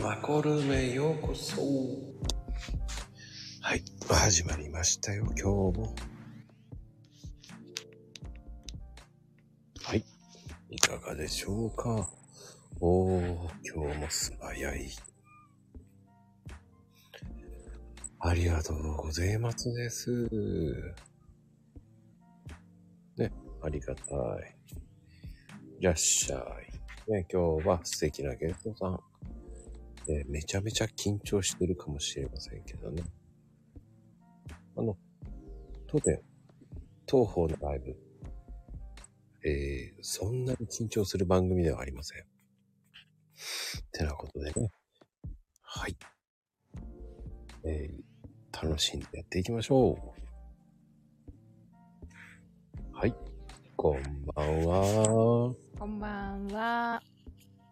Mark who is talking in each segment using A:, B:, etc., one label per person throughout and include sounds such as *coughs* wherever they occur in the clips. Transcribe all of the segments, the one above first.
A: マコルメようこそ。はい、始まりましたよ、今日も。はい、いかがでしょうか。おー、今日も素早い。ありがとうございますです。ね、ありがたい。いらっしゃい。ね、今日は素敵なゲストさん。えーめちゃめちゃ緊張してるかもしれませんけどね。あの、当店、東方のライブ、えーそんなに緊張する番組ではありません。てなことでね。はい。えー楽しんでやっていきましょう。はい。こんばんは。
B: こんばんは。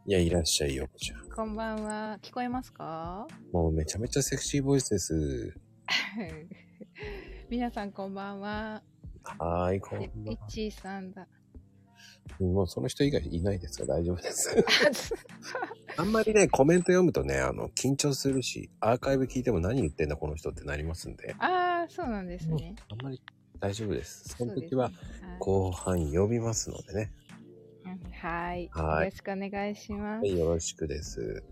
A: いや、いらっしゃいよ、こちゃん。
B: こんばんは。聞こえます
A: *laughs*
B: か
A: もうめちゃめちゃセクシーボイスです。
B: 皆さんこんばんは。
A: はーい、こんば
B: え
A: ん
B: い
A: は。
B: ちーさんだ。 *laughs*
A: もうその人以外いないですよ、大丈夫です。
C: *laughs*
B: あ
A: あんまりね、コメント読むとね、あの、緊張するし、アーカイブ聞いても何言ってんだ、この人ってなりますんで、
B: あー、そうなんですね。
A: あんまり大丈夫です。その
B: うですね
A: 時は後半呼びますのでね。
B: はい。
A: は
B: はいい。よろしくお願いします。
A: はい、よろしくです。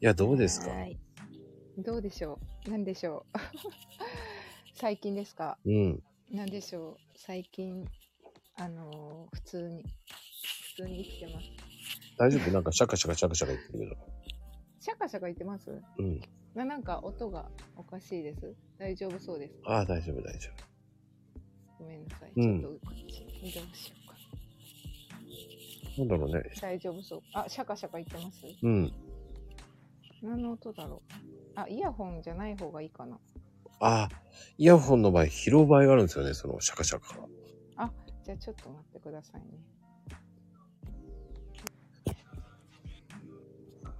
A: いや、どうですか
B: はいどうでしょうなんでしょう *laughs* 最近ですか
A: うん。
B: なんでしょう最近、あのー普通に、普通に生きてます。
A: 大丈夫なんかシャカシャカシャカシャカ言ってる
B: シャカシャカ言ってます
A: けど。うん。
B: ななんか音がおかしいです。大丈夫そうです。
A: ああ、大丈夫、大丈夫。
B: ごめんなさい。
A: う
B: ちょ
A: ん
B: っとこっち移動しようか。
A: なんだろうね。
B: 大丈夫そう。あ、シャカシャカ言ってます
A: うん。
B: 何の音だろうあ、イヤホンじゃない方がいいかな。
A: ああ、イヤホンの場合、拾う場合があるんですよね、そのシャカシャカが。
B: じゃあちょっと待ってくださいね。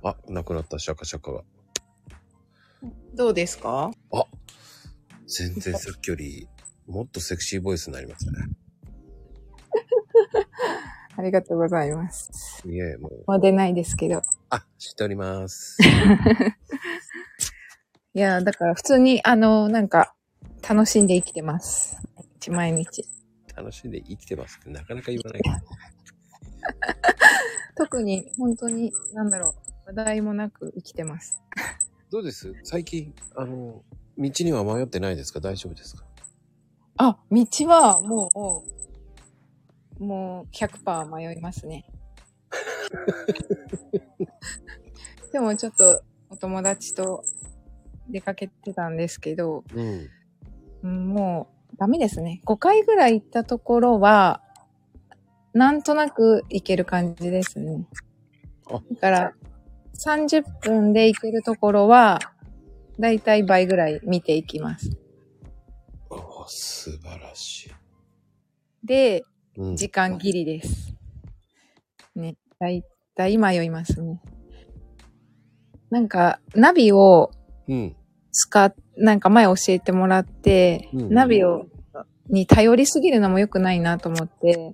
A: あ、なくなったシャカシャカが。
C: どうですか
A: 全然さっきより、もっとセクシーボイスになりましたね。
C: ありがとうございます。
A: いえ、もう。
C: もう出ないですけど。
A: あ、知っており *laughs* ます。
C: いやー、だから普通に、あのーなんか、楽しんで生きてます。一毎日。
A: 楽しんで生きてますってなかなか言わないけど。
C: 特に、本当に、なんだろう、話題もなく生きてます。
A: どうです最近、あの、道には迷ってないですか大丈夫ですか
C: あ、道は、もう、もう、100%迷いますね。でもちょっと、お友達と出かけてたんですけど、
A: うん。
C: うんもう、ダメですね。5回ぐらい行ったところは、なんとなく行ける感じですね。
A: あ
C: だから、30分で行けるところは、だいたい倍ぐらい見ていきます。
A: おー素晴らしい。
C: で、
A: うん。
C: 時間ギリです。ね、だいたい迷いますね。なんか、ナビを
A: うん。
C: 使っ、なんか前教えてもらって、
A: うん
C: ナビを、に頼りすぎるのも良くないなと思って、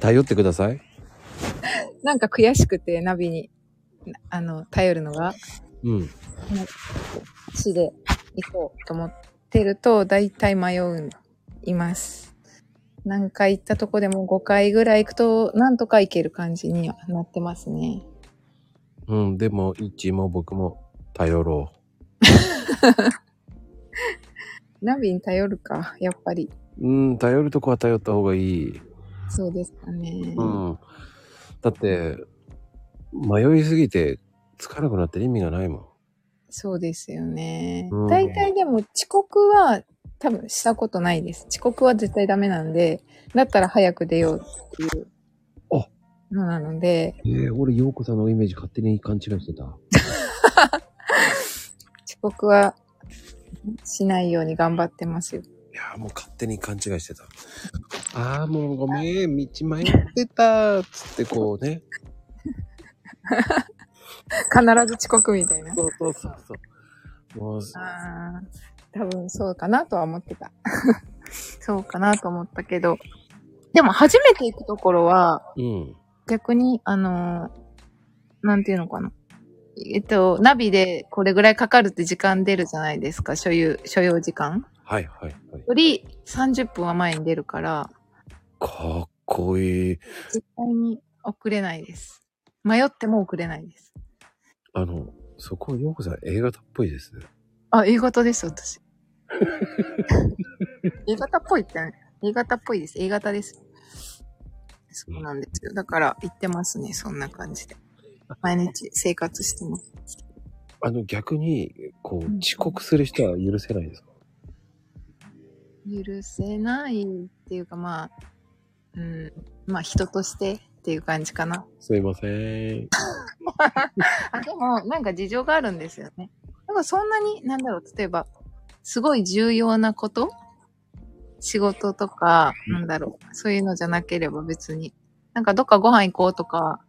A: 頼ってください。
C: なんか悔しくて、ナビに、あの、頼るのが、
A: うん。
C: 市で行こうと思ってると、大体迷う、います。何回行ったとこでも5回ぐらい行くと、なんとか行ける感じにはなってますね。
A: うん。でも、イッチーも僕も頼ろ
C: ナビに頼るか、やっぱり。
A: う。うん。頼るとこは頼った方がいい。
C: そうですかね。
A: うん。だって、迷いすぎて、つかなくなってる意味がないもん。
C: そうですよね
A: うん。
C: 大体でも遅刻は多分したことないです。遅刻は絶対ダメなんで、だったら早く出ようっていう
A: あ
C: のなので、
A: えー、俺、陽子さんのイメージ勝手に勘違いしてた。
C: 遅刻はしないように頑張ってますよ。
A: いやーもう勝手に勘違いしてた。ああ、もうごめん、道迷ってた、つってこうね。
C: 必ず遅刻みたいな。
A: そうそうそうそう。もう、
C: あー多分そうかなとは思ってた。 *laughs* そうかなと思ったけど。でも初めて行くところは、
A: うん。
C: 逆に、あのーなんていうのかな。えっと、ナビでこれぐらいかかるって時間出るじゃないですか、所有、所要時間。
A: はいはいはい。
C: より30分は前に出るから、
A: かっこいい。
C: 絶対に遅れないです。迷っても遅れないです。
A: あの、そこ、ようこさん映画っぽいですね。
C: あ、A 型です、私。A 型っぽいってね。A 型っぽいです。A 型です。そうなんですよ。だから、行ってますね、そんな感じで。毎日生活してます。
A: あの、逆に、こ
C: う
A: う、
C: ん
A: 遅刻する人は許せないですか
C: 許せないっていうか、まあ、うん、まあ人としてっていう感じかな。
A: すいません。
C: あ、でも、なんか事情があるんですよね。なんかそんなに、なんだろう、例えば、すごい重要なこと仕事とか、なんだろう、そういうのじゃなければ別に。なんかどっかご飯行こうとか、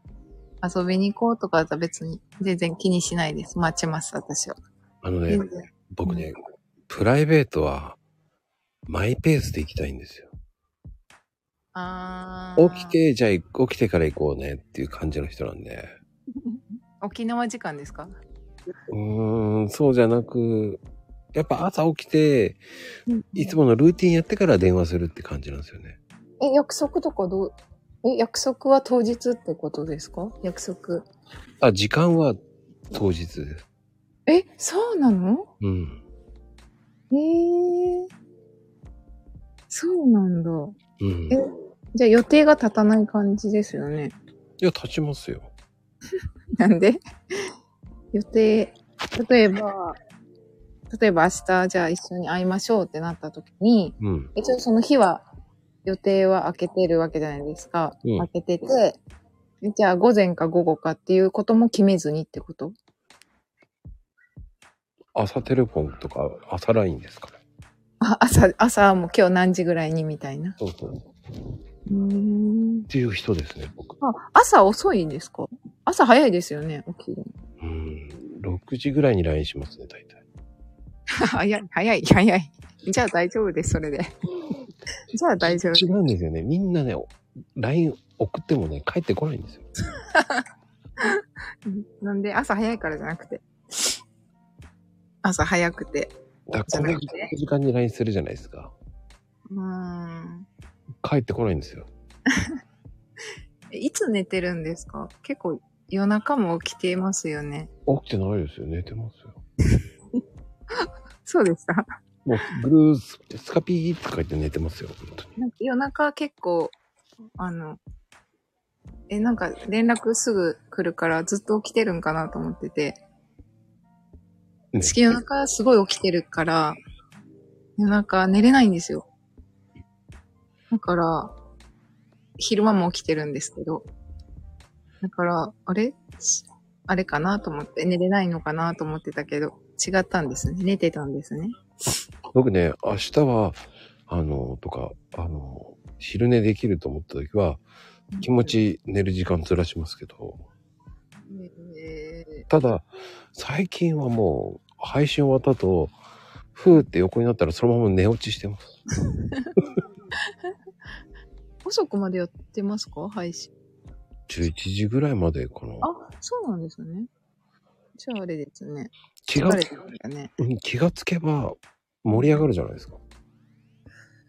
C: 遊びに行こうとかだったら別に、全然気にしないです。待ちます、私は。
A: あのね
C: 全、然
A: 僕ね、プライベートは、マイペースで行きたいんですよ。
C: あー
A: 起き。
C: *laughs*
A: て、じゃあ起きてから行こうねっていう感じの人なんで。
C: 沖縄時間ですか
A: うーん、そうじゃなく、やっぱ朝起きて、いつものルーティンやってから電話するって感じなんですよね。
C: え、約束とかどう、え、約束は当日ってことですか約束。
A: あ、時間は当日です。
C: え、そうなの
A: うん。
C: えー、そうなんだ。
A: うん。い
C: えじゃあ予定が立たない感じですよね。 *laughs*
A: や、立ちますよ。
C: なんで予定、例えば、例えば明日、じゃあ一緒に会いましょうってなった時に、
A: うん。
C: 一応その日は、予定は開けてるわけじゃないですか。
A: うん
C: 開けてて、じゃあ午前か午後かっていうことも決めずにってこと
A: 朝テレフォンとか、朝ラインですかね。
C: あ *laughs* 朝、朝も今日何時ぐらいにみたいな。
A: そうそう。っ
C: うーん。
A: ていう人ですね、僕。
C: あ、朝遅いんですか朝早いですよね、起きるの。
A: うん。6時ぐらいに LINE しますね、大体。
C: *laughs* 早い、早い、早い。じゃあ大丈夫です、それで。 *laughs* じゃあ大丈夫。
A: 違うんですよね。みんなね、LINE 送ってもね、帰ってこないんですよ。
C: なんで、朝早いからじゃなくて。朝早くて。
A: だ
C: じ
A: か
C: ゃ
A: ら
C: な
A: この
C: くて
A: 時間に LINE するじゃないですか。
C: うーん。
A: 帰ってこないんですよ。
C: えいつ寝てるんですか結構夜中も起きてますよね。
A: 起きてないですよ。寝てますよ。
C: そうでした。
A: もう、グルース、スカピーって書いて寝てますよ、本当に。
C: なんか夜中結構、あの、え、なんか連絡すぐ来るからずっと起きてるんかなと思ってて。
A: ね
C: 月夜中すごい起きてるから、夜中寝れないんですよ。だから、昼間も起きてるんですけど。だから、あれしあれかなと思って、寝れないのかなと思ってたけど、違ったんですね。寝てたんですね。
A: 僕ね、明日は、あの、とか、あの、昼寝できると思った時は、気持ち寝る時間ずらしますけど、
C: え
A: ただ、最近はもう、配信終わった後、ふーって横になったらそのまま寝落ちしてます。
C: ー、遅くまでやってますか配信。
A: 11時ぐらいまでかな。
C: あ、そうなんですね。じゃああれですね。
A: 気が
C: 疲れ、てましたね。
A: うん気がつけば盛り上がるじゃないですか。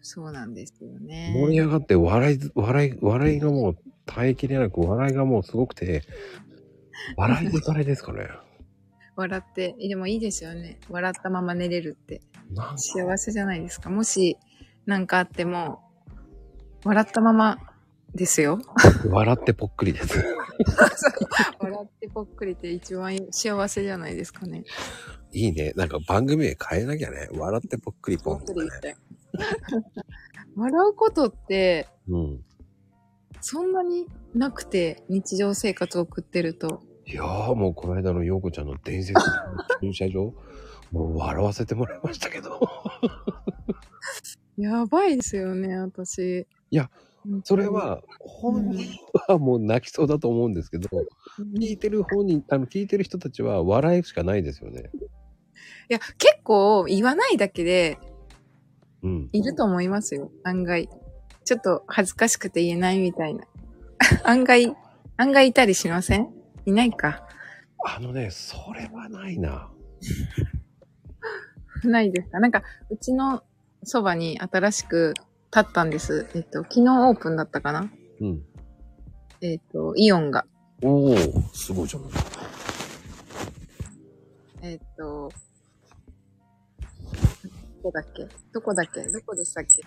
C: そうなんですよね。
A: 盛り上がって笑いず、笑い、笑いがもう耐えきれなく、笑いがもうすごくて、笑い疲れですかね。
C: 笑って、でもいいですよね。笑ったまま寝れるって。
A: なん
C: 幸せじゃないですか。もし、なんかあっても、笑ったままですよ。
A: 笑ってぽっくりです。
C: 笑ってぽっくりって一番幸せじゃないですかね。
A: いいね。なんか番組名変えなきゃね。笑ってぽっくりぽんとかね。
C: て。笑うことって、
A: うん。
C: そんなになくて、日常生活を送ってると。
A: いやーもうこの間の陽子ちゃんの伝説の *laughs* 駐車場、もう笑わせてもらいましたけど。
C: やばいですよね、私。
A: いや、それ、は、
C: うん
A: 本人はもう泣きそうだと思うんですけど、聞いてる本人、あの、聞いてる人たちは笑いしかないですよね。
C: いや、結構言わないだけで
A: うん。
C: いると思いますよ、案外。ちょっと恥ずかしくて言え *laughs* ないみたいな。案外、案外いたりしませんいないか。
A: あのね、それはないな。
C: ないですかなんか、うちのそばに新しく建ったんです。えっと、昨日オープンだったかな
A: うん。
C: えっと、イオンが。
A: おお、すごいじゃない。
C: えっと、どこだっけどこだっけどこでしたっけ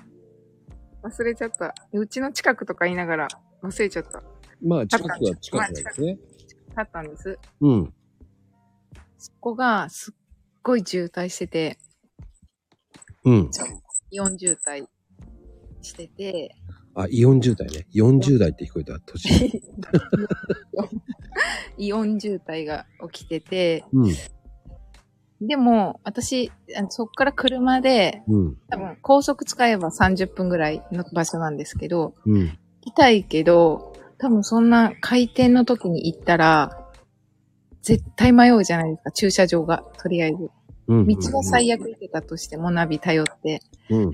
C: 忘れちゃった。うちの近くとか言いながら忘れちゃった。
A: まあ、近くは近くなんですね。
C: 建ったんです。
A: うん。
C: そこがすっごい渋滞してて、
A: うん。
C: イオン渋滞してて、
A: あ、40代ね。40代って聞こえた。年。
C: イオン渋滞が起きてて、
A: うん。
C: でも、私、あのそっから車で、
A: うん。
C: 多分高速使えば30分ぐらいの場所なんですけど、
A: うん。
C: 行きたいけど、多分そんな開店の時に行ったら、絶対迷うじゃないですか、駐車場が、とりあえず。
A: うん。
C: 道が最悪行けたとしてもナビ頼って。
A: うん。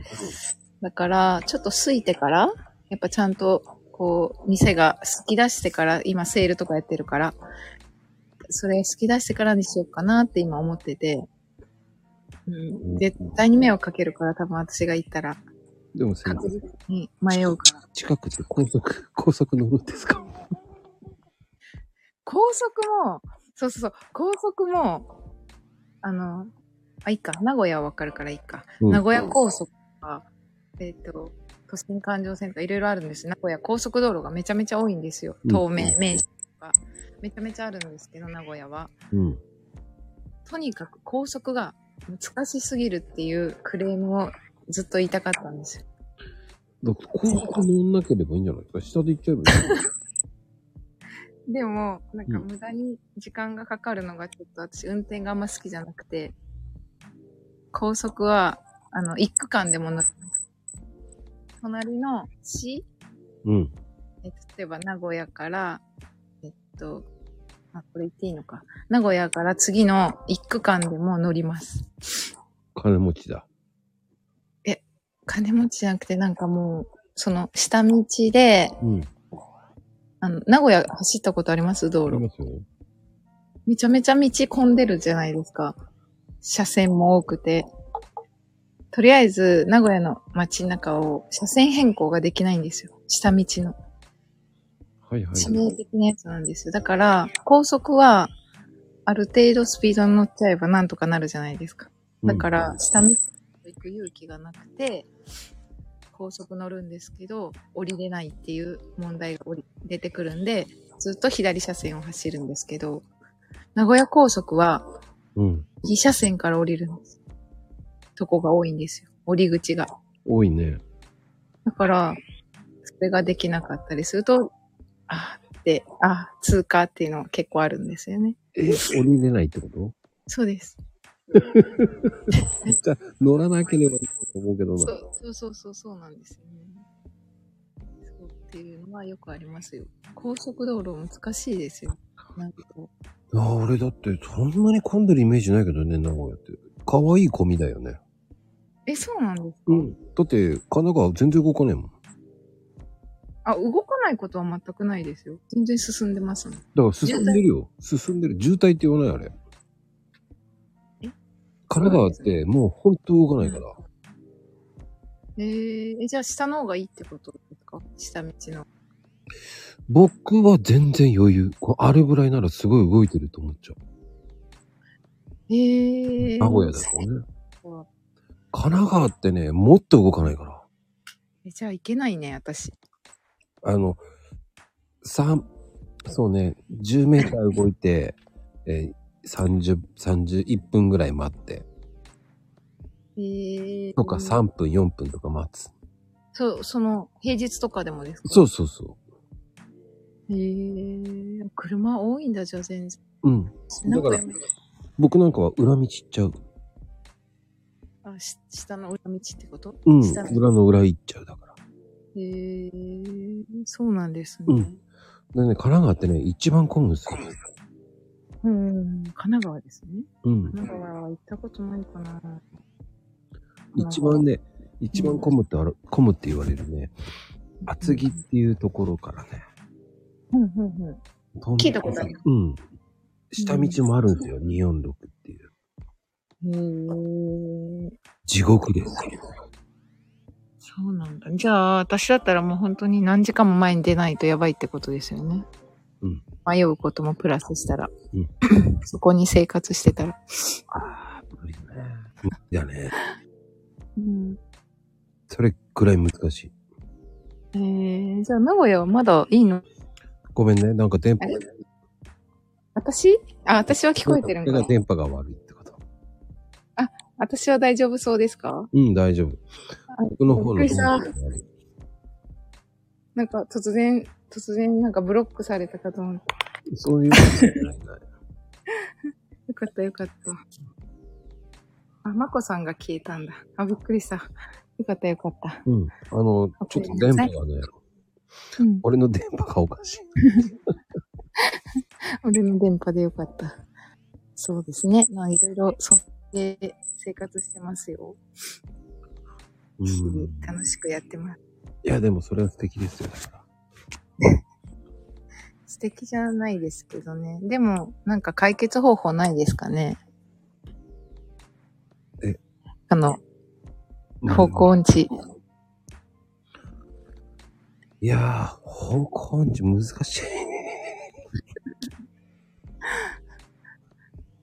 C: だから、ちょっと空いてから、やっぱちゃんと、こう、店が好き出してから、今セールとかやってるから、それ好き出してからにしようかなって今思ってて、うん、絶対に迷惑かけるから、多分私が行ったら、
A: でも先
C: 確
A: 生、
C: 実に迷うから。
A: 近くって高速、 *laughs* 高速乗るんですか
C: 高速も、そうそうそう、高速も、あの、あ、いいか、名古屋はわかるからいいか。
A: うん
C: 名古屋高速とか、えっ、と、都心環状線とかいろいろあるんです。名古屋高速道路がめちゃめちゃ多いんですよ
A: う。ん
C: 東名、明治とか。めちゃめちゃあるんですけど、名古屋は。
A: うん。
C: とにかく高速が難しすぎるっていうクレームをずっと言いたかったんですよ。
A: だから高速乗んなければいいんじゃないですか下で行っちゃえばいい。
C: でも、なんか
A: うん
C: 無駄に時間がかかるのがちょっと私運転があんま好きじゃなくて、高速は、あの、一区間でも乗ります。隣の市、
A: うん。
C: え例えば名古屋から、えっと、あ、これ言っていいのか。名古屋から次の一区間でも乗ります。
A: 金持ちだ。
C: 金持ちじゃなくてなんかもう、その下道で、
A: うん。
C: あの、名古屋走ったことあります道
A: あ
C: 路
A: り。ますよ。
C: めちゃめちゃ道混んでるじゃないですか。車線も多くて。とりあえず、名古屋の街中を車線変更ができないんですよ。下道の。
A: はいはい。
C: 致命的なやつなんですよ。だから、高速は、ある程度スピードに乗っちゃえばなんとかなるじゃないですか。だか
A: う
C: ら
A: ん、
C: 下道行く勇気がなくて、高速乗るんですけど、降りれないっていう問題が降り出てくるんで、ずっと左車線を走るんですけど、名古屋高速は、
A: うん。
C: 右車線から降りるんです。とこが多いんですよ。降り口が。
A: 多いね。
C: だから、それができなかったりすると、あーって、あー通過っていうのは結構あるんですよね。
A: え、降りれないってこと
C: そうです。
A: じゃあ乗らなければいいと思うけど
C: そ
A: な。
C: うそうそうそうそうなんですよね。そうっていうのはよくありますよ。高速道路難しいですよ。なんかこう
A: ああ、俺だってそんなに混んでるイメージないけどね、名古屋って。可愛い込みだよね。
C: え、そうなんですか、
A: うん。だって、神奈川全然動かねえもん。
C: あ、動かないことは全くないですよ。全然進んでますもん。
A: だから進んでるよ。進んでる。渋滞って言わないあれ。
C: え
A: 神奈川ってもうほんと動かないから。
C: えー、えじゃあ下の方がいいってことですか下道の。
A: 僕は全然余裕。こうあれぐらいならすごい動いてると思っちゃう。
C: ええー。
A: 名古屋だとね。
C: そう
A: 神奈川ってね、もっと動かないから。
C: えじゃあ行けないね、私。
A: あの、三、そうね、10メーター動いて、えー、30、31分ぐらい待って、
C: えー、
A: とか3分、4分とか待つ。
C: そう、その、平日とかでもですか
A: そうそうそ
C: えー、車多いんだ、じゃあ全然。
A: う。うん。だから僕なんかは裏道行っちゃう。
C: あし下の裏道ってこと
A: うん。
C: 下の
A: 裏の裏行っちゃう。だから。
C: えー、そうなんですね。
A: うんでね、神奈川ってね、一番混むんですよ。
C: うん。神奈川ですね。
A: うん。
C: 神奈川は行ったことないかな。
A: 一番ね、一番混むってある、混むって言われるね。厚木っていうところからね。
C: うんうんうん。
A: 飛んで
C: 聞いたことある。
A: うん。下道もあるんですよ、246っていう。
C: へー
A: 地獄です。
C: そうなんだ。じゃあ、私だったらもう本当に何時間も前に出ないとやばいってことですよね。
A: うん。
C: 迷うこともプラスしたら。
A: う
C: *clears throat* そこに生活してたら。
A: ああ、無理ね。無理だね。
C: うん。
A: それくらい難しい。
C: えー、じゃあ名古屋はまだいいの
A: ごめんね、なんか電波
C: あれ私あ、私は聞こえてるん
A: だ
C: か
A: から。電波が悪いってこと。
C: 私は大丈夫そうですか
A: うん、大丈夫。僕の方の
C: びっくりした
A: 電波が悪い
C: なんか突然、突然なんかブロックされたかと思って。
A: そういうことじゃないな。
C: よかったよかった。あ、まこさんが消えたんだ。あ、びっくりした。よかったよかった。
A: うん。あの、ちょっと電波がね、
C: うん。
A: 俺の電波がおかしい。
C: 俺の電波でよかった。そうですね。まあいろいろ、そんで生活してますよ。
A: うん。
C: 日々
A: い
C: 楽しくやってます。
A: や、でもそれは素敵ですよ、だから。
C: 素敵じゃないですけどね。でも、なんか解決方法ないですかね。
A: え
C: あの、方向音痴。
A: いやー、方向音痴難しい。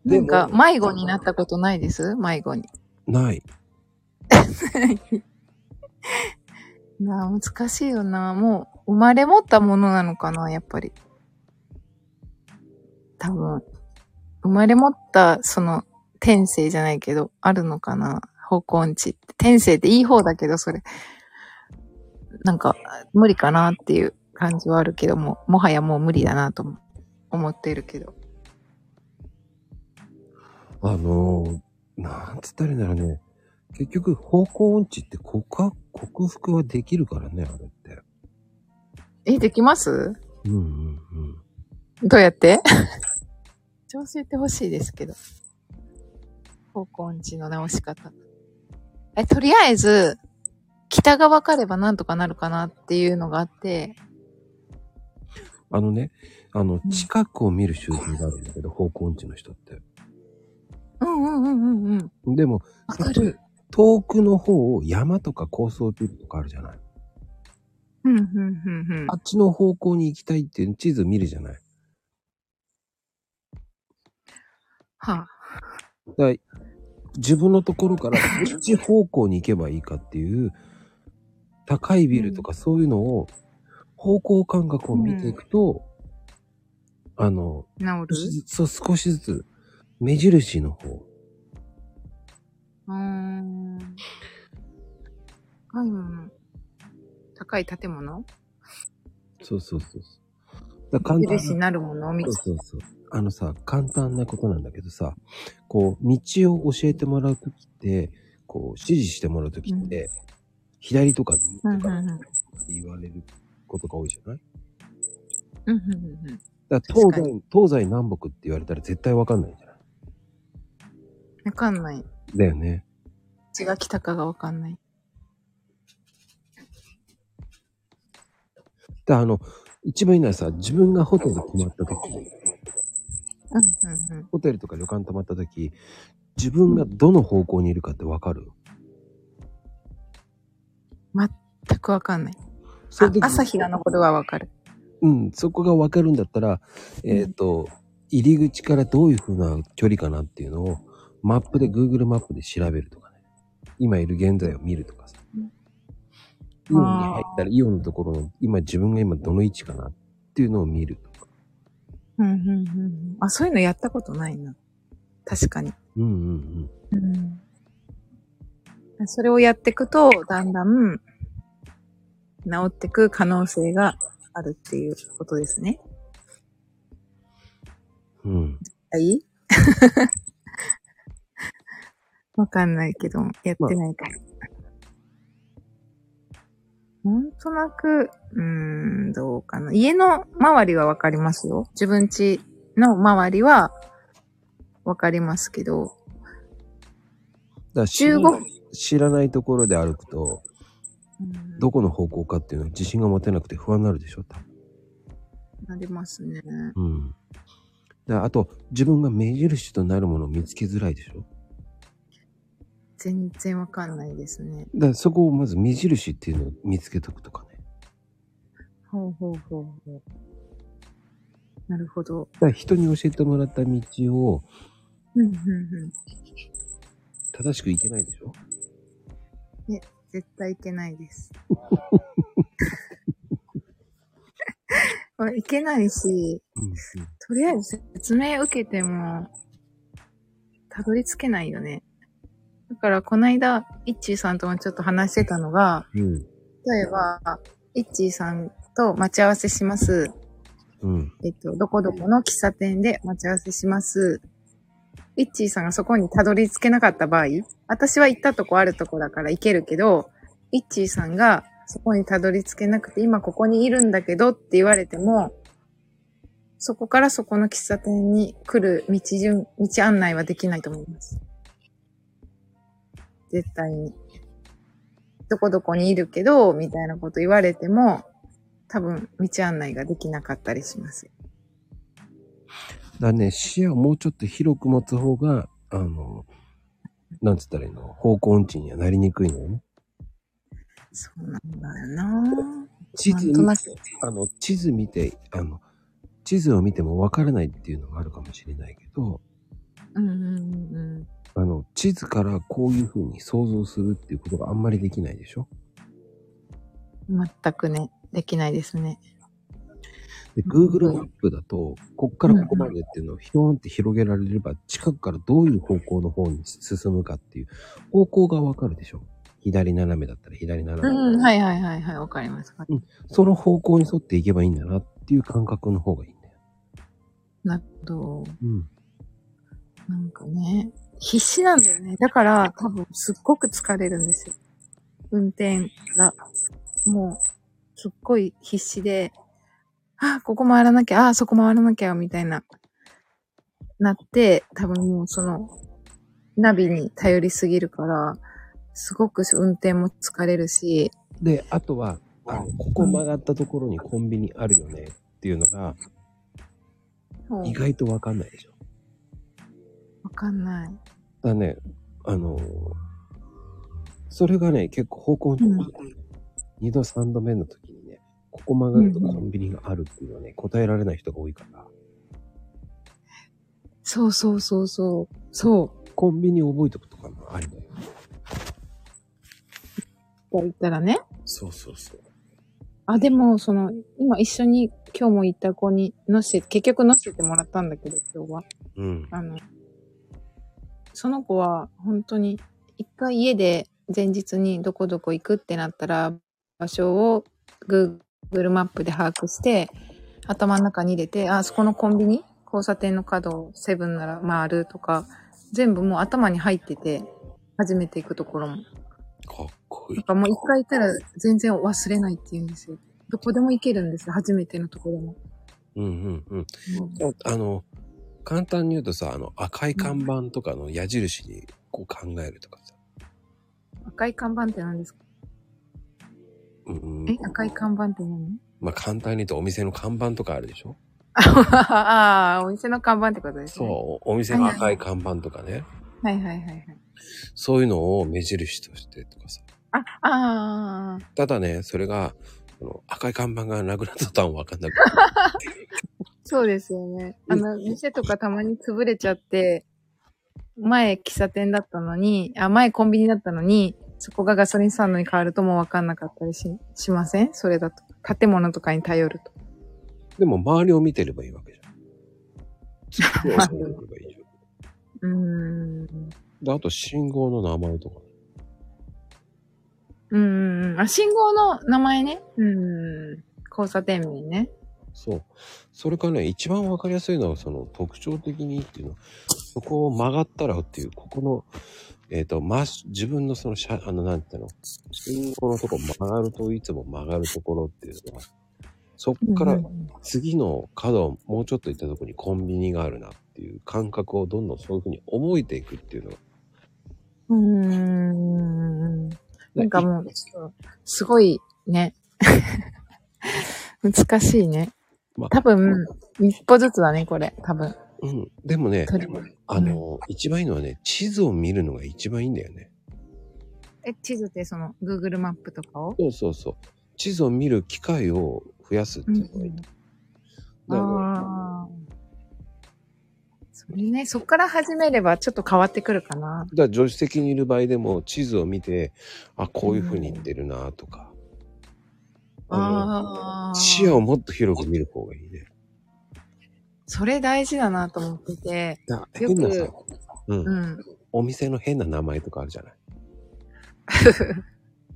C: な
A: で
C: ん
A: も
C: か、迷子になったことないです迷子に。
A: ない。
C: なあ、難しいよな。もう、生まれ持ったものなのかな、やっぱり。多分。生まれ持った、その、天性じゃないけど、あるのかな。方向音痴って。天性っていい方だけど、それ。なんか、無理かなっていう感じはあるけども、もはやもう無理だなとも思ってるけど。
A: あのー、なんつったらいいんだろうね。結局、方向音痴って克服克服はできるからね、あれって。
C: え、できます
A: うんうんうん。
C: どうやって調子言ってほしいですけど。方向音痴の直し方。え、とりあえず、北が分かればなんとかなるかなっていうのがあって、
A: あのね、あの
C: う、ん
A: 近くを見る習性があるんだけど、方向音痴の人って。
C: うんうんうんうんうん。
A: でも、
C: わかる。
A: 遠くの方を山とか高層ビルとかあるじゃない。
C: うんうんうんうん
A: あ。っちの方向に行きたいっていう地図見るじゃない。
C: は
A: だから自分のところからどっち方向に行けばいいかっていう高いビルとかそういうのを方向感覚を見ていくと、あの、
C: あ、治る
A: そう少しずつ目印の方。
C: うーん。高いもの。高い建物
A: そうそうそうそう。だから
C: 無
A: 簡
C: 印に
A: 単
C: なるものみ
A: そう
C: たい
A: そうそう。あのさ、簡単なことなんだけどさ、こう、道を教えてもらうときって、こう、指示してもらうときって、左とか右と
C: な。う
A: か
C: ん
A: っ
C: うんうん。
A: て言われることが多いじゃない
C: うんうんうん。
A: だから
C: 確か
A: 東西、東西南北って言われたら絶対わかんないじゃない
C: わかんない。
A: だよね。
C: 血が来たかがわかんな
A: だ
C: い。
A: からあの、一番いいのはさ、自分がホテルで泊まったとき、
C: うんうんうん。
A: ホテルとか旅館泊まったとき、自分がどの方向にいるかってわかる。
C: 全くわかんない。
A: そうい
C: あ
A: う時
C: 朝日が残るはわかる。
A: うん、そこがわかるんだったら、えっ、と、入り口からどういう風な距離かなっていうのを、マップで、Google マップで調べるとかね。今いる現在を見るとかさ。イオンに入ったら、イオンのところの、今自分が今どの位置かなっていうのを見るとか。
C: うんうんうん。あ、そういうのやったことないな。確かに。
A: うんうんうん。
C: うん。それをやっていくと、だんだん、治っていく可能性があるっていうことですね。
A: うん。
C: はい *laughs* いわかんないけど、やってないから。なんとなく、うーん、どうかな。家の周りはわかりますよ。自分家の周りはわかりますけど、
A: だから知ら
C: 15
A: ない知らないところで歩くと、
C: うん
A: どこの方向かっていうのは自信が持てなくて不安になるでしょ、多分。
C: なりますね。
A: うん。だあと、自分が目印となるものを見つけづらいでしょ
C: 全然わかんないですね。
A: だからそこをまず目印っていうのを見つけとくとかね。
C: ほうほうほうほう。なるほど。
A: だから人に教えてもらった道を
C: うんうんうん。
A: 正しくいけないでしょ
C: 絶対いけないです。これいけないし、
A: うん、うん。
C: とりあえず説明受けても、たどり着けないよね。だから、この間、イッチーさんともちょっと話してたのが、
A: うん。
C: 例えば、イッチーさんと待ち合わせします。
A: うん。
C: えっと、どこどこの喫茶店で待ち合わせします。イッチーさんがそこにたどり着けなかった場合、私は行ったとこあるとこだから行けるけど、イッチーさんがそこにたどり着けなくて、今ここにいるんだけどって言われても、そこからそこの喫茶店に来る道順、道案内はできないと思います。絶対に。どこどこにいるけど、みたいなこと言われても、多分道案内ができなかったりします。
A: だからね、視野をもうちょっと広く持つ方が、あの、なんつったらいいの方向音痴にはなりにくいのよね。
C: そうなんだよな
A: 地図
C: なんとなく。
A: あの、地図見て、あの、地図を見てもわからないっていうのがあるかもしれないけど、
C: うんうんうんうん。
A: あの、地図からこういう風に想像するっていうことがあんまりできないでしょ
C: 全くね、できないですね。
A: で、
C: うん
A: Google マップだと、こっからここまでっていうのをひょーんって広げられれば、近くからどういう方向の方に進むかっていう方向がわかるでしょ左斜めだったら左斜
C: う
A: め。
C: ん、はいはいはいはい、わかります。
A: その方向に沿っていけばいいんだなっていう感覚の方がいいんだよ。
C: なるほ
A: う
C: ど。
A: ん。
C: なんかね、必死なんだよね。だから、多分、すっごく疲れるんですよ。運転が。もう、すっごい必死で、あ、ここ回らなきゃ、あ、そこ回らなきゃ、みたいな、なって、多分もうその、ナビに頼りすぎるから、すごく運転も疲れるし、
A: で、あとは、あの、ここ曲がったところにコンビニあるよねっていうのが、
C: もう
A: 意外とわかんないでしょ
C: わかんない。
A: だからね、あのーそれがね、結構方向に、
C: うん
A: 二度三度目の時にね、ここ曲がると
C: うん
A: コ
C: うん
A: ンビニがあるっていうのはね、答えられない人が多いから、
C: そうそうそうそう。そう。
A: コンビニ覚えとくとかもありだよ。
C: 言ったらね、
A: そうそうそう。
C: あ、でも、その、今一緒に今日も行った子に乗せて、結局乗せてもらったんだけど、今日は。
A: うん。
C: あの、その子は本当に、一回家で前日にどこどこ行くってなったら、場所を Google マップで把握して、頭の中に入れて、あ、そこのコンビニ交差点の角をセブンなら回るとか、全部もう頭に入ってて、初めて行くところも。
A: かっこい
C: ないん。かもう一回行ったら全然忘れないって言うんですよ。どこでも行けるんですよ、初めてのところも。
A: うんうんうん。あの、簡単に言うとさ、あの、赤い看板とかの矢印にこう考えるとかさ。
C: 赤い看板って何ですか
A: うんうん
C: え、赤い看板って何
A: まあ、簡単に言うとお店の看板とかあるでしょ
C: ああ、お店の看板ってことです
A: そう
C: ね。、
A: お店の赤い看板とかね。
C: う。はいはいはいはい。
A: そういうのを目印としてとかさ。
C: あ、ああ、
A: ただね、それが、この赤い看板がなくなった途端わかんなく
C: そうですよね。あの、店とかたまに潰れちゃって、前喫茶店だったのに、あ、前コンビニだったのに、そこがガソリンスタンドに変わるともうわかんなかったりし、しませんそれだと。建物とかに頼ると。
A: *laughs* でも周りを見てればいいわけじゃん。地図を覚えればいいじゃん
C: うーん。
A: で。あと信号の名前とか。
C: うんうんうん。あ、信号の名前ね。うん。交差点名ね。
A: そう。それからね、一番わかりやすいのは、その特徴的にっていうのは、そこを曲がったらっていう、ここの、えっ、と、ま、自分のその車、あの、なんていうの、信号のとこ曲がるといつも曲がるところっていうのは、そこから
C: うんうん
A: 次の角をもうちょっと行ったところにコンビニがあるなっていう感覚をどんどんそういうふうに覚えていくっていうのが。
C: うんうんうんうん。なんかもう、すごいね。 *laughs* 難しいね
A: まあ。
C: 多分、一歩ずつだね、これ。多分。
A: うん。でもね、
C: 取り
A: あの、一番いいのはね、地図を見るのが一番いいんだよね。
C: え、地図ってその、Google マップとかを
A: そうそうそう。地図を見る機会を増やすっていうのがいい。だから
C: ああ。それね、そっから始めればちょっと変わってくるかな。
A: だから助手席にいる場合でも地図を見て、あ、こういう風に行ってるなとか。あ
C: ああ。
A: の視野をもっと広く見る方がいいね。
C: それ大事だなと思ってて。
A: だ
C: よ
A: 変
C: く
A: なさ、うん、
C: うん。
A: お店の変な名前とかあるじゃない
C: *laughs*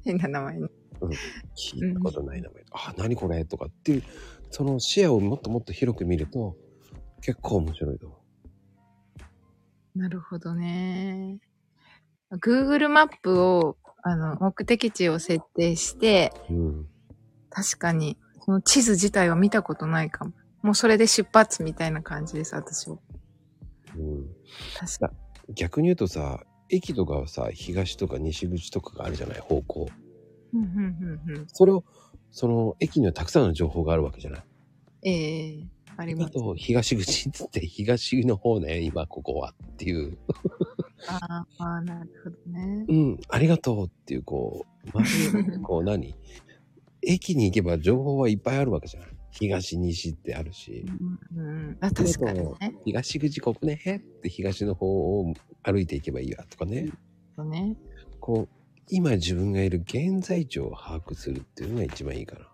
C: 変な名前に。
A: 聞いたことない名前。あ、何これとかっていう、その視野をもっともっと広く見ると、結構面白いと思う。
C: なるほどね。Google マップを、あの、目的地を設定して、
A: うん。
C: 確かに、その地図自体は見たことないかも。もうそれで出発みたいな感じです、私は。
A: うん
C: 確か
A: 逆に言うとさ駅とかはさ東とか西口とかがあるじゃない方向
C: に。うん、うん、うん、うん。
A: それをその駅にはたくさんの情報があるわけじゃない
C: ええあり
A: だ
C: ます。
A: と東口っつって東の方ね今ここはっていう
C: あーあー、なるほどね。
A: うんありがとうっていうこう周りのこう何駅に行けば情報はいっぱいあるわけじゃない東西ってあるし
C: うんうん、あ確かにね。
A: 東口ここねって東の方を歩いていけばいいやとかね
C: そうね
A: こう今自分がいる現在地を把握するっていうのが一番いいかな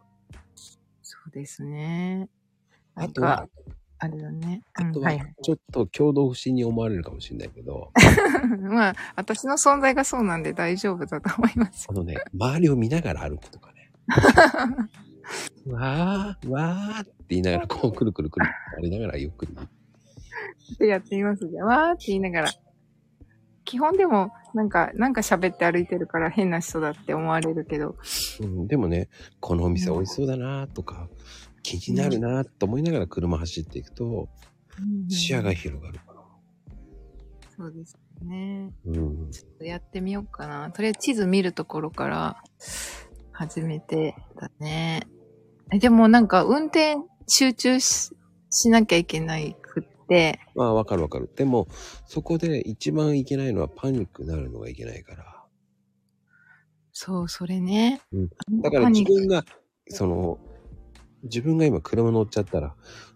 C: そうですね。な
A: あ
C: ん
A: と
C: か
A: は、
C: あれだね。
A: あと
C: うん、は
A: はい
C: はい。
A: ちょっと共同不審に思われるかもしれないけ
C: *laughs*
A: ど、
C: まあ、私の存在がそうなんで大丈夫だと思います。
A: このね、周りを見ながら歩くとか
C: *laughs*
A: ね。わー、わーって言いながら、こう、くるくるくるってやりながらゆっくり。
C: ちょっとやってみます。じゃあ、わーって言いながら。基本でも、なんか、なんか喋って歩いてるから変な人だって思われるけど、
A: うん、でもね、このお店美味しそうだなとか、気になるなと思いながら車走っていくと、視野が広がるから。
C: そうですね。
A: うん。
C: ちょっとやってみようかな。とりあえず地図見るところから始めてだね。えでもなんか運転集中ししなきゃいけないくって、
A: まあ、わかるわかる。でも、そこで一番いけないのはパニックになるのがいけないから。
C: そう、それね。
A: うんだから
C: パ
A: 自
C: ニック
A: 分が、その、自分が今車乗っちゃったら、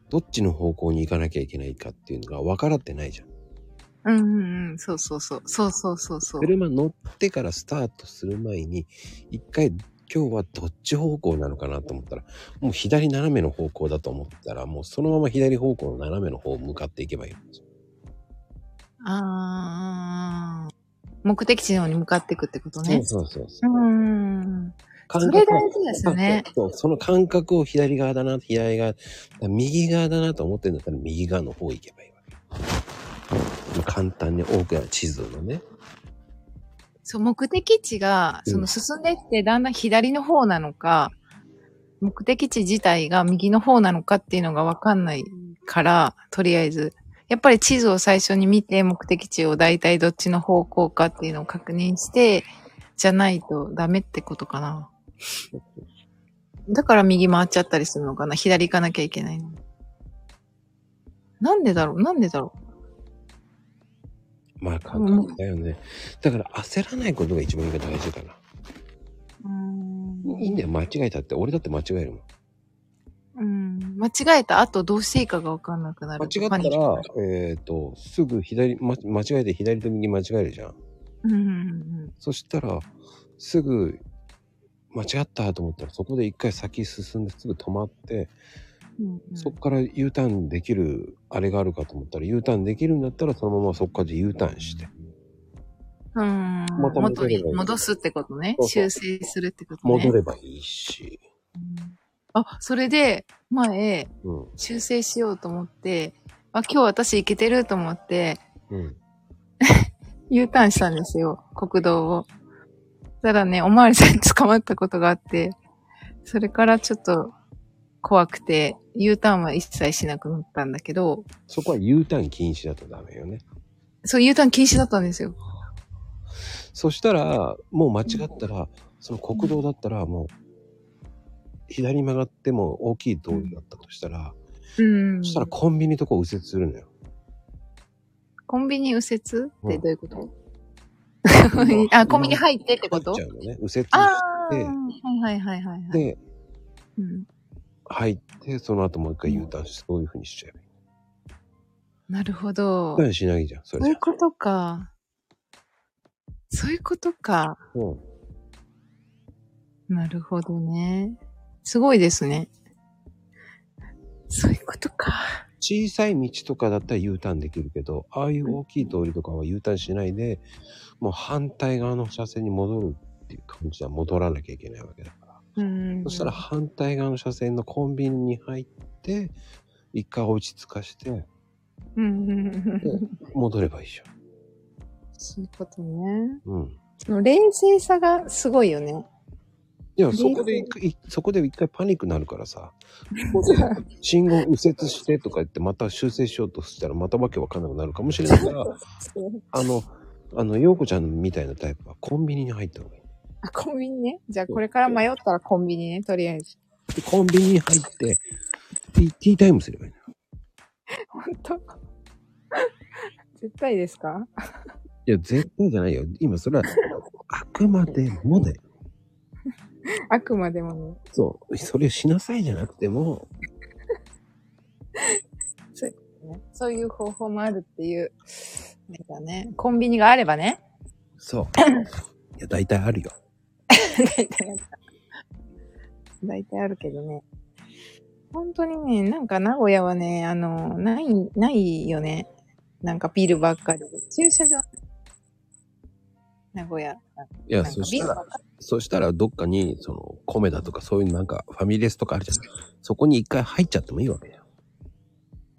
A: どっちの方向に行かなきゃいけないかっていうのが分からってないじゃん。
C: うんうんうん、そうそうそう。そうそうそうそう。
A: 車乗ってからスタートする前に、一回今日はどっち方向なのかなと思ったら、もう左斜めの方向だと思ったら、もうそのまま左方向の斜めの方を向かっていけばいいんですよ。
C: あー。目的地の方に向かっていくってことね。
A: そうそうそうう。
C: ん。
A: 感
C: そ
A: 覚
C: れ大事ですよね。
A: そうその感覚を左側だな、左側、右側だなと思ってんだったら右側の方行けばいいわけ。簡単に多くの地図のね。
C: そう、目的地が、
A: うん
C: その進んでってだんだん左の方なのか、目的地自体が右の方なのかっていうのがわかんないから、とりあえず。やっぱり地図を最初に見て、目的地を大体どっちの方向かっていうのを確認して、じゃないとダメってことかな。だから右回っちゃったりするのかな左行かなきゃいけないの。なんでだろうなんでだろ
A: まあ感覚だよね。だから焦らないことが一番大事かな。
C: ううーん
A: いいんだよ、間違えたって。俺だって間違えるもん。
C: うん、間違えた後どうしていいかがわかんなくなる。
A: 間違った
C: パニックにな
A: ら
C: る、
A: えっ、と、すぐ左、ま、間違えて左と右間違えるじゃん。
C: うんうんうん
A: そしたら、すぐ、間違ったと思ったら、そこで一回先進んですぐ止まって、
C: うんうん
A: そこから U ターンできるあれがあるかと思ったら U ターンできるんだったらそのままそこから U ターンして
C: うん
A: また戻
C: 元
A: ればいい
C: に戻すってことね
A: そうそう
C: 修正するってことね。
A: 戻ればいいし、
C: うんあ、それで、前、
A: うん
C: 修正しようと思って、あ、今日私行けてると思って、
A: うん、
C: U ターンしたんですよ、国道を。ただね、おまわりさんに捕まったことがあって、それからちょっと怖くて、U ターンは一切しなくなったんだけど、
A: そこは U ターン禁止だとダメよね
C: そう、U ターン禁止だったんですよ。
A: そしたらもう間違ったらその国道だったらもう左に曲がっても大きい通りだったとしたら、
C: うん。 *laughs*
A: そしたらコンビニとこ右折するのよ
C: コンビニ右折ってどういうこと、
A: うん
C: *laughs* あ、コンビニ入ってってこと
A: 入っちゃうのね。右折
C: ああ、
A: で
C: はいはいはいはいはい。
A: で、
C: うん、
A: 入って、その後もう一回 U ターンして、そういう風にしちゃえばいい。
C: なるほど。
A: U ターンしないじゃん、それ
C: そう
A: じ
C: い
A: ゃ
C: う。ことか。そういうことか。
A: うん。
C: なるほどね。すごいですね。そういうことか。
A: 小さい道とかだったら U ターンできるけど、ああいう大きい通りとかは U ターンしないで、もう反対側の車線に戻るっていう感じは戻らなきゃいけないわけだから。
C: うん。
A: そしたら反対側の車線のコンビニに入って、一回落ち着かして、
C: うんうんうん。
A: 戻ればいいじゃん。
C: そういうことね。
A: うん。
C: その冷静さがすごいよね。
A: いや、そこで一回、いそこで一回パニックになるからさ、ここで信号右折してとか言って、また修正しようとしたら、またわけわかんなくなるかもしれないから、あの、あの、洋子ちゃんみたいなタイプはコンビニに入った方がいい。
C: あ、コンビニね。じゃあこれから迷ったらコンビニね、とりあえず。
A: でコンビニに入って、ティーティータイムすればいいの。
C: 本当絶対ですか
A: いや、絶対じゃないよ。今、それは、あくまでもだよ。
C: あくまでも
A: そう。それをしなさいじゃなくても、
C: ね。そういう方法もあるっていう。なんかね、コンビニがあればね。
A: *coughs* そう。いや、大体あるよ。
C: 大体ある大体あるけどね。本当にね、なんか名古屋はね、あの、ない、ないよね。なんかビルばっかり。駐車場。名古屋。
A: いや、
C: なんか
A: そし
C: ビル
A: た
C: ば
A: ら
C: っ、かり。
A: そしたらどっかに、その、コメダとかそういうなんか、ファミレスとかあるじゃない。そこに一回入っちゃってもいいわけよ。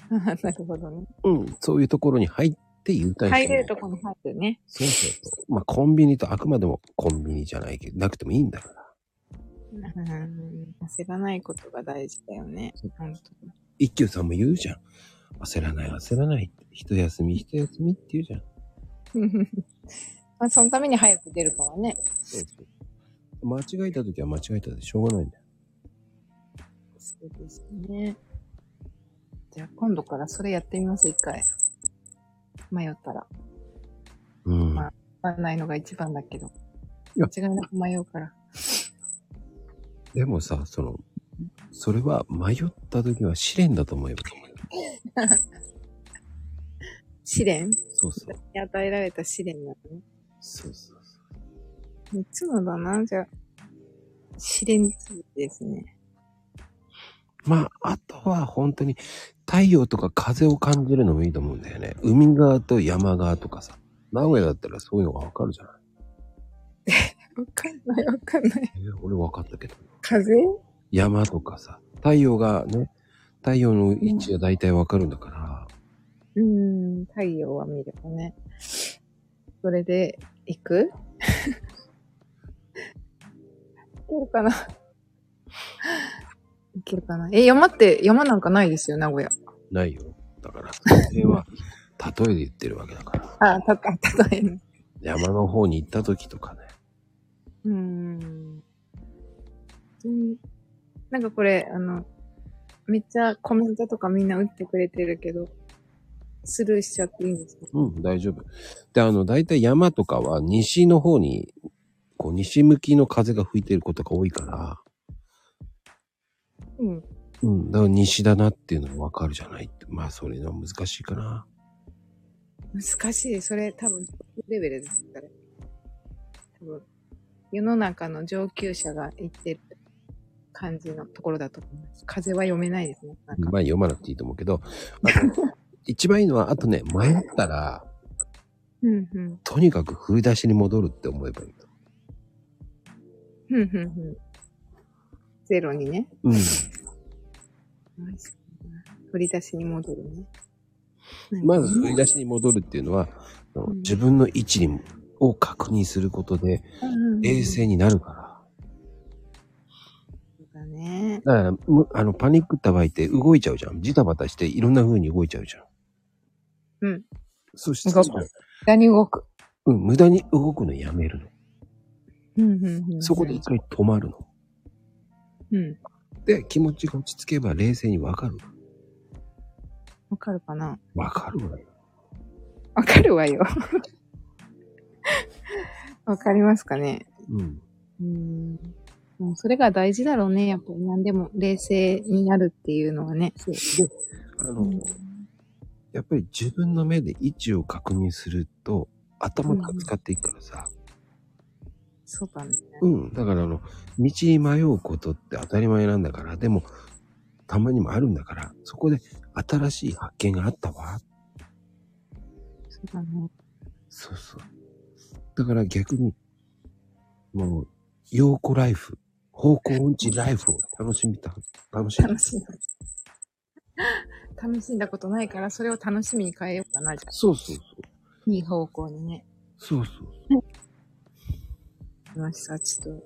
C: なるほどね。
A: うん。そういうところに入って U ターンして
C: 入れるとこに入ってね。
A: そうそうそう。まあ、コンビニとあくまでもコンビニじゃないけど、なくてもいいんだから。
C: うん。焦らないことが大事だよね。本当に。
A: 一休さんも言うじゃん。焦らない、焦らない。一休み、一休みって言うじゃん。
C: まあ、そのために早く出るからね。
A: そうそう。間違えた時は間違えたでしょうがないんだよ。
C: そうですね。じゃあ今度からそれやってみます、一回。迷ったら。
A: うん。
C: まあわかんないのが一番だけど。
A: いや
C: 間違いなく迷うから。
A: でもさ、その、それは迷った時は試練だと思えばいい。
C: 試練
A: そうそう。
C: 与えられた試練なのね。
A: そうそうそ
C: いつもだな、じゃあ。試練続きですね。
A: う。まあ、あとは本当に太陽とか風を感じるのもいいと思うんだよね。海側と山側とかさ。名古屋だったらそういうのがわかるじゃない。
C: わかんない、わかんない。
A: えー俺分かったけど。
C: 風
A: 山とかさ。太陽がね、太陽の位置が大体わかるんだから。
C: うーん、太陽は見ればね。それで、行く *laughs* いけるかないけるかなえ、山って、山なんかないですよ、名古屋。
A: ないよ。だから、その辺 *laughs* は、例えで言ってるわけだから。
C: あ、た、た、たえね。
A: 山の方に行った時とかね。
C: うーん。うんなんかこれ、あの、めっちゃコメントとかみんな打ってくれてるけど、スルーしちゃっていいんですか
A: うん、大丈夫。で、あの、大体山とかは西の方に、こう、西向きの風が吹いてることが多いから、
C: うん。
A: うん、だから西だなっていうのがわかるじゃないって。まあ、それのは難しいかな。
C: 難しい。それ多分、レベルですから。多分、世の中の上級者が言ってる感じのところだと思います。風は読めないですね。なんか
A: まあ、読まなくていいと思うけど、あと *laughs* 一番いいのは、あとね、迷ったら、
C: うんうん。
A: とにかく振り出しに戻るって思えばいい。
C: うんうんうん。ゼロにね。
A: うん。
C: 振り出しに戻るね。
A: まず振り出しに戻るっていうのは、あの
C: うん
A: 自分の位置にを確認することで、冷
C: うん
A: 静になるから。
C: うん。そうだね。
A: だから、むあの、パニックった場合って動いちゃうじゃん。ジタバタしていろんな風に動いちゃうじゃん。
C: うん。
A: そして、う
C: 動く何動く。
A: ん、無駄に動くのやめる
C: うんうんう
A: の。
C: ん。
A: そこで一回止まるの。
C: うん。
A: で、気持ちが落ち着けば冷静にわかる。
C: わかるかな
A: わかるわよ。
C: わかるわよ。 *laughs* わかりますかね。
A: うん。
C: うん。もうそれが大事だろうね。やっぱり何でも冷静になるっていうのはね。
A: そう。で、あの、やっぱり自分の目で位置を確認すると、頭が使っていくからさ。
C: そうだね。
A: うん。だから、あの、道に迷うことって当たり前なんだから、でも、たまにもあるんだから、そこで新しい発見があったわ。
C: そうだね。
A: そうそう。だから逆に、もう、陽子ライフ、方向音痴ライフを楽しみた、楽しみ
C: 楽しんだ。楽しんだことないから、それを楽しみに変えようかな。じゃあ
A: そうそうそう。
C: いい方向にね。
A: そうそう。
C: 楽しさ、ちょっと、ちょっ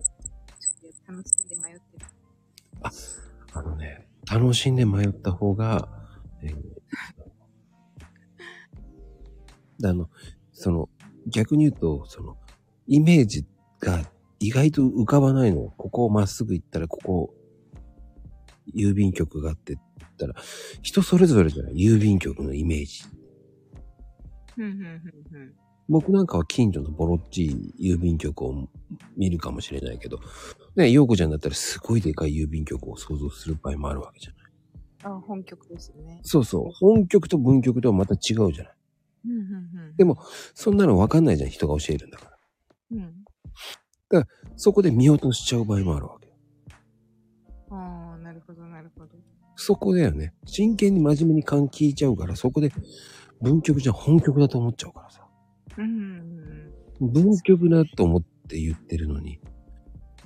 C: と楽しんで迷ってる。
A: あのね、楽しんで迷った方が、えーであの、その、逆に言うと、その、イメージが意外と浮かばないの。ここをまっすぐ行ったら、ここ、郵便局があってって言ったら、人それぞれじゃない郵便局のイメージ。
C: ふんふんふんふん。
A: 僕なんかは近所のボロっちい郵便局を見るかもしれないけど、ね、陽子ちゃんだったらすごいでかい郵便局を想像する場合もあるわけじゃん
C: あ、本曲ですよね。
A: そうそう。本曲と文曲とはまた違うじゃない。
C: うんうん
A: でも、そんなの分かんないじゃん、人が教えるんだから。
C: うん。うん。
A: そこで見落としちゃう場合もあるわけ。
C: ああ、なるほど、なるほど。
A: そこだよね。真剣に真面目に感聞いちゃうから、そこで文曲じゃ本曲だと思っちゃうからさ。
C: うんうん
A: 文曲だと思って言ってるのに。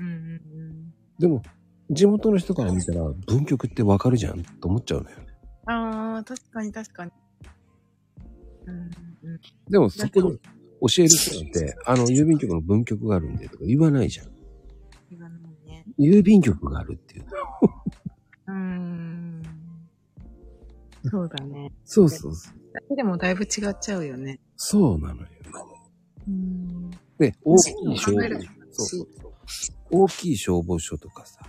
C: うん。うんうん
A: でも、地元の人から見たら文曲って分かるじゃんと思っちゃうのよね。
C: うん。ああ、確かに確かに。うんうん。
A: でも、そこで教える人なんて、あの、郵便局の文曲があるんでとか言わないじゃん。
C: 言わないね。
A: 郵便局があるっていう。
C: うーん。そうだね。
A: そうそうそう。
C: だけでもだいぶ違っちゃうよね。
A: そうなのよ。
C: うん。
A: で、大きい
C: そう
A: 消
C: 考
A: 防
C: える
A: そうそうそう大きい消防署とかさ、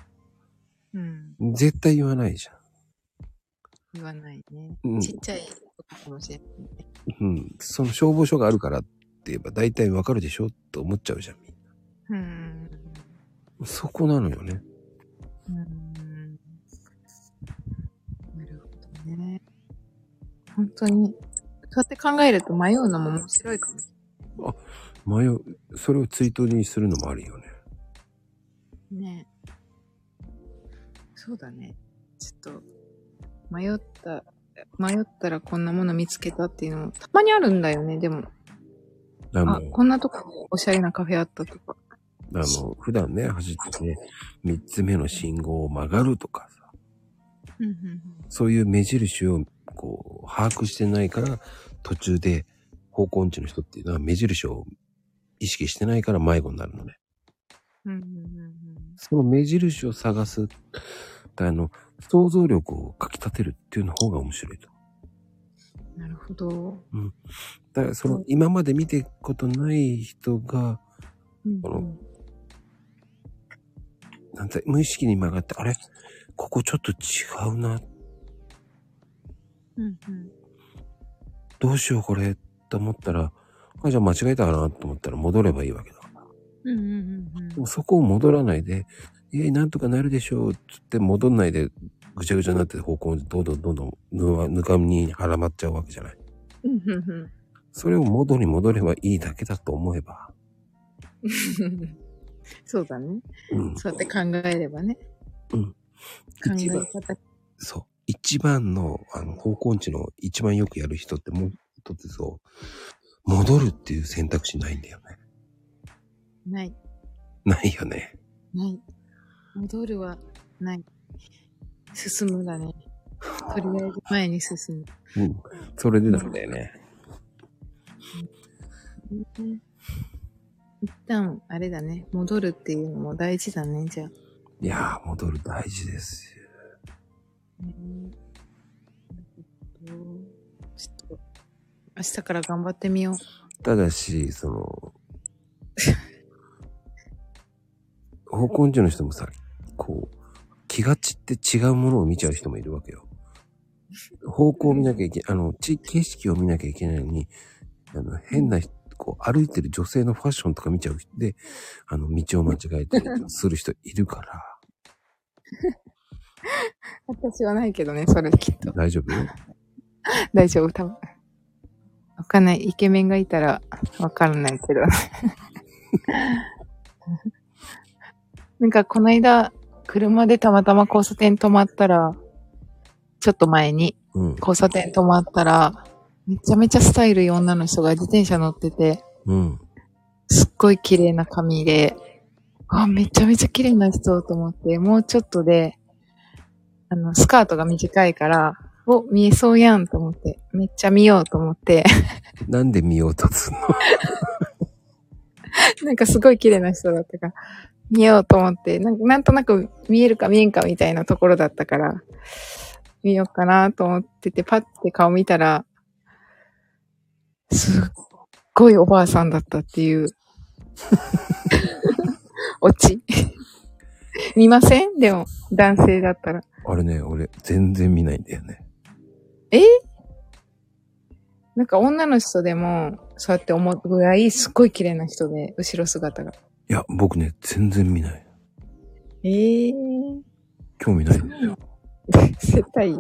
C: うん。
A: 絶対言わないじゃ
C: 言わないね。
A: ん。うん
C: ちっちゃいことかもしれないね。
A: うん。その消防署があるからって言えば大体わかるでしょって思っちゃうじゃん。みん
C: うん。
A: なそこなのよね。
C: うん。なるほどね。本当に、そうやって考えると迷うのも面白いかもし
A: 迷う。それをツイートにするのもあるよね。
C: れないね。そうだね。ちょっと、迷った、迷ったらこんなもの見つけたっていうのも、たまにあるんだよね、でも。
A: あの、
C: あ、こんなとこおしゃれなカフェあったとか。
A: あの普段ね、走ってね、三つ目の信号を曲がるとかさ、
C: うんうん
A: そういう目印をこう、把握してないから、途中で方向音痴の人っていうのは目印を意識してないから迷子になるのね。
C: うん。うんうんうん
A: その目印を探す、あの、想像力をかき立てるっていうの方が面白いと。
C: うん。なるほど。
A: だから、その、今まで見てことない人が、
C: うん
A: あらなんて、無意識に曲がって、あれここちょっと違うな、
C: うんうん。
A: どうしようこれ、と思ったら、あ、じゃあ間違えたかなと思ったら戻ればいいわけだから。
C: うんうんうん
A: でもそこを戻らないで、いや、なんとかなるでしょう、つって戻んないで、ぐちゃぐちゃになって方向にどんどんどんどんぬわ、ぬかみにはらまっちゃうわけじゃない。
C: うんうんうん。
A: それを元に戻ればいいだけだと思えば。
C: そうだね。
A: うん。
C: そうやって考えればね。
A: うん
C: 考え
A: 一番
C: 方。
A: そう。一番の、あの、方向音痴の一番よくやる人ってもう一つそう、戻るっていう選択肢ないんだよね。
C: ない。
A: ないよね。
C: ない。戻るはない。進むだね。とりあえず前に進む。
A: うん。それでなんだよね。
C: うん一旦、あれだね。戻るっていうのも大事だね、じゃあ。
A: いやー、戻る大事ですよ。
C: うんなるほどちょっと、明日から頑張ってみよう。
A: ただし、その、方向音痴の人もさ、こう、気が散って違うものを見ちゃう人もいるわけよ。方向を見なきゃいけ、あの、ち景色を見なきゃいけないのに、あの、変な人、こう、歩いてる女性のファッションとか見ちゃう人で、あの、道を間違えたりとかする人いるから、
C: 私はないけどね、それきっと。
A: 大丈夫よ。
C: 大丈夫、多分。わかんない。イケメンがいたらわからないけど。なんかこの間、車でたまたま交差点止まったら、ちょっと前に
A: うん。
C: 交差点止まったら、めちゃめちゃスタイルいい女の人が自転車乗ってて、
A: うん。
C: すっごい綺麗な髪で、あ、めちゃめちゃ綺麗な人と思って、もうちょっとで、あの、スカートが短いから、お、見えそうやんと思って、めっちゃ見ようと思って、
A: なんで見ようとすんの
C: なんかすごい綺麗な人だったから、見ようと思って、なんかなんとなく見えるか見えんかみたいなところだったから、見ようかなと思ってて、パッて顔見たら、すっごいおばあさんだったっていう、オチ。見ませんでも、男性だったら。
A: あれね、俺、全然見ないんだよね。
C: なんか女の人でも、そうやって思うぐらい、すっごい綺麗な人で、後ろ姿が。
A: いや、僕ね、全然見ない。
C: ええ
A: 興味ない。
C: *laughs* 絶対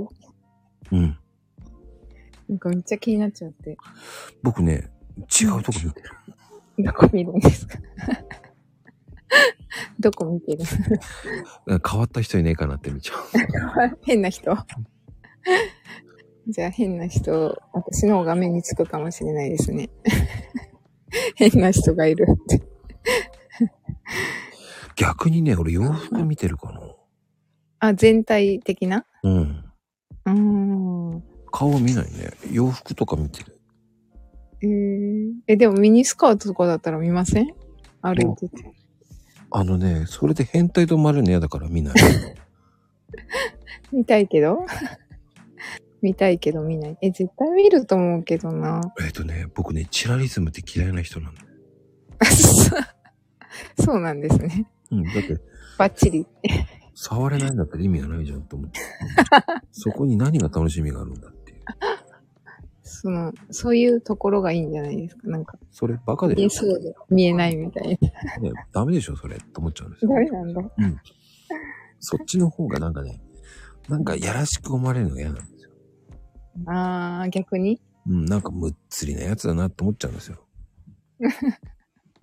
A: うん。
C: なんかめっちゃ気になっちゃって。
A: 僕ね、違うとこ見てる。
C: どこ見るんです *laughs* かどこ見てる
A: なんか変わった人いねえかなって見ちゃう。
C: *laughs* 変な人 *laughs* じゃあ変な人、私の方が目につくかもしれないですね。 *laughs* 変な人がいるって。
A: 逆にね、俺、洋服見てるかな。
C: あ、全体的な
A: うん。
C: うーん。
A: 顔見ないね。洋服とか見てる。
C: えー、え、でもミニスカートとかだったら見ません歩いてて。
A: あのね、それで変態と思われるの嫌だから *laughs* 見ない。
C: 見たいけど *laughs* 見たいけど見ない。え、絶対見ると思うけど *laughs* な。
A: えっとね、僕ね、チラリズムって嫌いな人なんだよ。
C: そうなんですね。
A: うん、だって、
C: バッチリ。
A: 触れないんだったら意味がないじゃんと思 *laughs* って。そこに何が楽しみがあるんだっていう。
C: その、そういうところがいいんじゃないですか。なんか、
A: それバカで
C: 見え
A: しょ、
C: そうで、見えないみたいな。
A: ね、ダメでしょそれって思っちゃうんですよ。
C: 誰なんだ
A: そっちの方がなんかね、なんかやらしく思われるのが嫌なんですよ。
C: あー、逆に
A: うん、なんかむっつりなやつだなって思っちゃうん *laughs* ですよ。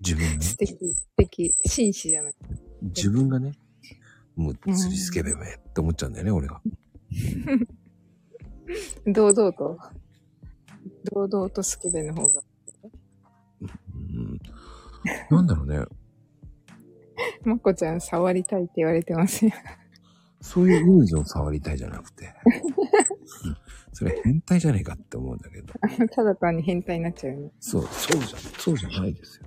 A: 自分ね
C: 素、敵、素敵、紳士じゃなくて。
A: 自分がね、むっつりスケベめって思っちゃうんだよね、俺が。
C: 堂々と。堂々とスケベの方が。
A: うん。なんだろうね。
C: まこちゃん、触りたいって言われてますよ。 *laughs*
A: そういうイメージを触りたいじゃなくて。うんそれ変態じゃねえかって思うんだけど。
C: ただ単に変態になっちゃうよね。
A: そう、そうじゃ、そうじゃないです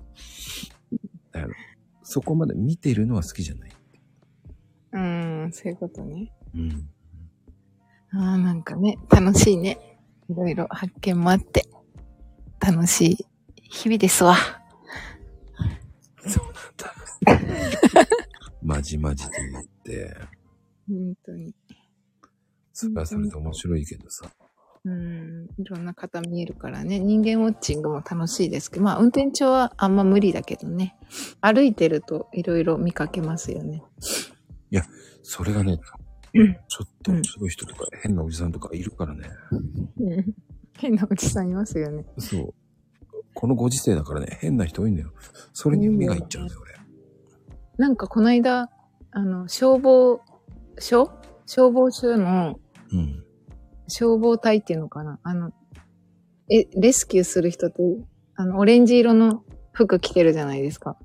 A: よ。だから、そこまで見てるのは好きじゃない。
C: うーん、そういうことね。
A: *laughs* うん。
C: あー、なんかね、楽しいね。いろいろ発見もあって、楽しい日々ですわ。
A: そうなんだ。まじまじと言って、
C: 本当に。
A: それはそれで面白いけどさ。
C: うん、いろんな方見えるからね。人間ウォッチングも楽しいですけど、まあ運転中はあんま無理だけどね。歩いてるといろいろ見かけますよね。
A: それがね、
C: うん
A: ちょっと面白い人とか、変なおじさんとかいるからね。
C: 変なおじさんいますよね。
A: そう。このご時世だからね、変な人多いんだよ。それに目がいっちゃうんだよ、俺。
C: なんかこの間、あの、消防署消防署の
A: うん。
C: 消防隊っていうのかなあの、え、レスキューする人って、あの、オレンジ色の服着てるじゃないですか。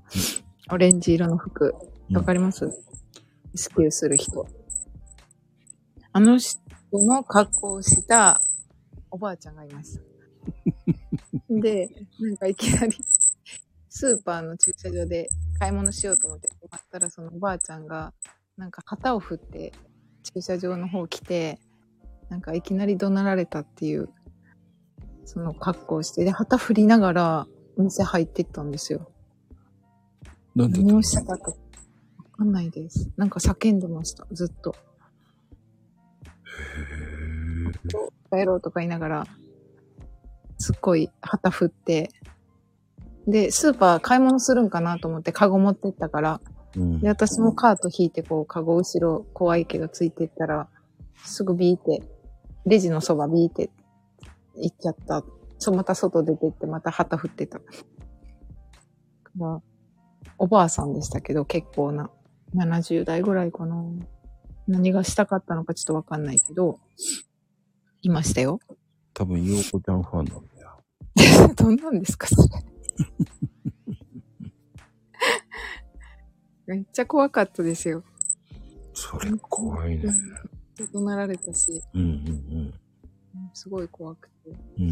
C: オレンジ色の服。
A: うん
C: わかります、支給する人。あの人の格好をしたおばあちゃんがい
A: *laughs*
C: ました。で、なんかいきなり、スーパーの駐車場で買い物しようと思って止まったら、そのおばあちゃんが、なんか旗を振って、駐車場の方来て、なんかいきなり怒鳴られたっていう、その格好をして、で、旗振りながら、店入ってったんですよ。
A: なんで
C: 何をしたかわかんないです。なんか叫んでました、ずっと。
A: へー
C: 帰ろうとか言いながら、すっごい旗振って、で、スーパー買い物するんかなと思ってカゴ持ってったから、
A: うん
C: で、私もカート引いてこう、カゴ後ろ怖いけどついてったら、すぐビーって、レジのそばビーって行っちゃった。そう、また外出てって、また旗振ってた。からおばあさんでしたけど、結構な、70代ぐらいかな。何がしたかったのかちょっとわかんないけど、いましたよ。
A: 多分、ようこちゃんファンなんだよ。
C: *laughs* どんなんですか、それ。 *laughs* めっちゃ怖かったですよ。
A: それ怖いね。
C: 怒鳴られたし。
A: うんうん
C: すごい怖くて。
A: うん。うん。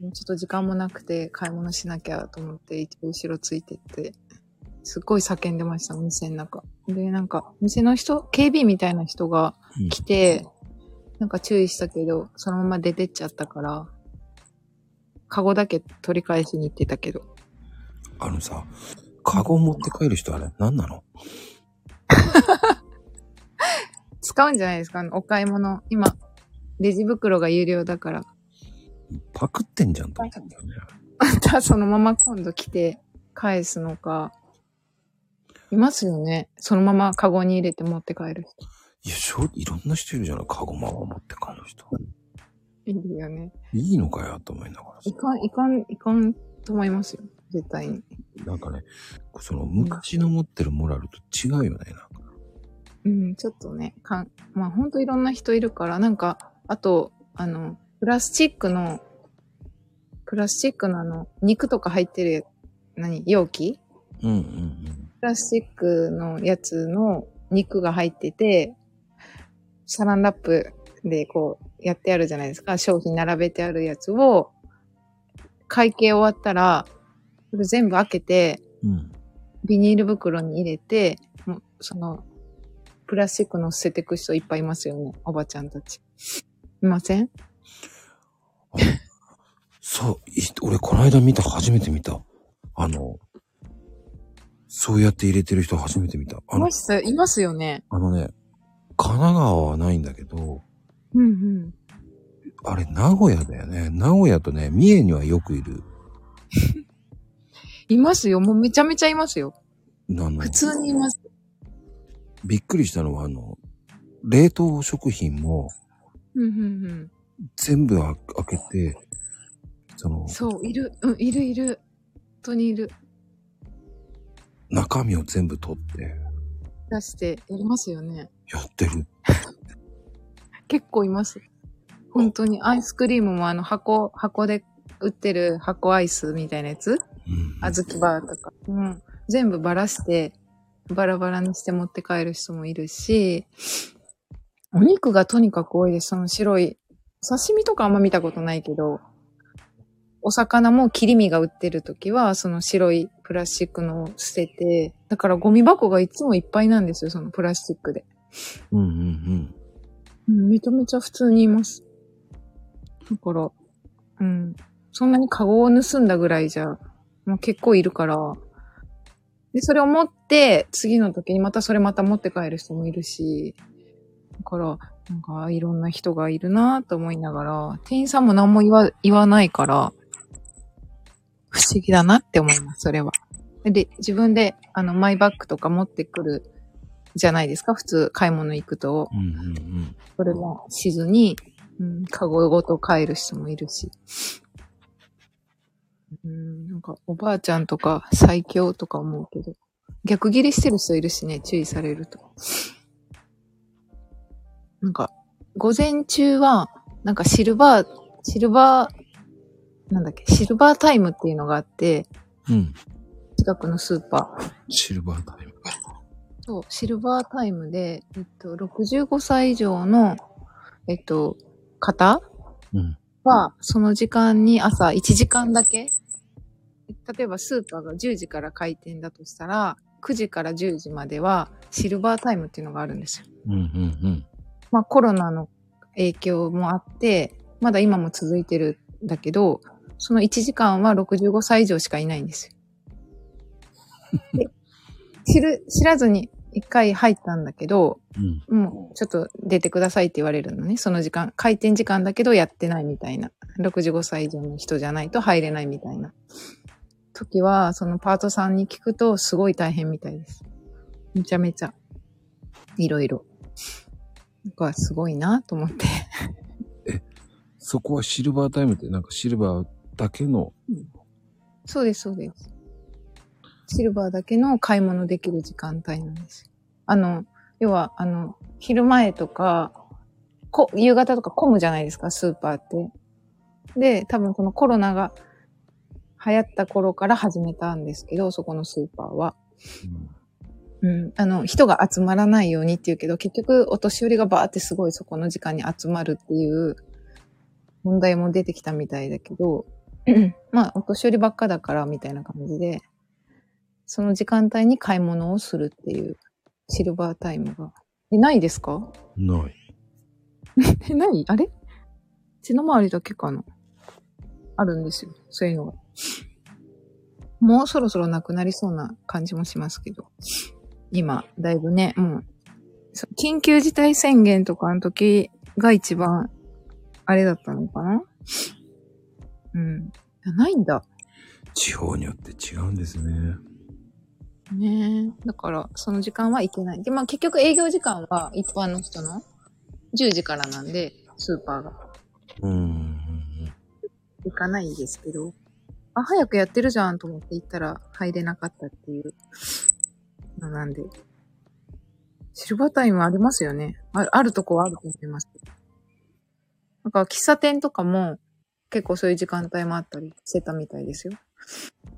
C: もうちょっと時間もなくて、買い物しなきゃと思って、一応後ろついてって、すっごい叫んでました、お店の中。で、なんか、店の人、警備員みたいな人が
A: うん
C: 来て、なんか注意したけど、そのまま出てっちゃったから、カゴだけ取り返しに行ってたけど。
A: あのさ、カゴ持って帰る人あれ何なの
C: 使うんじゃないですかあのお買い物。今、レジ袋が有料だから。
A: パクってんじゃんと思ったんだよね。
C: またそのまま今度来て返すのか。いますよね。そのままカゴに入れて持って帰る人。
A: いや、しょいろんな人いるじゃない。カゴまま持って帰る人。
C: いいよね。
A: いいのかよと思いながらさ
C: い。かん、いかん、いかんと思いますよ。絶対に。
A: なんかね、その昔の持ってるモラルと違うよね。なんか
C: うん、ちょっとね、かん、まあほんといろんな人いるから、なんか、あと、あの、プラスチックの、プラスチックのあの、肉とか入ってる、何、容器
A: うんうんうん。
C: プラスチックのやつの肉が入ってて、サランラップでこうやってあるじゃないですか。商品並べてあるやつを、会計終わったら、それ全部開けて、
A: うん。
C: ビニール袋に入れて、もうその、プラスチックの捨ててく人いっぱいいますよね。おばちゃんたち。いません
A: そう、い俺この間見た、初めて見た。あの、そうやって入れてる人初めて見た。あ
C: い
A: の
C: ま、す、いますよね。
A: あのね、神奈川はないんだけど、
C: うんうん。
A: あれ、名古屋だよね。名古屋とね、三重にはよくいる。
C: いますよ。もうめちゃめちゃいますよ。
A: あの
C: 普、通にいます。
A: びっくりしたのは、あの、冷凍食品も
C: うんうんうん。
A: 全部あ開けて、その、
C: そう、いる、うん、いるいる。本当にいる。
A: 中身を全部取って、
C: 出してやりますよね。
A: やってる。
C: 結構います。本当にアイスクリームもあの箱、箱で売ってる箱アイスみたいなやつ
A: うん。
C: 小豆バーとか。うん。全部ばらして、バラバラにして持って帰る人もいるし、お肉がとにかく多いです。その白い。刺身とかあんま見たことないけど、お魚も切り身が売ってる時は、その白いプラスチックのを捨てて、だからゴミ箱がいつもいっぱいなんですよ、そのプラスチックで。
A: うんうんうん。
C: うん、めちゃめちゃ普通にいます。だから、うん。そんなにカゴを盗んだぐらいじゃ、まあ、結構いるから。で、それを持って、次の時にまたそれまた持って帰る人もいるし。だから、なんか、いろんな人がいるなぁと思いながら、店員さんも何も言わ、言わないから、不思議だなって思います、それは。で、自分で、あの、マイバッグとか持ってくるじゃないですか、普通、買い物行くと。
A: うんうんうん。
C: それもしずに、うん、カゴごと帰る人もいるし。うん、なんか、おばあちゃんとか最強とか思うけど。逆ギレしてる人いるしね、注意されると。なんか、午前中は、なんかシルバー、シルバー、なんだっけ、シルバータイムっていうのがあって、
A: うん。
C: 近くのスーパー。
A: シルバータイム。
C: そう、シルバータイムで、えっと、65歳以上の、えっと、方
A: うん。
C: は、その時間に朝1時間だけ、例えばスーパーが10時から開店だとしたら、9時から10時まではシルバータイムっていうのがあるんですよ。
A: うんうんうん。
C: まあコロナの影響もあって、まだ今も続いてるんだけど、その1時間は65歳以上しかいないんですよ。で知る、知らずに一回入ったんだけど、
D: うん。
C: もうちょっと出てくださいって言われるのね。その時間、開店時間だけどやってないみたいな。65歳以上の人じゃないと入れないみたいな。時は、そのパートさんに聞くとすごい大変みたいです。めちゃめちゃ。いろいろ。なんかすごいなと思って。
D: そこはシルバータイムって、なんかシルバーだけの、
C: そうです、そうです。シルバーだけの買い物できる時間帯なんですよ。あの、要は、あの、昼前とか、こ、夕方とか混むじゃないですか、スーパーって。で、多分このコロナが流行った頃から始めたんですけど、そこのスーパーは。うん。あの、人が集まらないようにっていうけど、結局、お年寄りがバーってすごいそこの時間に集まるっていう問題も出てきたみたいだけど、 *clears throat* まあ、お年寄りばっかだからみたいな感じで、その時間帯に買い物をするっていう、シルバータイムが。え、ないですか
D: ない。
C: え、ないあれ血の周りだけかなあるんですよ。そういうのが。もうそろそろなくなりそうな感じもしますけど。今、だいぶね、もう、そ緊急事態宣言とかの時が一番、あれだったのかなうん。あないんだ。
D: 地方によって違うんですね。
C: ねえ。だから、その時間はいけない。で、まあ結局営業時間は一般の人の10時からなんで、スーパーが。
D: うんうんうん。
C: 行かないですけど、あ、早くやってるじゃんと思って行ったら入れなかったっていうのなんで。シルバータイムありますよね。ああるとこはあると思います。なんか喫茶店とかも結構そういう時間帯もあったりしてたみたいですよ。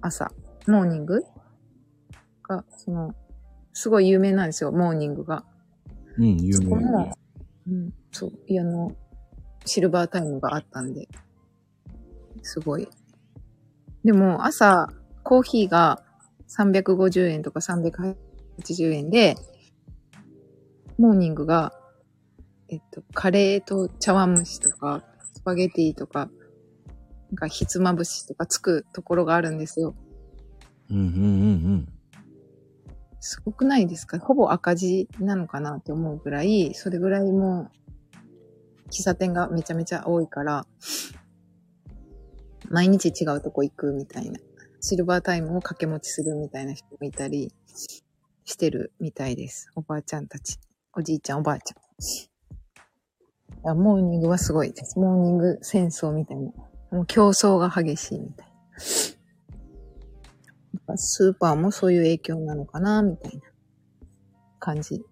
C: 朝。モーニングが、その、すごい有名なんですよ、モーニングが。
D: うん、有
C: そこ
D: 名だ
C: も
D: ね。、
C: うん、そう、家のシルバータイムがあったんで、すごい。でも、朝、コーヒーが350円とか380円で、モーニングが、えっと、カレーと茶碗蒸しとか、スパゲティとか、なんかひつまぶしとかつくところがあるんですよ。
D: うんうんうん
C: すごくないですかほぼ赤字なのかなって思うぐらい、それぐらいもう、喫茶店がめちゃめちゃ多いから、毎日違うとこ行くみたいな、シルバータイムを掛け持ちするみたいな人もいたりしてるみたいです。おばあちゃんたち。おじいちゃん、おばあちゃん。あモーニングはすごいです。モーニング戦争みたいな。もう競争が激しいみたいな。スーパーもそういう影響なのかな、みたいな感じ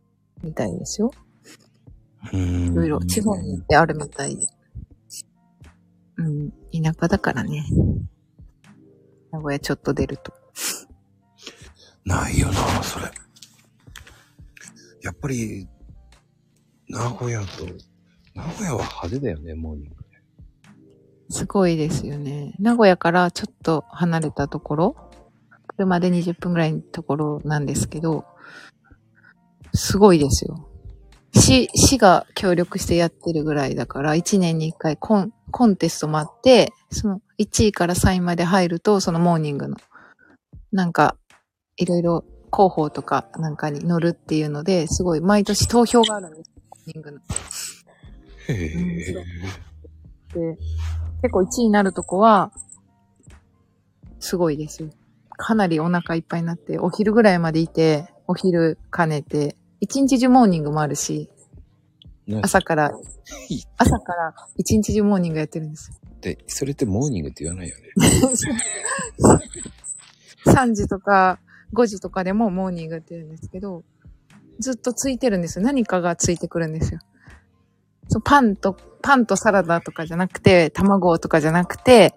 C: みたいですよ。
D: うん。
C: いろいろ地方によってあるみたいで。うん、田舎だからね。名古屋ちょっと出ると。
D: ないよな、それ。
A: やっぱり、名古屋と、名古屋は派手だよね、モーニング。
C: すごいですよね。名古屋からちょっと離れたところ、車で20分ぐらいのところなんですけど、すごいですよ。市、市が協力してやってるぐらいだから、1年に1回コン、コンテストもあって、その1位から3位まで入ると、そのモーニングの、なんか、いろいろ広報とかなんかに乗るっていうので、すごい毎年投票があるんです。モーニングの。
A: へえ。
C: で、結構1位になるとこは、すごいですよ。かなりお腹いっぱいになって、お昼ぐらいまでいて、お昼兼ねて、一日中モーニングもあるし、
D: ね
C: 朝から、朝から一日中モーニングやってるんですよ。
A: で、それってモーニングって言わないよね。
C: 3時とか5時とかでもモーニングって言うんですけど、ずっとついてるんですよ。何かがついてくるんですよ。そうパンと、パンとサラダとかじゃなくて、卵とかじゃなくて、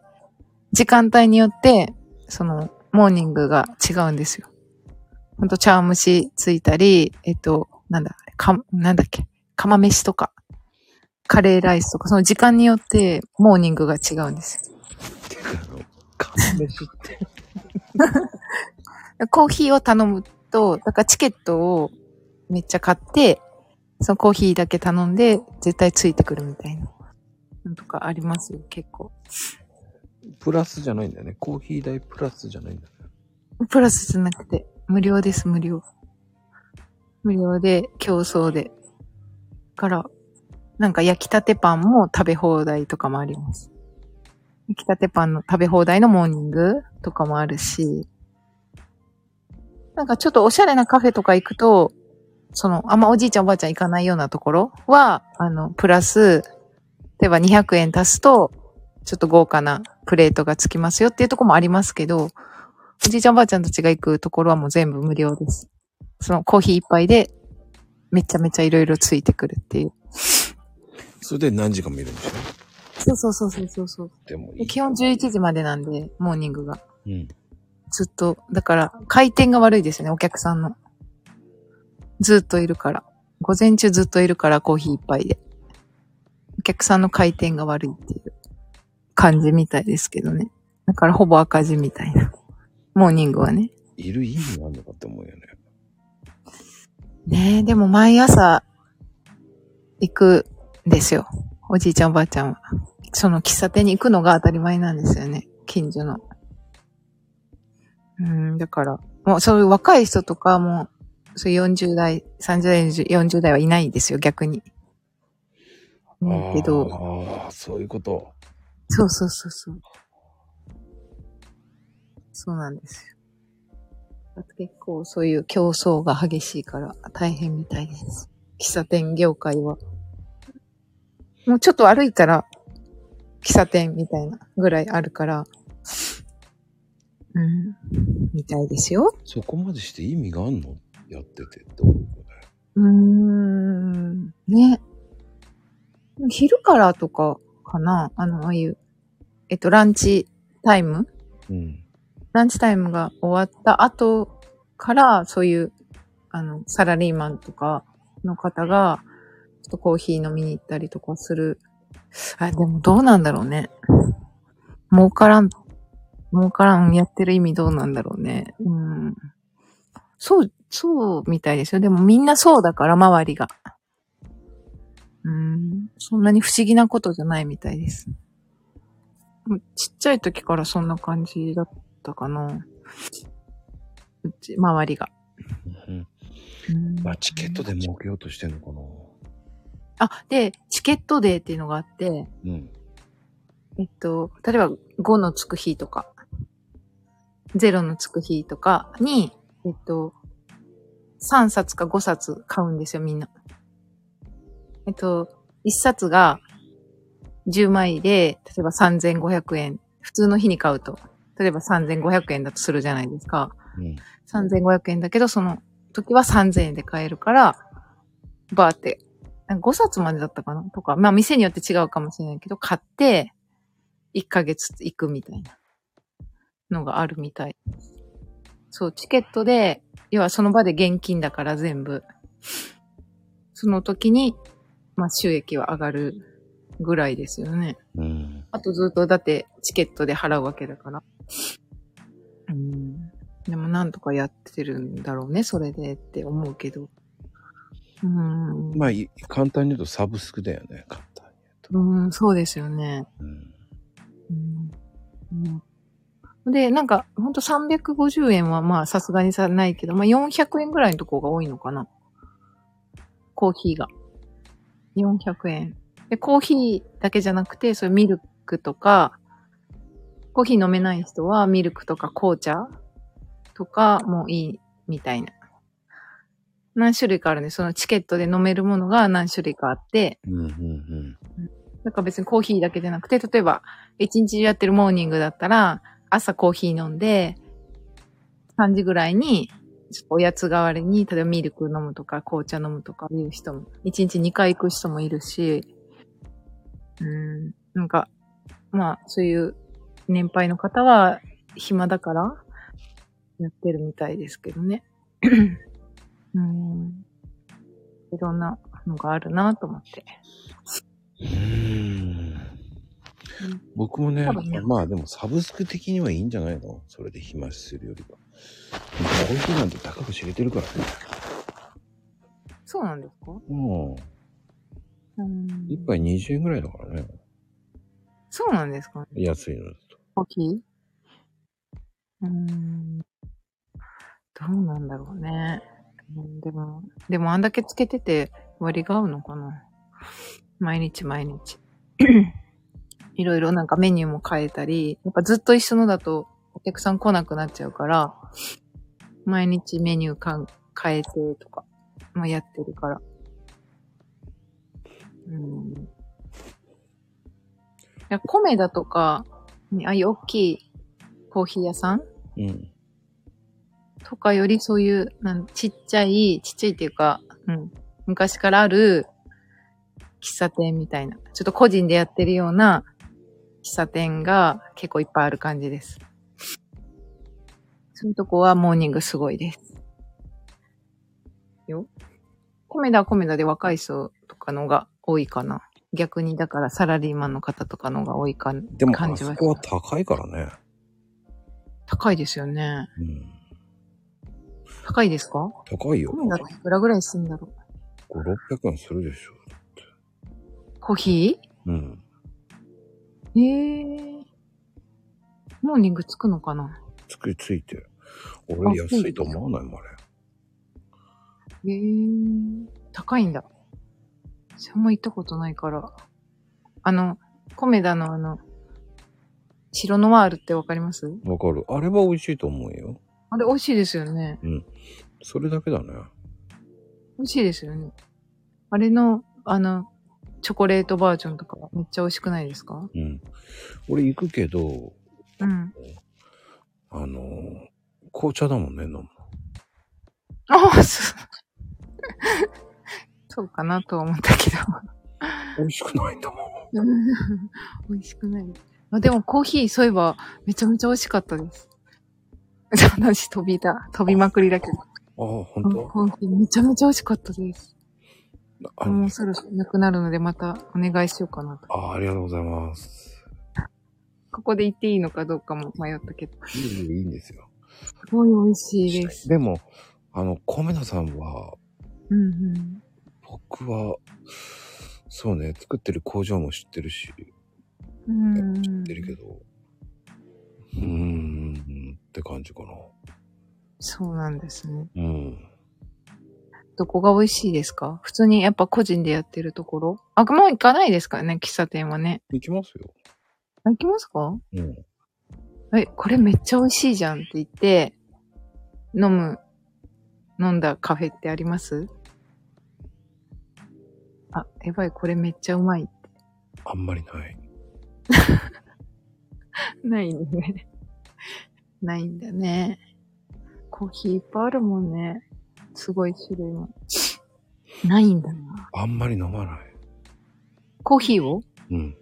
C: 時間帯によって、その、モーニングが違うんですよ。ほんと、茶碗蒸しついたり、えっと、なんだ、か、なんだっけ、釜飯とか、カレーライスとか、その時間によって、モーニングが違うんですよ。
A: 釜飯って。
C: コーヒーを頼むと、だからチケットをめっちゃ買って、そのコーヒーだけ頼んで、絶対ついてくるみたいな。なんとかありますよ、結構。
A: プラスじゃないんだよね。コーヒー代プラスじゃないんだよね。
C: プラスじゃなくて、無料です、無料。無料で、競争で。から、なんか焼きたてパンも食べ放題とかもあります。焼きたてパンの食べ放題のモーニングとかもあるし、なんかちょっとおしゃれなカフェとか行くと、その、あんまおじいちゃんおばあちゃん行かないようなところは、あの、プラス、例えば200円足すと、ちょっと豪華なプレートがつきますよっていうところもありますけど、おじいちゃんおばあちゃんたちが行くところはもう全部無料です。そのコーヒー一杯で、めちゃめちゃいろいろついてくるっていう。
A: それで何時間見るんでしょ
C: そうそうそうそうそうそう。
A: でもい
C: で
A: い。
C: 基本11時までなんで、モーニングが。
A: うん。
C: ずっと、だから、回転が悪いですよね、お客さんの。ずっといるから。午前中ずっといるから、コーヒー一杯で。お客さんの回転が悪いっていう感じみたいですけどね。だから、ほぼ赤字みたいな。モーニングはね。
A: いる意味があるのかって思うよね。
C: ねえ、でも毎朝行くんですよ。おじいちゃんおばあちゃんは。その喫茶店に行くのが当たり前なんですよね。近所の。うん、だから、もうそういう若い人とかも、そういう40代、30代、40代はいないですよ、逆に。ねえけど、
A: ああ、そういうこと。
C: そうそうそうそう。そうなんですよ。結構そういう競争が激しいから大変みたいです。喫茶店業界は。もうちょっと歩いたら喫茶店みたいなぐらいあるから、うん、みたいですよ。
A: そこまでして意味があるのやっててって思うよね。
C: うーん、ね。昼からとかかなあの、ああいう、えっと、ランチタイム
A: うん。
C: ランチタイムが終わった後から、そういう、あの、サラリーマンとかの方が、ちょっとコーヒー飲みに行ったりとかする。あ、でもどうなんだろうね。儲からん、儲からんやってる意味どうなんだろうね。うん。そう、そうみたいですよ。でもみんなそうだから、周りが。うん。そんなに不思議なことじゃないみたいです。もうちっちゃい時からそんな感じだったかな。うち、周りが。
A: うん。
C: うん
A: まあ、チケットで儲けようとしてんのかな。
C: あ、で、チケットデーっていうのがあって、
A: うん。
C: えっと、例えば5のつく日とか、0のつく日とかに、えっと、3冊か5冊買うんですよ、みんな。えっと、1冊が10枚で、例えば3500円。普通の日に買うと、例えば3500円だとするじゃないですか。
A: うん。
C: 3500円だけど、その時は3000円で買えるから、バーって、なんか5冊までだったかなとか、まあ店によって違うかもしれないけど、買って、1ヶ月行くみたいなのがあるみたい。そう、チケットで、要はその場で現金だから全部。その時に、まあ収益は上がるぐらいですよね。
A: うん。
C: あとずっとだってチケットで払うわけだから。うん。でもなんとかやってるんだろうね、それでって思うけど。うん。
A: まあ、い簡単に言うとサブスクだよね。簡単
C: うん、そうですよね。
A: に。うん。
C: うん。うん、で、なんか、ほんと350円はまあさすがにさないけど、まあ400円ぐらいのとこが多いのかな。コーヒーが。400円。で、コーヒーだけじゃなくて、そういうミルクとか、コーヒー飲めない人はミルクとか紅茶とかもいいみたいな。何種類かあるね。そのチケットで飲めるものが何種類かあって、
A: うんうん
C: なんか別にコーヒーだけじゃなくて、例えば、一日中やってるモーニングだったら、朝コーヒー飲んで、3時ぐらいに、ちょっとおやつ代わりに、例えばミルク飲むとか、紅茶飲むとかいう人も、一日2回行く人もいるし、うん、なんか、まあ、そういう年配の方は、暇だから、やってるみたいですけどね。うん。いろんなのがあるなと思って。
A: うん。うん。僕もね
C: 多分ね、
A: まあでもサブスク的にはいいんじゃないのそれで暇するよりは。コーヒーなんて高く知れてるからね。
C: そうなんですか
A: うん。
C: うん
A: 一杯20円ぐらいだからね。
C: そうなんですかね
A: 安いのだと。
C: コーヒーうーん。どうなんだろうね。うんでも、でもあんだけつけてて割が合うのかな毎日毎日。いろいろなんかメニューも変えたり、やっぱずっと一緒のだとお客さん来なくなっちゃうから、毎日メニューかん変えてとかもやってるから。うん。いや、米だとか、ああいう大きいコーヒー屋さん
E: うん。
C: とかよりそういう、なんちっちゃい、ちっちゃいっていうか、うん、昔からある喫茶店みたいな、ちょっと個人でやってるような喫茶店が結構いっぱいある感じです。そういうとこはモーニングすごいです。よ。コメダはコメダで若い層とかのが多いかな。逆にだからサラリーマンの方とかのが多いか
A: でも、
C: 感
A: あ
C: じ
A: そ
C: は
A: こは高いからね。
C: 高いですよね。
A: うん。
C: 高いですか
A: 高いよ
C: コ。メダっていくらぐらいするんだろう
A: 5、600円するでしょ。
C: コーヒー
A: うん。
C: えー、モーニングつくのかな
A: つくついて。俺
C: あ
A: 安
C: そうです
A: いと思わないもん、あれ。
C: えー、高いんだ。それも行ったことないから。あの、コメダのあの、白ノワールってわかります
A: わかる。あれは美味しいと思うよ。
C: あれ美味しいですよね。
A: それだけだね。
C: 美味しいですよね。あれの、あの、チョコレートバージョンとかめっちゃ美味しくないですか
A: うん。俺行くけど、
C: うん。
A: あのー、紅茶だもんね、飲む。
C: ああ、そう。 *laughs* そうかなとは思ったけど。
A: 美味しくないんだもん。
C: うん *laughs* 美味しくない。あでもコーヒー、そういえば、めちゃめちゃ美味しかったです。話飛びだ、飛びまくりだけど。
A: ああ、本当。
C: コーヒーめちゃめちゃ美味しかったです。
A: あ
C: もうそろそろなくなるのでまたお願いしようかなと。
A: あありがとうございます。
C: ここで言っていいのかどうかも迷ったけど。
A: いいいいんですよ。
C: すごい美味しいです。
A: でも、あの、コメダさんは、
C: うんうん。
A: 僕は、そうね、作ってる工場も知ってるし、知
C: うんうん。
A: ってるけど、うーん、って感じかな。
C: そうなんですね。
A: うん。
C: どこが美味しいですか普通にやっぱ個人でやってるところあ、もう行かないですからね、喫茶店はね。
A: いきますよ。
C: あ行きますか
A: うん。
C: え、これめっちゃ美味しいじゃんって言って、飲む、飲んだカフェってありますあ、やばい、これめっちゃうまい。
A: あんまりない。
C: ないね。ないんだね。コーヒーいっぱいあるもんね。すごい種類も。ないんだな。
A: あんまり飲まない。
C: コーヒーを
A: うん。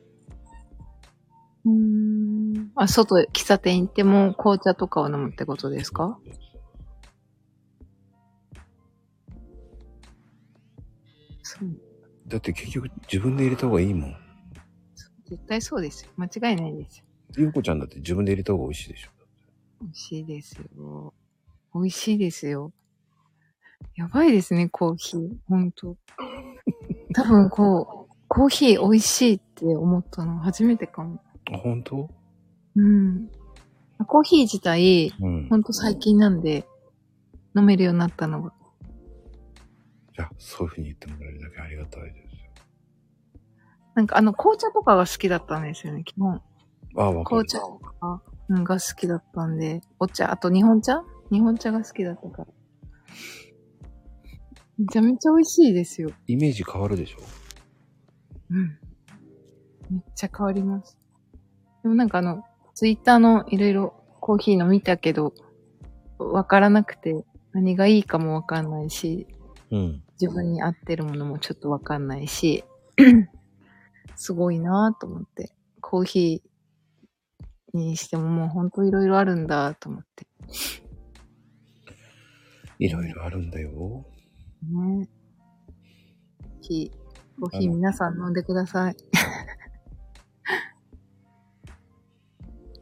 C: うーん。あ、外、喫茶店行っても紅茶とかを飲むってことですかそう。
A: だって結局自分で入れた方がいいもん。
C: 絶対そうですよ。間違いないですよ。
A: ゆうこちゃんだって自分で入れた方が美味しいでしょ。
C: 美味しいですよ。美味しいですよ。やばいですね、コーヒー。ほんと。多分こう、コーヒー美味しいって思ったの初めてかも。
A: あ、本当
C: うん。コーヒー自体、
A: うん
C: ほ。んと最近なんで、飲めるようになったのが。
A: いや、そういうふうに言ってもらえるだけありがたいですよ。
C: なんかあの、紅茶とかが好きだったんですよね、基本。
A: あ、わかる
C: 紅。茶とかうんが好きだったんで、お茶、あと日本茶日本茶が好きだったから。めちゃめちゃ美味しいですよ。
A: イメージ変わるでしょ
C: うん。めっちゃ変わります。でもなんかあの、ツイッターのいろいろコーヒーの見たけど、わからなくて、何がいいかもわかんないし、
A: うん。
C: 自分に合ってるものもちょっとわかんないし、すごいなぁと思って、コーヒーにしてももうほんといろいろあるんだと思って。
A: いろいろあるんだよ。
C: ね。コーヒー、コーヒー皆さん飲んでください。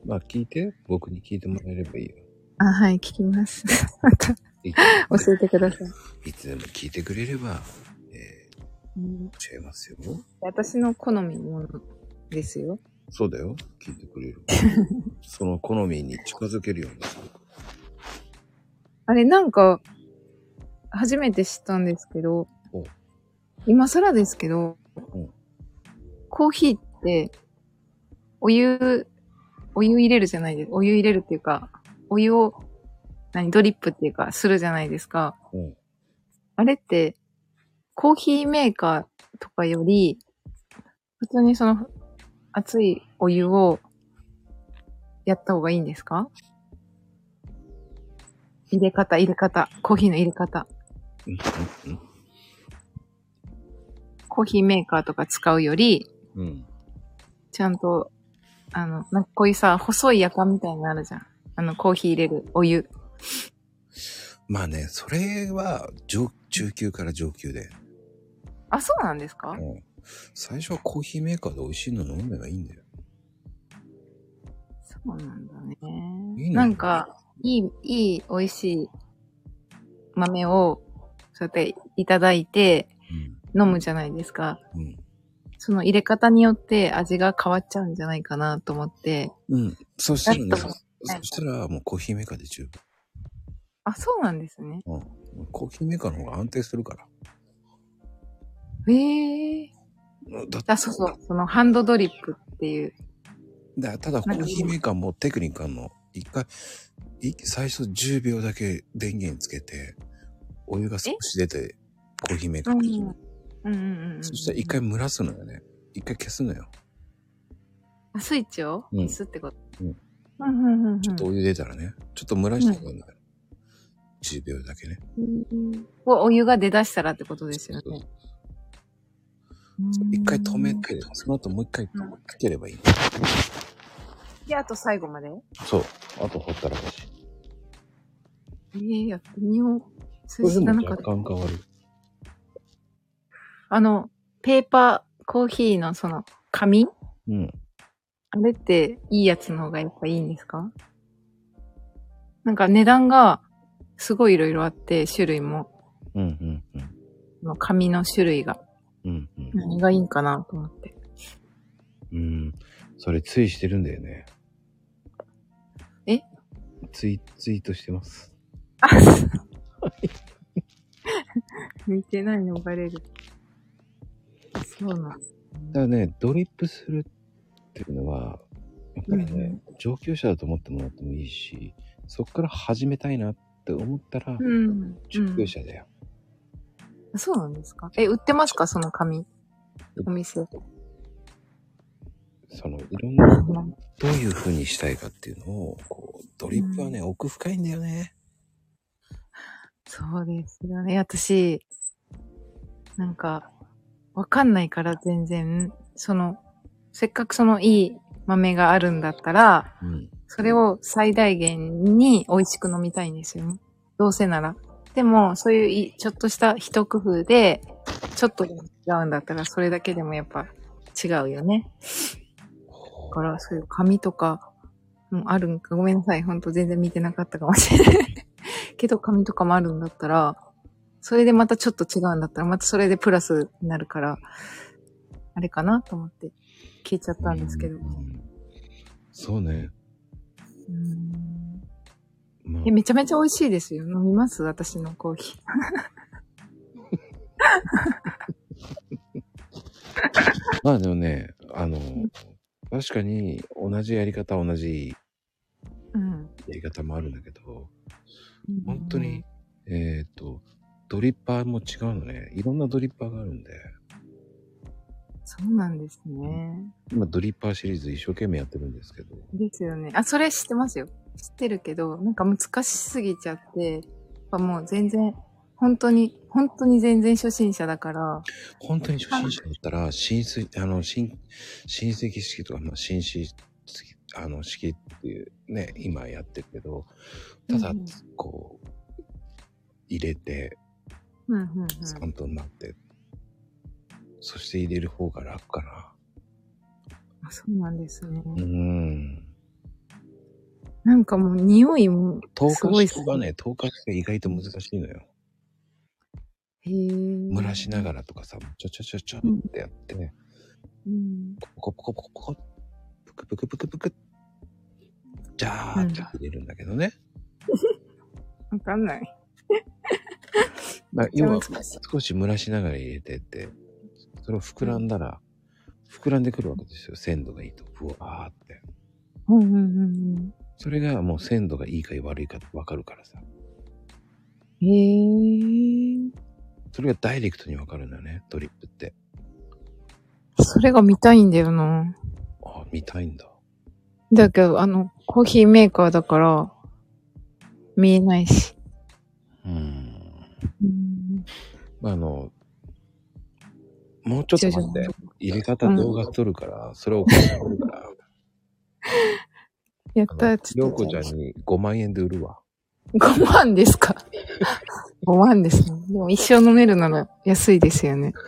A: まあ聞いて、僕に聞いてもらえればいいよ。
C: あ、はい、聞きます。
A: いつ
C: 教えてください。
A: いつでも聞いてくれれば、え
C: うん
A: ー、違いますよ。
C: 私の好みのものですよ。
A: そうだよ。聞いてくれ
C: *laughs*
A: る。その好みに近づけるようになる。
C: あれ、なんか、初めて知ったんですけど
A: お、
C: 今更ですけど
A: うん、
C: コーヒーって、お湯、お湯入れるじゃないですお湯入れるっていうか、お湯を、何、ドリップっていうか、するじゃないですか。
A: うん
C: あれって、コーヒーメーカーとかより、普通にその、熱いお湯を、やった方がいいんですか入れ方、入れ方。コーヒーの入れ方。コーヒーメーカーとか使うより、
A: うん。
C: ちゃんと、あの、なんかこういうさ、細いやかんみたいなのあるじゃん。あの、コーヒー入れるお湯。
A: まあね、それは上、中級から上級で。
C: あ、そうなんですか
A: うん。最初はコーヒーメーカーで美味しいの飲めばいいんだよ。
C: そうなんだね。
A: いいね
C: なんか、いい、いい、美味しい豆を、そうやっていただいて飲むじゃないですか。
A: うん。うん。
C: その入れ方によって味が変わっちゃうんじゃないかなと思って。
A: うん。そしたら
C: だ
A: ね、
C: と思
A: そしたらもうコーヒーメーカーで十分。
C: あ、そうなんですね。
A: コーヒーメーカーの方が安定するから。
C: へえ。
A: だ
C: あ、そうそう。そのハンドドリップっていう。
A: だただコーヒーメーカーもテクニックあるの。一回、い最初10秒だけ電源つけて、お湯が少し出て、コーヒーメーカーに、
C: うんうんうん。
A: そしたら一回。蒸らすのよね。一回消すのよ。
C: あ、スイッチを
A: うん
C: 消すってこと。
A: うん。
C: うんうんうんうん。
A: ちょっとお湯出たらね、ちょっと蒸らしてくるのよ。10秒だけね。
C: おお湯が出だしたらってことですよね。
A: 一回止め
C: うん
A: て、その後もう一回
C: うん
A: かければいい。
C: で、あと最後まで
A: そう。あとほったらかし。
C: ええやってみよう。そ
A: こ
C: れ
A: れで
C: 知ら
A: も
C: なかっ
A: 若
C: た。
A: 干変わる。
C: あの、ペーパー、コーヒーのその、紙
A: うん。
C: あれっていいやつの方がやっぱいいんですかなんか値段がすごいいろいろあって、種類も、
A: うんうんうん。
C: その紙の種類が
A: うんうん。
C: 何がいいんかなと思 *laughs* って。
A: うん。それついしてるんだよね。
C: え
A: ツイ、ツイートしてます。
C: あ、す見てないのバレる。そうなんです
A: だからね、ドリップするっていうのは、やっぱりね、上級者だと思ってもらってもいいし、そこから始めたいなって思ったら、
C: うん。
A: 上級者だよ。
C: あそうなんですかえ、売ってますかその紙。お店。
A: その、いろんな、どういう風にしたいかっていうのを、こう、ドリップはね、奥深いんだよね。
C: そうですよね。私、なんか、わかんないから全然、その、せっかくそのいい豆があるんだったら、
A: うん。
C: それを最大限に美味しく飲みたいんですよね。どうせなら。でも、そういういちょっとした一工夫で、ちょっと違うんだったら、それだけでもやっぱ違うよね。だから、そういう紙とかもあるんか、ごめんなさい。ほんと全然見てなかったかもしれない。 *laughs* けど、紙とかもあるんだったら、それでまたちょっと違うんだったら、またそれでプラスになるから、あれかなと思って聞いちゃったんですけど。
A: う
C: うん
A: うんそうね。
C: ん
A: まあ
C: え、、めちゃめちゃ美味しいですよ。飲みます私のコーヒー。
A: *laughs* まあでもね、あの、確かに同じやり方は同じ
C: うん。
A: やり方もあるんだけど、本当に、えっ、と、ドリッパーも違うのね。いろんなドリッパーがあるんで、
C: そうなんですね。
A: 今ドリッパーシリーズ一生懸命やってるんですけど、
C: ですよね。あ、それ知ってますよ。知ってるけど、なんか難しすぎちゃって、やっぱもう全然、本当に、本当に全然初心者だから、
A: 本当に初心者だったら、浸水、あの、浸、浸水式とか、まあ、浸水式、あの、式っていうね、今やってるけど、ただ
C: うん、
A: こう、入れて、
C: うんうんうん。
A: スカントになって、そして入れる方が楽か
C: あそうなんですね。
A: な。うん。
C: なんかもう匂いも、
A: 透
C: すごい
A: 過
C: っす
A: 式がね、透過式が意外と難しいのよ。
C: へぇ
A: 蒸らしな
C: ら。
A: がらとかさ、ちょちょちょちょってやってね、
C: うん。
A: ポコポコポコポコ、プクプクプクプク、じゃーって入れるんだけどね。
C: わかんない。
A: まあ、
C: めっちゃ
A: 要は
C: 難しい。
A: 少し蒸らしながら入れてって、それを膨らんだら、膨らんでくるわけですよ。鮮度がいいと。ふわーって。
C: うんうんうん
A: それがもう鮮度がいいか悪いかわかるからさ。
C: うん。へえ。
A: それがダイレクトにわかるんだよね、ドリップって。
C: それが見たいんだよな。
A: ああ、見たいんだ。
C: だけど、あの、コーヒーメーカーだから、見えないし。
A: うーん。
C: うん、
A: まあ、あの、もうちょっと待って。入れ方動画撮るから、それを送ってくるから。
C: やっ
A: あの
C: た、
A: ようこちゃんに5万円で売るわ。
C: 5万ですか *laughs* ?5 万ですね。でも一生飲めるなら安いですよね。 *laughs*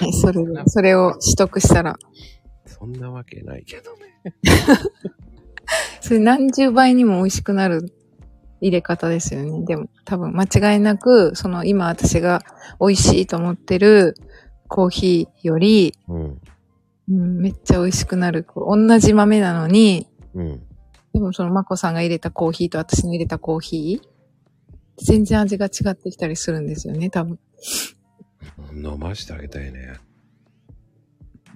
C: はいそれで、それを取得したら、
A: そんなわけないけどね。
C: それ何十倍にも美味しくなる入れ方ですよね。でも多分間違いなく、その今私が美味しいと思ってるコーヒーより、
A: うん。
C: うん、めっちゃ美味しくなる。こう同じ豆なのに、
A: うん。
C: でもそのまこさんが入れたコーヒーと私の入れたコーヒー、全然味が違ってきたりするんですよね、多分。
A: 飲ましてあげたいね。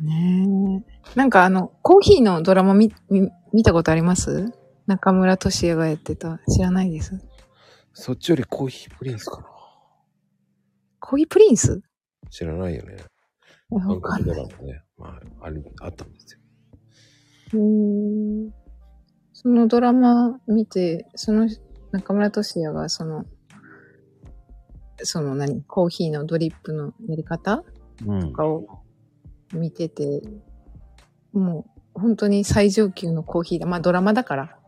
C: ねえ。なんかあの、コーヒーのドラマ見、見見たことあります中村俊也がやってた。知らないです。
A: そっちよりコーヒープリンスかな。
C: コーヒープリンス
A: 知らないよね。
C: わかん
A: 韓
C: ない。
A: 国ドラマね。まあ、あれ、あったんですよ。
C: へーそのドラマ見て、その中村俊也がその、その何、コーヒーのドリップのやり方
A: うん
C: とかを見てて、もう本当に最上級のコーヒーだ。まあドラマだから、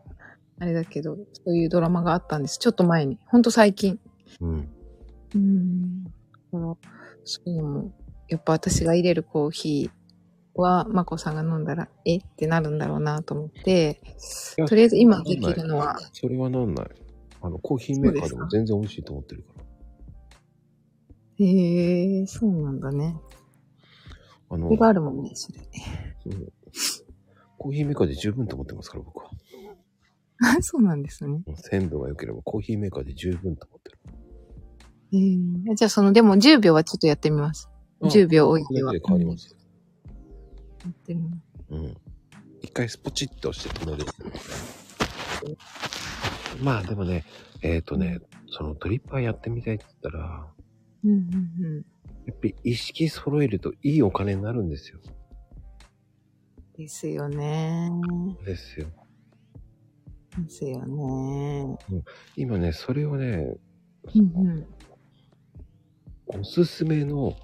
C: あれだけど、そういうドラマがあったんです。ちょっと前に。ほんと最近。
A: うん。
C: うん。だから、そういうのも、やっぱ私が入れるコーヒーは、まこさんが飲んだら、えってなるんだろうなと思って、
A: や
C: とりあえず今できるのは、
A: それはなんない。あの、コーヒーメーカーでも全然美味しいと思ってるから。
C: へえー、そうなんだね。
A: あ
C: そ
A: の
C: れ、があるもんね、それ。
A: うんコーヒーメーカーで十分と思ってますから、僕は。
C: あ *laughs* そうなんですね。
A: もう鮮度が良ければコーヒーメーカーで十分と思ってる。
C: えー、じゃあその、でも10秒はちょっとやってみます。10秒置い
A: それ
C: て
A: だ
C: は。
A: けで変わりますよ。
C: うんやってみます
A: うん。一回スポチッと押して止める。まあでもね、えっ、とね、そのドリッパーやってみたいって言ったら、
C: うんうんうん。
A: やっぱり意識揃えるといいお金になるんですよ。
C: ですよね。
A: ですよ。
C: ですよね。
A: 今ね、それをね、
C: うんうん。
A: おすすめの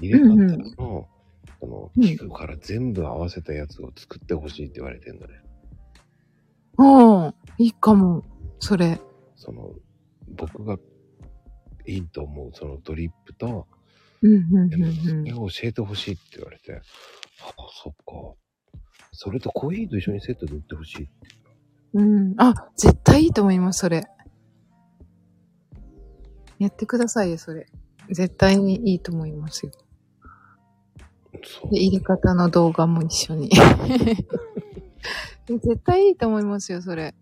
A: 入れ方
C: うんうん
A: の、その
C: うん
A: 器具から全部合わせたやつを作ってほしいって言われてんだね。
C: おーいいかも。それ。
A: その、僕がいいと思う、そのドリップと、
C: うんうん
A: で
C: うん
A: も
C: うん
A: それ。を教えてほしいって言われて、あ、そっか。それとコーヒーと一緒にセットで売ってほしい。
C: うん。あ、絶対いいと思います、それ。やってくださいよ、それ。絶対にいいと思いますよ。
A: そう。
C: で、入れ方の動画も一
A: *laughs*
C: 緒に。絶対いいと思いますよ、それ。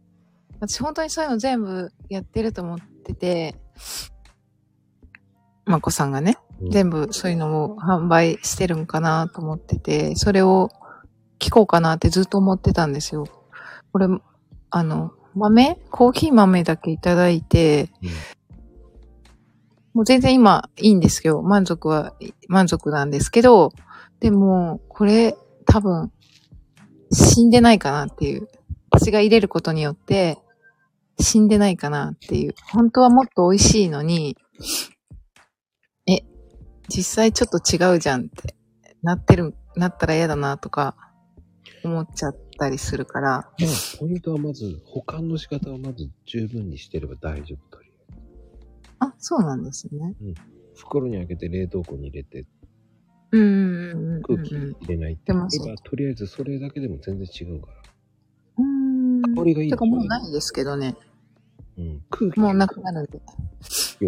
C: 私、本当にそういうの全部やってると思ってて、まこさんがね、
A: うん
C: 全部そういうのを販売してるんかなと思ってて、それを聞こうかなってずっと思ってたんですよ。これ、あの、豆コーヒー豆だけいただいて、
A: うん
C: もう全然今いいんですよ。満足は、い満足なんですけど、でも、これ多分死んでないかなっていう。私が入れることによって死んでないかなっていう。本当はもっと美味しいのに、え、実際ちょっと違うじゃんってなってる、なったら嫌だなとか思っちゃったりするから、
A: まあポイントはまず、保管の仕方をまず十分にしてれば大丈夫とりあえ
C: あ、そうなんですね。
A: ず。袋に開けて冷凍庫に入れて
C: うんうんうんう
A: 空気入
C: ん
A: れないって
C: で
A: 言
C: もそう
A: えばとりあえずそれだけでも全然違うから。
C: うん。う
A: 香
C: ーん。
A: りがいい
C: てかもうないですけどね。
A: うん、空気
C: もうなくなるんで。
A: を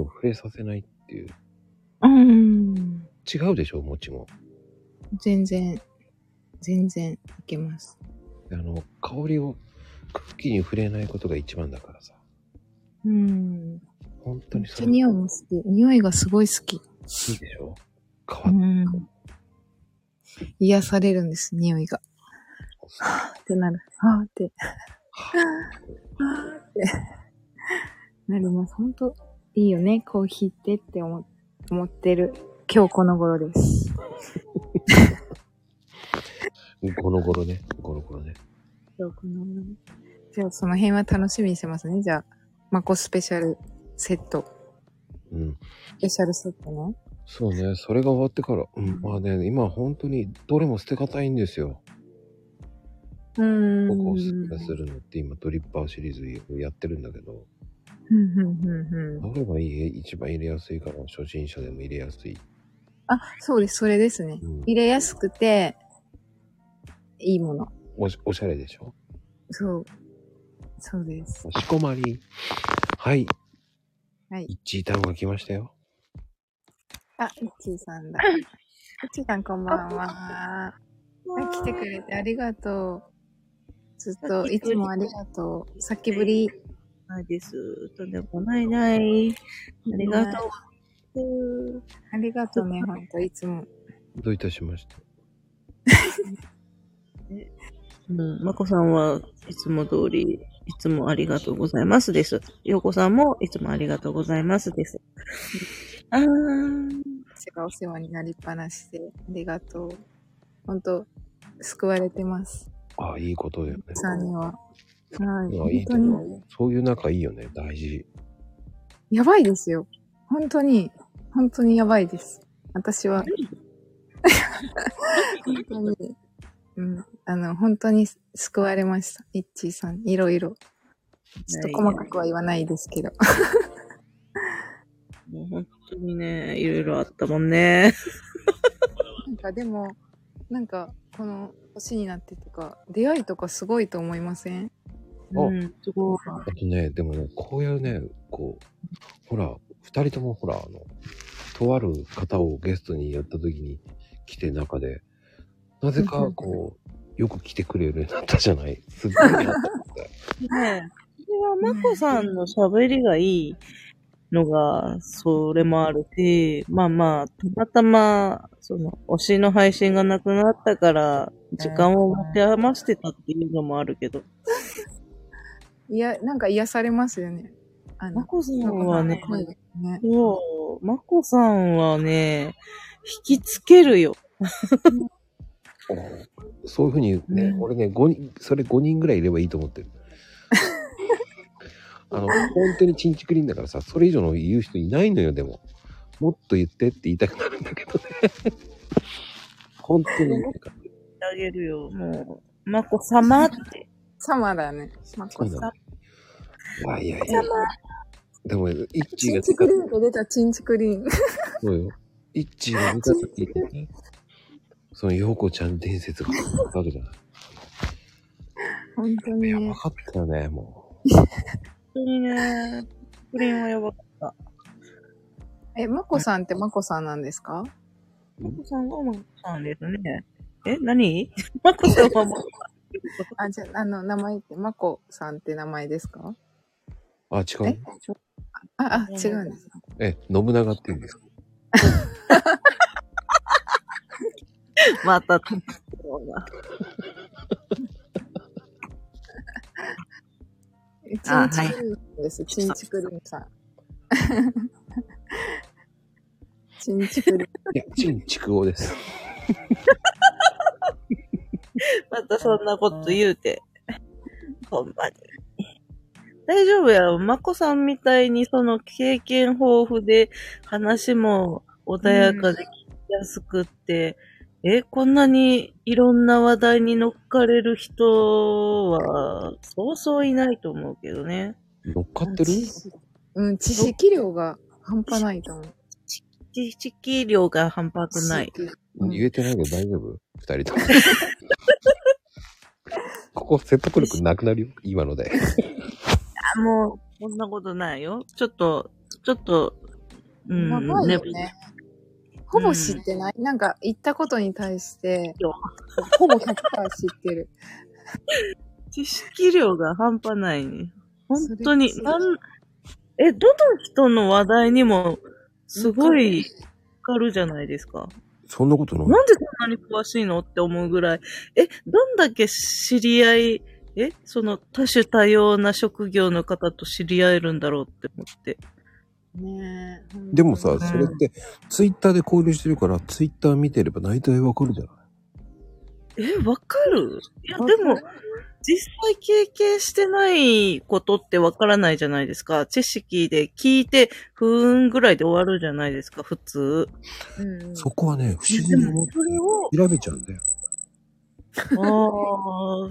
A: 触れさせないっていう。
C: うん。
A: 違うでしょ、お餅も。
C: 全然、全然いけます。
A: あの、香りを空気に触れないことが一番だからさ。
C: うん。
A: 本当
C: めっ
A: にそ
C: ちゃ
A: れ
C: 匂いも好き。匂いがすごい好き。
A: いいでしょ変
C: う
A: わっ
C: ん。癒されるんです、匂いが。はぁってなる。はぁって。はぁって。なります。ほんと、いいよね、コーヒーってって思思ってる。今日この頃です。
A: ゴロゴロね。ゴロゴロね。
C: 今日この頃じゃあ、その辺は楽しみにしてますね。じゃあ、マコスペシャルセット。
A: うん。
C: スペシャルセットね。
A: そうね。それが終わってから。うん。まあね、今本当にどれも捨てがたいんですよ。
C: うーん。
A: 僕をおすすめするのって今ドリッパーシリーズやってるんだけど、
C: うんうんうんうん。
A: どれがいい一番入れやすいから初心者でも入れやすい。
C: あ、そうです。それですね。
A: うん。
C: 入れやすくて、いいもの。
A: おしおしゃれでしょ
C: そう。そうです。
A: 押し込まり。はい。
C: はい
A: 一時単が来ましたよ。
C: あ、いっちーさんだ。いっちーさんこんばんは。あ来てくれてありがとう。ずっと、いつもありがとう。さっきぶり。
E: ないです。とんでもないない。ありがとう。
C: ありがとうね、ほんと、いつも。
A: どういたしまして。
E: うん、まこさんはいつも通り、いつもありがとうございますです。ようこさんもいつもありがとうございますです。あー、
C: 私がお世話になりっぱなしで、ありがとう。ほんと、救われてます。
A: ああ、いいことだよね。
C: さんには。はい。
A: いやいい
C: 本
A: と
C: 当
A: 思
C: に、
A: そういう仲いいよね。大事。
C: やばいですよ。本当に、本当にやばいです。私は。 *laughs* 本当に、うん、あの、本当に救われました。イッチーさん、いろいろ。ちょっと細かくは言わないですけど。
E: もう本当にね、いろいろあったもんね。
C: なんかでも、なんか、この年になってとか、出会いとかすごいと思いません
A: あ
E: うん、すごい。
A: あとね、でもね、こういうね、こう、ほら、二人ともほら、あの、とある方をゲストにやった時に来て中で、なぜかこう、よく来てくれるようになったじゃない。すごいなと思って。
E: ねえ。これはまこさんの喋りがいいのが、それもあるし、まあまあ、たまたま、その、推しの配信がなくなったから、時間を持て余してたっていうのもあるけど、
C: いや、なんか癒されますよね。あ
E: ま
C: の、
E: こさんはね、
C: 声がね。
E: そう、まこさんはね、引きつけるよ。
A: そういうふうにね、
C: うん
A: 俺ね、5人、それ5人ぐらいいればいいと思
C: *laughs*
A: ってる。あの、本当にチンチクリンだからさ、それ以上の言う人いないのよ、でも。もっと言ってって言いたくなるんだけどね。本当になんか。
E: あげるよ、もう。まこ様って。
C: サマだね。マ
A: そ
C: コ
A: う
C: さん
A: な。の。いやいやいや。でも、イッチー
C: チ
A: が
C: ン
A: 使
C: チ
A: っ
C: ク
A: た
C: リーンが出たチンチクリーン。
A: そうよ。イッチーが使ったって言ってね。その、ヨーコちゃん伝説が始まったわけじゃ
C: *laughs*
A: な
C: 本当
A: い。
C: に
A: や
C: ね
A: ば。かったよね、も
E: 本当にね、プリンはやばかった。
C: え、まこさんってまこさんなんですか
E: マコさんはマコさんですね。え、何 *laughs* マコさんはマコさ
C: あ、じゃあ、あの、名前って、まこさんって名前ですか
A: う。あ、違うね。
C: あ、あ、
E: うん
C: 違うんです。
A: え、信長って言うんですか
E: ん。また、
C: チン
E: あ
C: チクリーンです。チンチクリーンさん。
E: *laughs*
C: チンチクリーン。
A: いや、チンチクオです。
E: またそんなこと言うて。 *laughs* ほんまに。大丈夫やろ。マコさんみたいにその経験豊富で話も穏やかで聞きやすくって、え、こんなにいろんな話題に乗っかれる人は、そうそういないと思うけどね。
A: 乗っかってる
C: うん、知識量が半端ないと思う。
E: 知識量が半端くない。
C: 知識うん
A: 言えてないけど大丈夫二人とも。 *laughs* ここ説得力なくなるよ、今ので。
E: あもう、そんなことないよ。ちょっと、ちょっと、う
C: や
E: ん、
C: ばいよね。ほぼ知ってない、なんか、行ったことに対して
E: よ、
C: ほぼ100%知ってる。
E: 知識量が半端ないね。本当に
C: そ、れ
E: なん、え、どの人の話題にも、すごい、わかるじゃないですか。
A: そんなことない
E: なんでそんなに詳しいのって思うぐらい、え、どんだけ知り合い、え、その多種多様な職業の方と知り合えるんだろうって思って。
B: ねえ。
A: でも
B: 本
A: さ、
B: 当に
A: それって、ツイッターで交流してるから、ツイッター見てれば大体わかるじゃない
E: え、わかるいや、でも、実際経験してないことってわからないじゃないですか。知識で聞いて、ふーんぐらいで終わるじゃないですか、普通。
C: うん。
A: そこはね、不思議に思って
E: それを、
A: 調べちゃうんだよ。
E: ああ。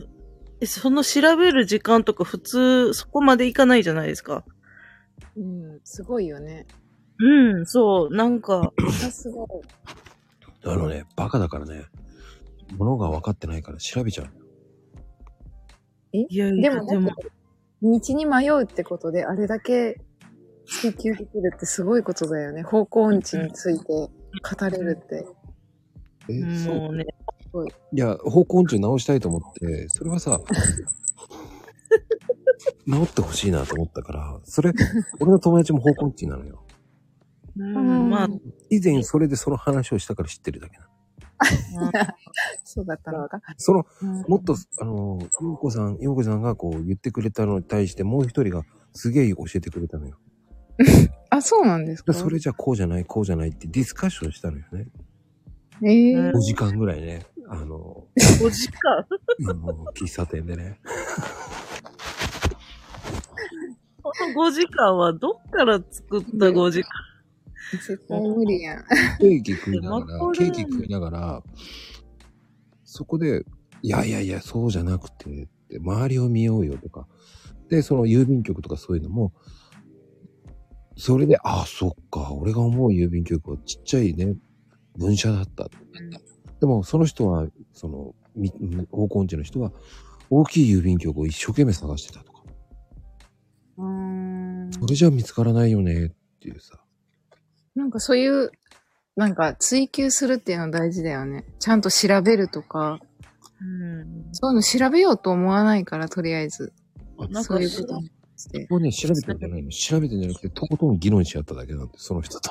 E: えその調べる時間とか普通、そこまでいかないじゃないですか。
C: うん。すごいよね。
E: うん、そう、なんか、
C: あすごい。
A: あのね、バカだからね、物が分かってないから調べちゃう。
E: いやい
C: で
E: や、
C: も、
E: でも、
C: 道に迷うってことで、あれだけ追求できるってすごいことだよね。方向音痴について語れるって。
A: え、そう
E: もうね、
A: いや、方向音痴直したいと思って、それは
E: *laughs*
A: さ、直ってほしいなと思ったから、それ、俺の友達も方向音痴なのよ。
E: うん、まあ、
A: 以前それでその話をしたから知ってるだけなの。
C: そうだったのか。
A: その、
C: うん
A: もっと、あの、ようこさん、ようこさんがこう言ってくれたのに対して、もう一人がすげえ教えてくれたのよ。
C: あ、そうなんです
A: で
C: か。
A: それじゃこうじゃない、こうじゃないってディスカッションしたのよね。
C: えー
E: うん
A: 5時間ぐらいね。あの、
E: 5時間。
A: あの、喫茶店でね。
E: この5時間はどっから作った5時間
C: 絶対無理やん。
A: ケーキ食いなが
E: でも
A: ら、
E: これ
A: ケーキ食いながら、そこで、いやいやいや、そうじゃなくて、って周りを見ようよとか。で、その郵便局とかそういうのも、それで、ああ、そっか、俺が思う郵便局はちっちゃいね、文社だった。でも、その人は、その、み方向音痴の人は、大きい郵便局を一生懸命探してたとか。
C: うーん
A: それじゃ見つからないよね、っていうさ。
C: なんかそういう、なんか追求するっていうの大事だよね。ちゃんと調べるとか、
E: うん。
C: そういうの調べようと思わないから、とりあえず。
E: なん
C: そ
E: か
C: ういうことにして。
A: ここね、調べてんじゃないの調べてんじゃなくて、とことん議論し合っただけなんで、その人と。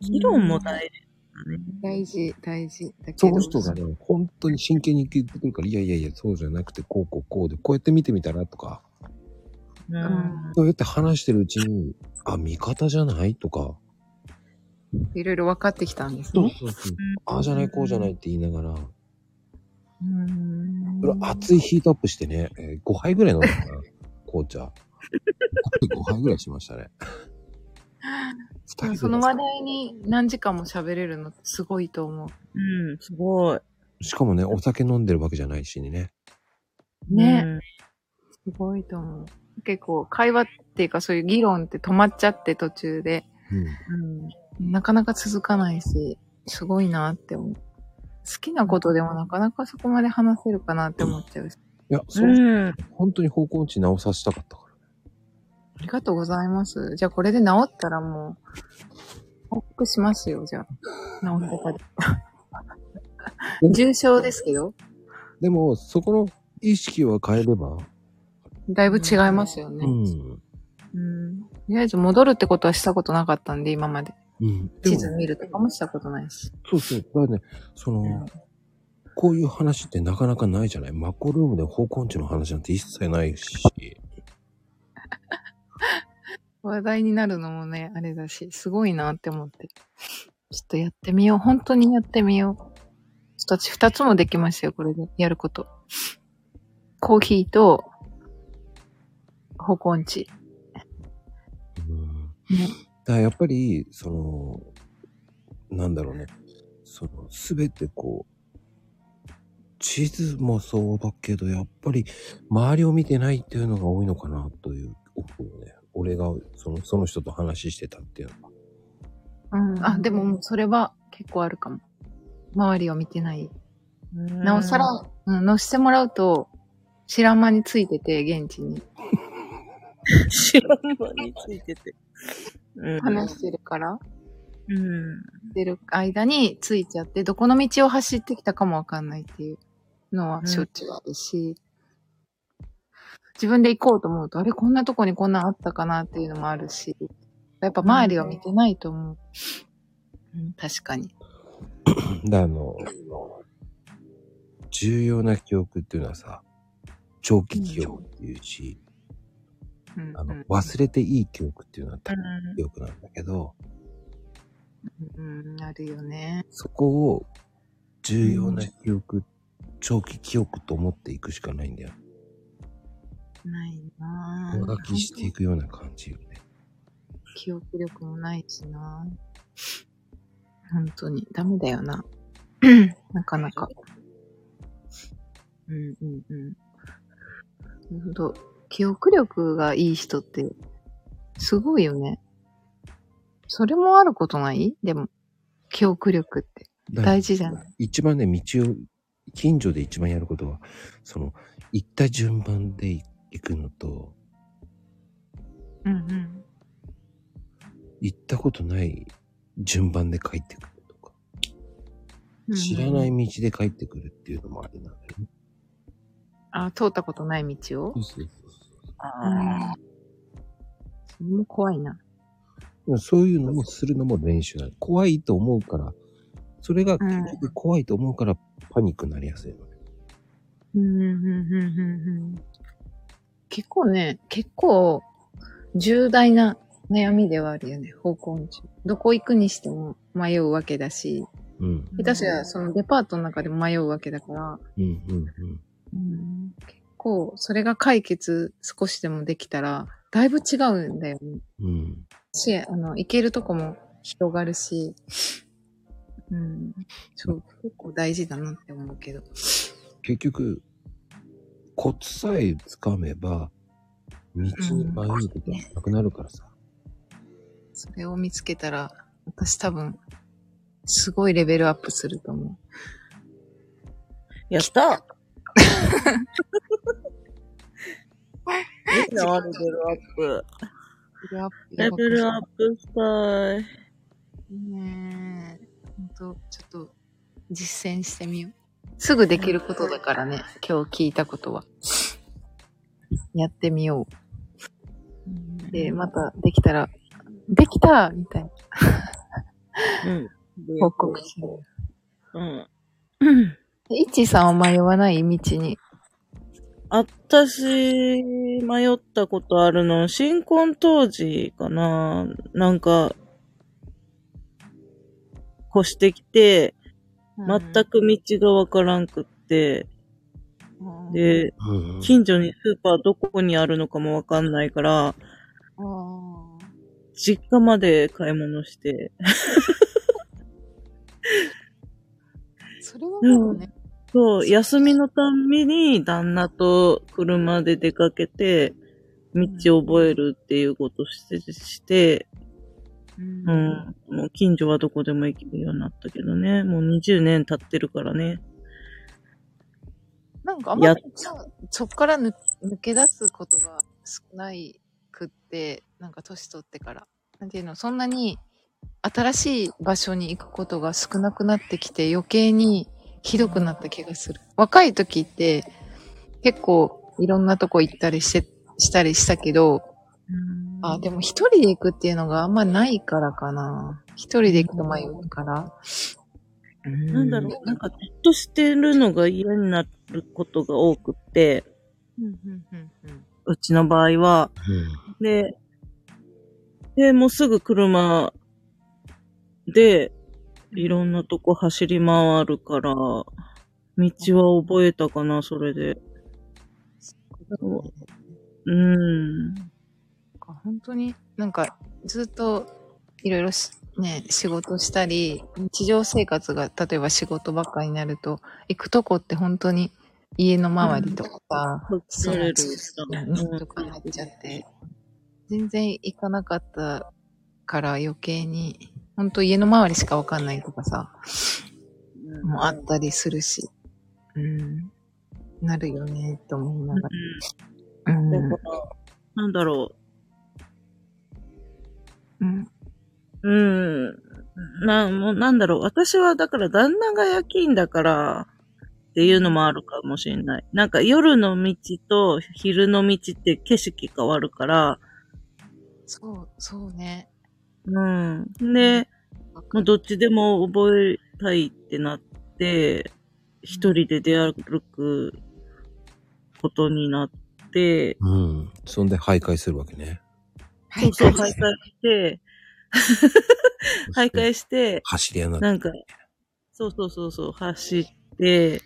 E: 議論も大事だね。
C: 大事、大事。だけど
A: その人がね、本当に真剣に聞いてくるから、いやいやいや、そうじゃなくて、こうこうこうで、こうやって見てみたらとか、
E: うんん。
A: そうやって話してるうちに、あ、味方じゃないとか、
C: いろいろ分かってきたんですね。
A: そうそうああじゃない、こうじゃないって言いながら、
C: うーん
A: これ熱いヒートアップしてね、え5杯ぐらい飲んだかな、紅茶。5杯ぐらいしましたね。
C: で
A: 二
C: も
A: 人
C: そ
A: で
C: の話題に何時間も喋れるのってすごいと思
E: うん、すごい。
A: しかもね、お酒飲んでるわけじゃないしね。
C: う。ね、すごいと思う。結構会話っていうかそういう議論って止まっちゃって途中で、
A: うん。
C: なかなか続かないし、すごいなって思う。好きなことでもなかなかそこまで話せるかなって思っちゃうし。
A: いや、そうう、
E: ん。うん。
A: 本当に方向音痴直させたかったから。
C: ありがとうございます。じゃあこれで治ったらもう、報告しますよ、じゃあ。治ったから重症ですけど、
A: でも、そこの意識は変えれば、
C: だいぶ違いますよね。
A: うん。
C: うんとりあえず戻るってことはしたことなかったんで、今まで。
A: うん。
C: 地図見るとかもしたことないし。
A: そうそう。だからね、その、こういう話ってなかなかないじゃないマッコルームで方向音痴の話なんて一切ないし、
C: 話題になるのもね、あれだし、すごいなって思って。ちょっとやってみよう。本当にやってみよう。ちょっと私二つもできましたよ、これで。やること。コーヒーと、方向音痴。
A: うん。
C: ね
A: だからやっぱり、その、なんだろうね、その、すべてこう、地図もそうだけど、やっぱり、周りを見てないっていうのが多いのかな、という、思うよね。俺が、その、その人と話してたっていうのは。
C: うん。あ、でももうそれは結構あるかも。周りを見てない。なおさら、うん、乗せてもらうと、知らん間についてて、現地に
E: 知らん間についてて。うん。
C: 話してるから。
E: うん。
C: ってる間についちゃって、どこの道を走ってきたかもわかんないっていうのはしょっちゅうあるし、自分で行こうと思うと、あれ、こんなとこにこんなんあったかなっていうのもあるし、やっぱ周りを見てないと思う。うん、確かに。
A: で、あの、重要な記憶っていうのはさ、長期記憶っていうし、
C: うん、
A: あ
C: う
A: の
C: ん、
A: 忘れていい記憶っていうのは短
E: う
A: 期記憶なんだけど、
C: うん、あるよね。
A: そこを重要な記憶、長期記憶と思っていくしかないんだよ。
C: ないな
A: 上
C: ぁ
A: 書。きしていくような感じよね。
C: 記憶力もないしな本当に、ダメだよ *clears throat* な。なかなか。うんうんうん。ほんと、記憶力がいい人って、すごいよね。それもあることないでも、記憶力って。大事だね。
A: 一番ね、道を、近所で一番やることは、その、行った順番で行くのと、
C: うんうん。。
A: 行ったことない順番で帰ってくるとか、知らないい道で帰ってくるっていうのもありなんだよね。
C: あ、通ったことない道を
A: そうそうそう
E: あ
C: それも怖いな。
A: そうそういうのもするのも練習なの。怖いと思うから、それが結局怖いと思うからパニックになりやすいのね。
C: うんうんうんうんうんうん結構ね、結構重大な悩みではあるよね、方向中。どこ行くにしても迷うわけだし、
A: うん。
C: 下手したらそのデパートの中でも迷うわけだから、
A: うんうんうん。
C: うん、結構それが解決少しでもできたら、だいぶ違うんだよね。
A: うん。
C: し、あの、行けるとこも広がるし、うん、そう、結構大事だなって思うけど。
A: 結局、コツさえつかめば、道に迷うことはなくなるからさ。
C: それを見つけたら、私多分、すごいレベルアップすると思
E: やったいいな、レベルアップ。
C: う。レ
E: レベルアップしたい。
C: プ。ねえ。ほんと、ちょっと、実践してみよう。すぐできることだからね、今日聞いたことは。やってみよう。で、またできたら、できたみたいな
E: うん。
C: 報告しよう
E: うん。
C: でいっちーさんは迷わない道に。
E: 私、迷ったことあるの、新婚当時かな。なんか、越してきて、全く道がわからんくって、
C: く
E: で、
A: うんうん
E: 近所にスーパーどこにあるのかもわかんないから、実家まで買い物して、
C: それはもうね、
E: そう、休みのたんびに旦那と車で出かけて、道を覚えるっていうことして、して、
C: うん
E: うん、もう近所はどこでも行けるようになったけどね、もう20年経ってるからね。
C: なんかあんま
E: や
C: りさそっから抜抜け出すことが少ないくって、なんか年取ってから。なんていうの、そんなに新しい場所に行くことが少なくなってきて余計にひどくなった気がする。若い時って結構いろんなとこ行ったりして、したりしたけど、あ、でも一人で行くっていうのがあんまないからかな。一人で行くと迷うから。
E: なんだろう、なんかじっとしてるのが嫌になることが多くって、
C: うんうんうんうん。
E: うちの場合は、で、で、もうすぐ車で、いろんなとこ走り回るから、道は覚えたかな、それで。そううん。
C: か本当になんかずっといろいろしね、仕事したり、日常生活が例えば仕事ばっかになると、行くとこって本当に家の周りとかさ、
E: それるした。
C: うんとかになっちゃって、全然行かなかったから余計に、本当家の周りしかわかんないとかさ、
E: うん
C: もあったりするし、うん、なるよね、と思いながら。
E: う
C: うんん
E: だから、なんだろ
C: うん
E: う。うん。な、もうなんだろう。私はだから旦那が夜勤だから、っていうのもあるかもしれない。なんか夜の道と昼の道って景色変わるから、
B: そう、そうね。
E: うん。で、
B: わか
E: まあ、
B: る
E: どっちでも覚えたいってなって、一人で出歩くことになって、
A: うん。そんで徘徊するわけね。
E: そうそう、徘徊して、徘徊して、
A: 走り屋になって。
E: なんか、そうそうそうそう、走って、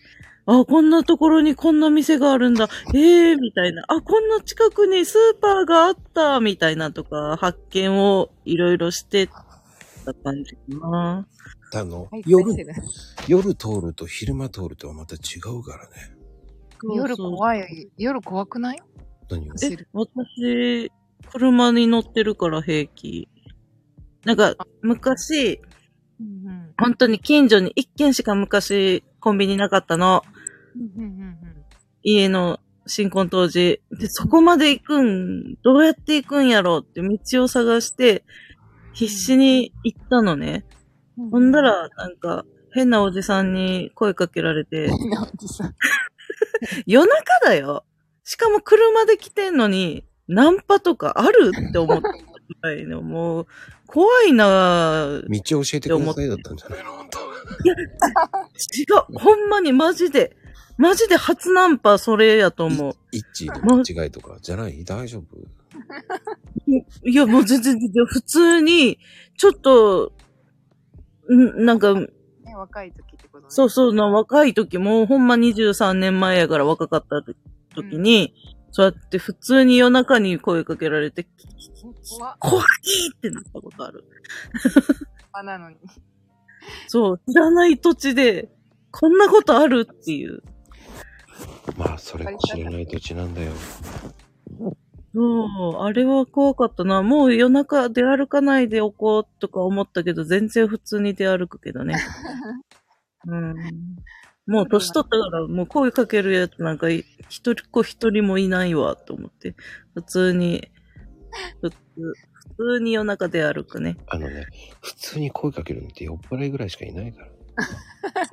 E: あ、こんなところにこんな店があるんだ。ええー、みたいな。あ、こんな近くにスーパーがあった、みたいなとか、発見をいろいろしてた感じかな。
A: あの
B: はい、
A: 夜
B: 返、せない
A: 夜通ると昼間通るとはまた違うからね。
B: 夜
E: そうそう
B: 怖い。夜怖くない
A: 何を
B: 走
E: え
B: る、
E: 私、車に乗ってるから平気。なんか、昔、
B: うんうん。
E: 本当に近所に一軒しか昔コンビニなかったの。
B: うんうんうん
E: 家の新婚当時。で、そこまで行くん、どうやって行くんやろうって道を探して、必死に行ったのね。
B: うん。
E: ほん
B: *laughs*
E: だら、なんか、変なおじさんに声かけられて、
B: 変なおじさん。
E: 夜中だよしかも車で来てんのに、ナンパとかあるって思ったぐらいの、もう、怖いなぁ
A: 道を教えてくださいだったんじゃないの本当。
E: 違う、ほんまにマジで。マジで初ナンパそれやと思う。
A: 一致と間違いとかじゃない大丈夫
E: いや、もう全然、全然普通に、ちょっと、んなんか、
B: ね、若い時ってことね。
E: そうそうな、若い時も、ほんま23年前やから若かった時に、そうやって普通に夜中に声かけられて、ききき
B: 怖っ
E: 怖いってなったことある。
B: あなのに。
E: そう、知らない土地で、こんなことあるっていう。
A: まあ、それ知らない土地なんだよ。
E: そう、あれは怖かったな。もう夜中出歩かないでおこうとか思ったけど、全然普通に出歩くけどね。うん。もう年取ったから、もう声かけるやつなんかい、一人っ子一人もいないわ、と思って。普通に、普通、普通に夜中出歩くね。
A: あのね、普通に声かけるのって酔っ払いぐらいしかいないから。
E: *laughs*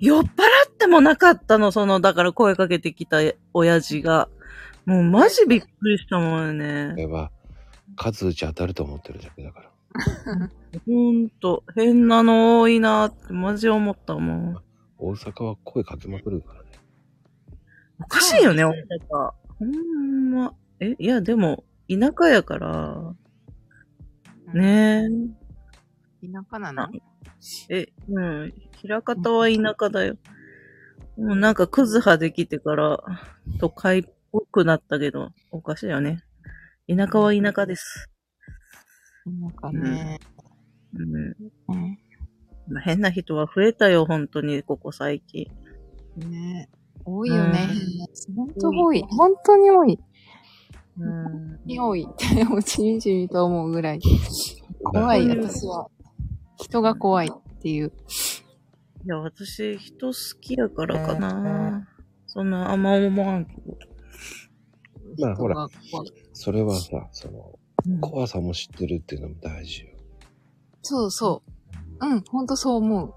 E: 酔っ払ってもなかったの、その、だから声かけてきた親父が。もうマジびっくりしたもんね
A: こ。れは、数打ち当たると思ってるだけだから。
E: ほんと、変なの多いなってマジ思ったもん。
A: 大阪は声かけまくるからね。
E: おかしいよね、大阪。ほんま。え、いや、でも、田舎やから、ね
B: うん。田舎なの
E: え。え、うん。平方は田舎だよ。もうなんか、クズ派できてから、都会っぽくなったけど、おかしいよね。田舎は田舎です。
B: なんかね。
E: うん。
B: うん
E: まあ変な人は増えたよ、本当に、ここ最近。
B: ね多いよね。
C: 本当多い。本当に多い。
E: うん。
C: 多いって、もうちみじみと思うぐらい。怖い、
E: だから
C: 私は。人が怖いっていう。
E: いや、私、人好きやからかな。そんな、あんま思わんけど。
A: まあ、ほら、
C: 人が怖い
A: それはさ、その、
E: うん
A: 怖さも知ってるっていうのも大事よ。
C: そうそう。うん、ほんとそう思う。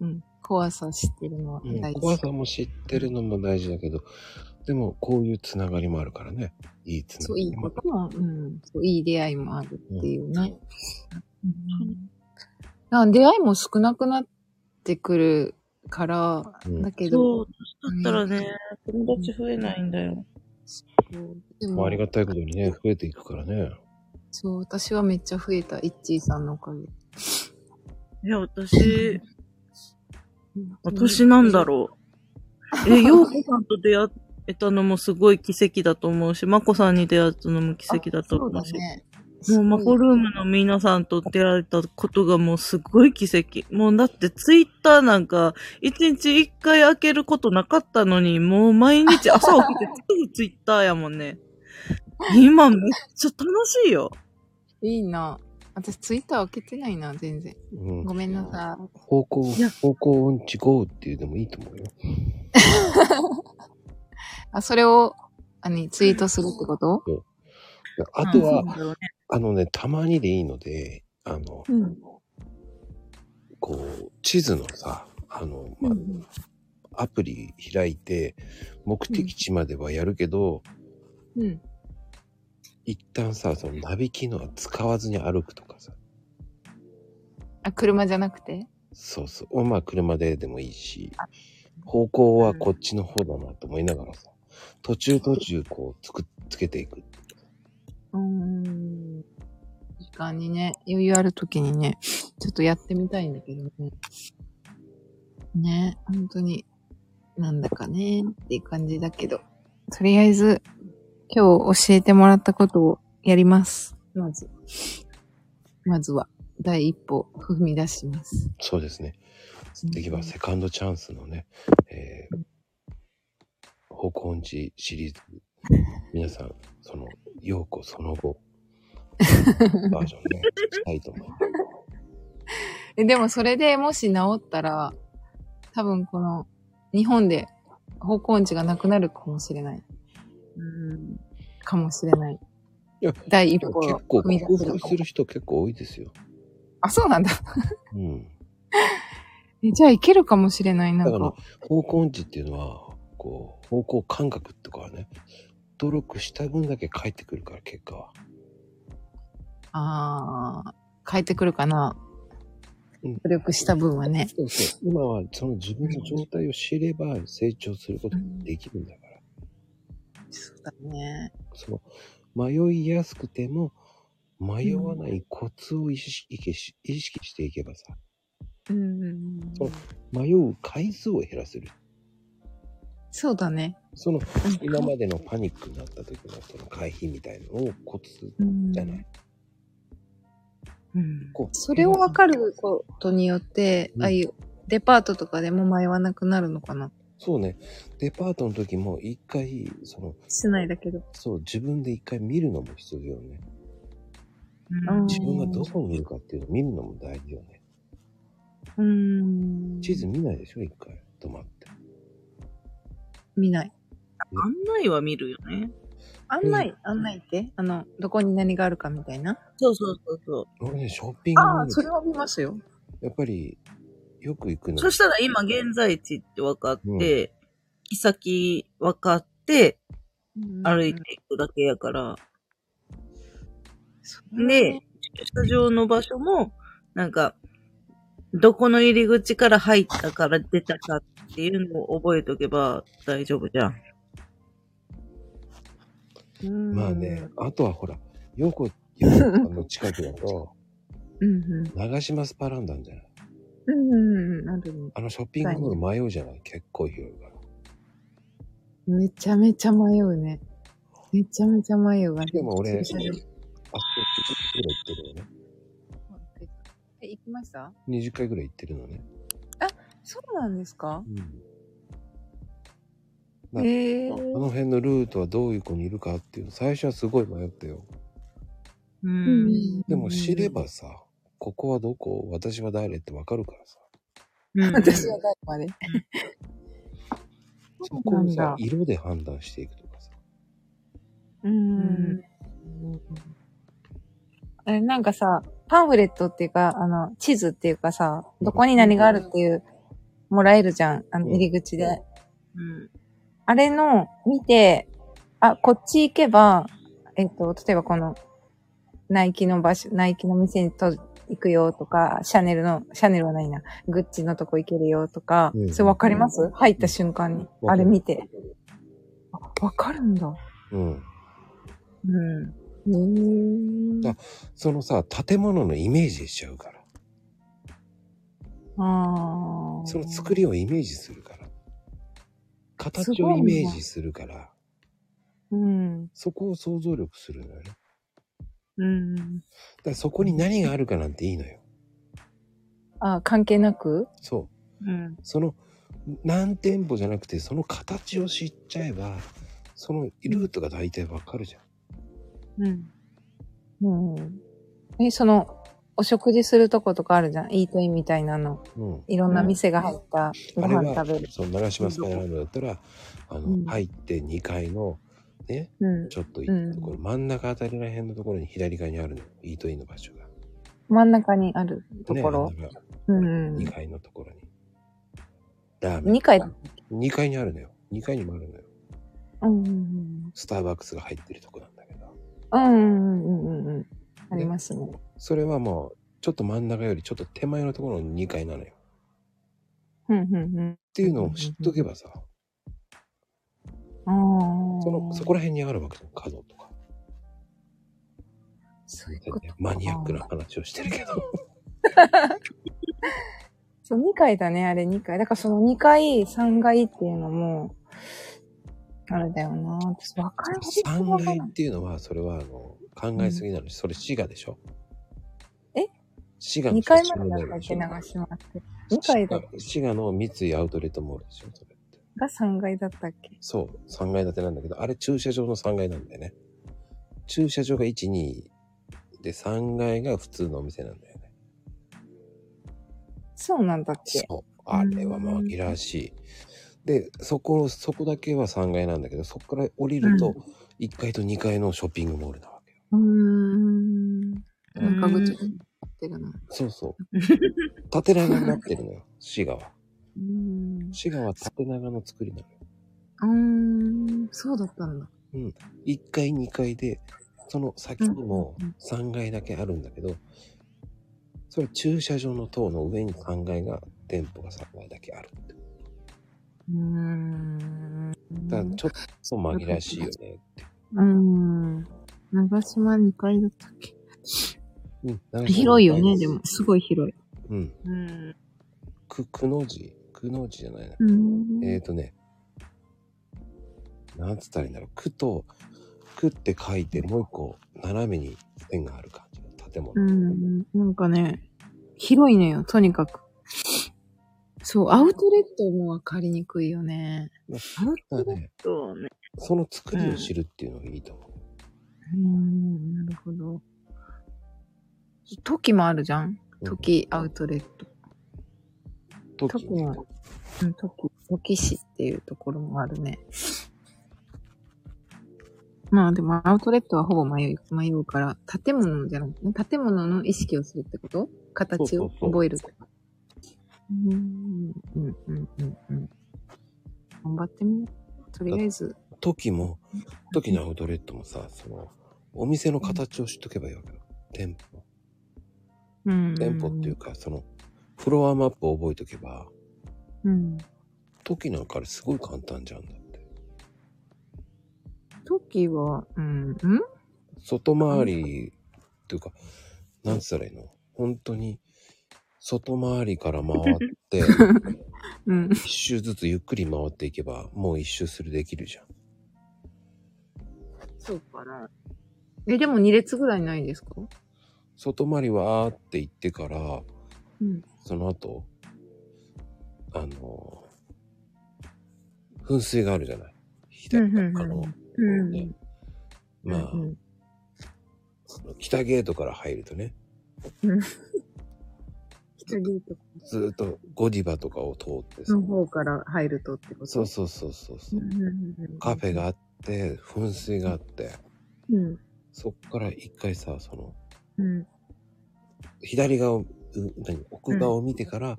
C: うん、怖さ知ってるのは
A: うん
C: 大事。
A: 怖さも知ってるのも大事だけど、でも、こういうつながりもあるからね。いいつな
C: そ
A: が
C: う、い
A: り
C: い
A: もあ
C: こ
A: る。
C: とも、うん、そういい出会いもあるっていうね。うん出会いも少なくなってくるから、
A: うん
C: だけ
E: そう
C: ど、、
E: 年だったらね、友達増えないんだよ。
C: で
A: まあ、
C: も
A: ありがたいことにね、増えていくからね。
C: そう、私はめっちゃ増えた、いっちーさんのおかげ。
E: いや、私、
C: う
E: 私なんだろう。え、ようこさんと出会えたのもすごい奇跡だと思うし、まこさんに出会ったのも奇跡だと
C: そう
E: 思
C: だ
E: うし。
C: ね。
E: もうマコ
C: る。
E: ルームの皆さんと出会えたことがもうすごい奇跡。もうだってツイッターなんか一日一回開けることなかったのに、もう毎 *laughs* 日朝起きてすぐツイッターやもんね。今めっちゃ楽しいよ。
C: いいな。私、ツイッター開けてないな、全然。
A: うん
C: ご。めんなさい。
A: 方向
E: いや、
A: 方向音痴 GO っていうのもいいと思うよ。
C: あ、それを、あの、ツイートするってこと
A: あとは、
E: うんそうだよね
A: あのね、たまにでいいので、あの、
C: うん。
A: こう、地図のさ、あの、まあ、アプリ開いて、目的地まではやるけど、
B: うん。
A: 一旦さ、そのナビ機能は使わずに歩くとかさ、
C: あ、車じゃなくて
A: そうそう、まあ車ででもいいし、方向はこっちの方だなと思いながらさ、途中途中こうつく、つけていく。
C: うーん。時間にね、余裕ある時にね、ちょっとやってみたいんだけどね。ね、本当に、なんだかね、っていう感じだけど。とりあえず、今日教えてもらったことをやります。まず。まずは、第一歩踏み出します。
A: そうですね。次はセカンドチャンスのね、えー、方向音痴シリーズ。皆さん、その、ようこその
C: *laughs*
A: 後、バージョンね、したいと思います。
C: えでもそれでもし治ったら、多分この、日本で方向音痴がなくなるかもしれない。
E: うん。
C: かもしれない
A: や。
C: 第一
A: 結
C: 歩を
A: 構、
C: 踏み出
A: 克
C: せる
A: 服
C: か
A: す
C: も。
A: る人結構多いですよ。
C: あ、そうなんだ。
A: うん。
C: えじゃあいけるかもしれない、な
A: だ
C: ん
A: から
C: か。
A: 方向音痴っていうのは、こう、方向感覚とかはね、努力した分だけ返ってくるから、結果は。
C: ああ、変えてくるかな
A: うん。
C: 努力した分はね。
A: そうそう。今は、その自分の状態を知れば成長することができるんだから。
C: そうだね。
A: その迷いやすくても迷わないコツを意識し意識していけばさ
C: うんうんうん。
A: そう迷う回数を減らせる
C: そうだね。
A: その
C: うん
A: 今までのパニックになった時のその回避みたいのをコツ
C: うん
A: じゃない
C: うん
A: こう
C: それを分かることによって、
A: うん
C: ああいうデパートとかでも迷わなくなるのかな。
A: そうねデパートの時も一回その
C: しないだけど。
A: そう自分で一回見るのも必要だよね
C: うん
A: 自分がどこにいるかっていうのを見るのも大事よね
C: うん。
A: 地図見ないでしょ一回止まって
C: 見ない。
E: 案内は見るよね。
C: 案内、案内ってあの、どこに何があるかみたいな。
E: そうそうそうそう。
A: 俺ねショッピング
C: あ
A: モ
C: あ、
A: ー
C: そ
A: ル
C: れは見ますよ。
A: やっぱりよく行くの
E: そしたら今現在地って分かって、行き先分かって歩いていくだけやから。で、駐車場の場所も、なんか、どこの入り口から入ったから出たかっていうのを覚えとけば大丈夫じゃん。
A: まあね、あとはほら、ヨコ、ヨコさんの近くだ
C: *laughs*
A: と、
C: うんうん。
A: 長島スパランダンじゃない
C: うんうんうん。あるね
A: あのショッピングモール迷うじゃない結構広いから。
C: めちゃめちゃ迷うね。めちゃめちゃ迷うわ。
A: でも俺、あっ
C: 駐
A: ち
C: 車場
A: 20回ぐらい行ってるのね。
C: え、行きました
A: 20回ぐらい行ってるのね。
C: そうなんですか
A: な
C: へえ
A: あの辺のルートはどういう子にいるかっていうの、最初はすごい迷ったよ。
E: う。
C: うんん。
A: でも知ればさ、ここはどこ、私は誰ってわかるからさ。
E: うん
C: 私は誰まで。
A: そこを
C: そうな
A: さ
C: んだ、
A: 色で判断していくとかさ。
C: うん。あれ、なんかさ、パンフレットっていうか、あの、地図っていうかさ、どこに何があるっていう、もらえるじゃん。あの、入り口で。
E: うん
C: あれの見て、あ、こっち行けば、えっと、例えばこの、ナイキの場所、ナイキの店にと行くよとか、シャネルの、シャネルはないな、グッチのとこ行けるよとか
A: う、ん
C: それわかります入った瞬間に、
A: うん
C: あれ見て。あわかるんだ。
A: うん。
C: うん。うーん。
A: あそのさ、建物のイメージしちゃうから。
C: ああ。
A: その作りをイメージするから。形をイメージするから、
C: うん。
A: そこを想像力するのよね。だか
C: うん。
A: らそこに何があるかなんていいのよ。
C: あ、関係なく
A: そうう。その、何店舗じゃなくて、その形を知っちゃえば、そのルートが大体わかるじゃん。
E: ん。
C: うん。え、その、お食事するとことかあるじゃんイートインみたいなの。
A: うん。
C: いろんな店が入ったご
A: あれは
C: 飯食べる。、
A: その長島スパイランドだったら、あ
C: う
A: の、
C: ん
A: 入って2階の、ね、
C: うん。
A: ちょっと行ったところ、真ん中あたりらへんのところに左側にあるのよ。イートインの場所が。
C: 真ん中にあると
A: ね
C: ころ。
A: 真ん中
C: うんうん
A: 2階のところに。ラーメン。
C: 2回だ。
A: 2階にあるのよ。2階にもあるのよ。
C: うんうん
A: スターバックスが入ってるとこなんだけど。
C: うん。うんうんうんうんうん。ありますね。
A: それはもう、ちょっと真ん中よりちょっと手前のところの2階なのよ。っ
C: うんうん
A: ていうのを知っとけばさ、
C: うん。ああ。
A: その、そこら辺にあるわけじゃん、角とか。
C: そういうことか
A: マニアックな話をしてるけど。
C: そう、2階だね、あれ2階。だからその2階、3階っていうのも、あれだよな。私、分かる
A: 3階っていうのは、それは、あの、考えすぎなのし、それ滋賀でしょ
C: え
A: 滋賀の
C: 2階までだったっけ、
A: 滋賀の
C: 長島って。2階だっ
A: 滋賀の三井アウトレットモールでしょそれって。
C: が3階だったっけ
A: そう、3階建てなんだけど、あれ駐車場の3階なんだよね。駐車場が1、2で3階が普通のお店なんだよね。
C: そうなんだっけ
A: そう。あれは紛らわしい。で、そこ、そこだけは3階なんだけど、そこから降りると1階と2階のショッピングモールなわけよ。
C: うーん。なんかぐちゃぐちゃになってるな。
A: そうそう。縦長になってるのよ、滋賀は。
C: うーん。
A: 滋賀は縦長の作りなのよ。
C: うーん。そうだったんだ。
A: 1階、2階で、その先にも
C: うんうん
A: 3階だけあるんだけど、それ駐車場の塔の上に3階が、店舗が3階だけあるって。
C: うーん。
A: だからちょっと紛らわしいよね。
C: うーん。長島2階だったっけ
A: うんなんか
C: 広いよね、でも。すごい広い。
A: うん。
E: うん。
A: く、くの字くの字じゃないな。
C: うーん。
A: えーとね、なんつったらいいんだろう。くと、くって書いて、もう一個、斜めに線がある感じの建物。
C: うん、なんかね、広いのよ、とにかく。そう、アウトレットもわかりにくいよね。
A: だからね、
E: そうね。
A: その作りを知るっていうのがいいと思う。
C: うん、なるほど。時もあるじゃん時アウトレット。
A: 時
C: 時もある。うん、時、時市っていうところもあるね。まあでもアウトレットはほぼ迷う迷うから、建物じゃなくてね、建物の意識をするってこと形を覚えるとか。うん、うん、うん、うんうん。頑張ってみよう。とりあえず。
A: 時も、時のアウトレットもさ、その、お店の形を知っとけばいいわけよ。店舗。
C: うん。
A: 店舗っていうか、その、フロアマップを覚えとけば、
C: うん。
A: 時なんかあれすごい簡単じゃんだって。
C: 時は、うん、うん
A: 外回りっていうか、なんつったらいいの本当に、外回りから回って、
C: *laughs* うん。
A: 一周ずつゆっくり回っていけば、もう一周するできるじゃん。
C: そうかな。え、でも2列ぐらいないですか
A: 外回りはーって行ってから、
C: うん。
A: その後、あの、噴水があるじゃない。左側の、
C: うん
A: ねまあ、
C: うん
A: その北ゲートから入るとね、
C: 人ゲート
A: ずーっとゴディバとかを通ってさ、
C: の方から入るとってこと
A: そうそうそうそうそうう、
C: んうんうん。
A: カフェがあって、噴水があって、
C: うん。
A: そっから一回さ、その、
C: うん。
A: 左側を、う何奥側を見てから、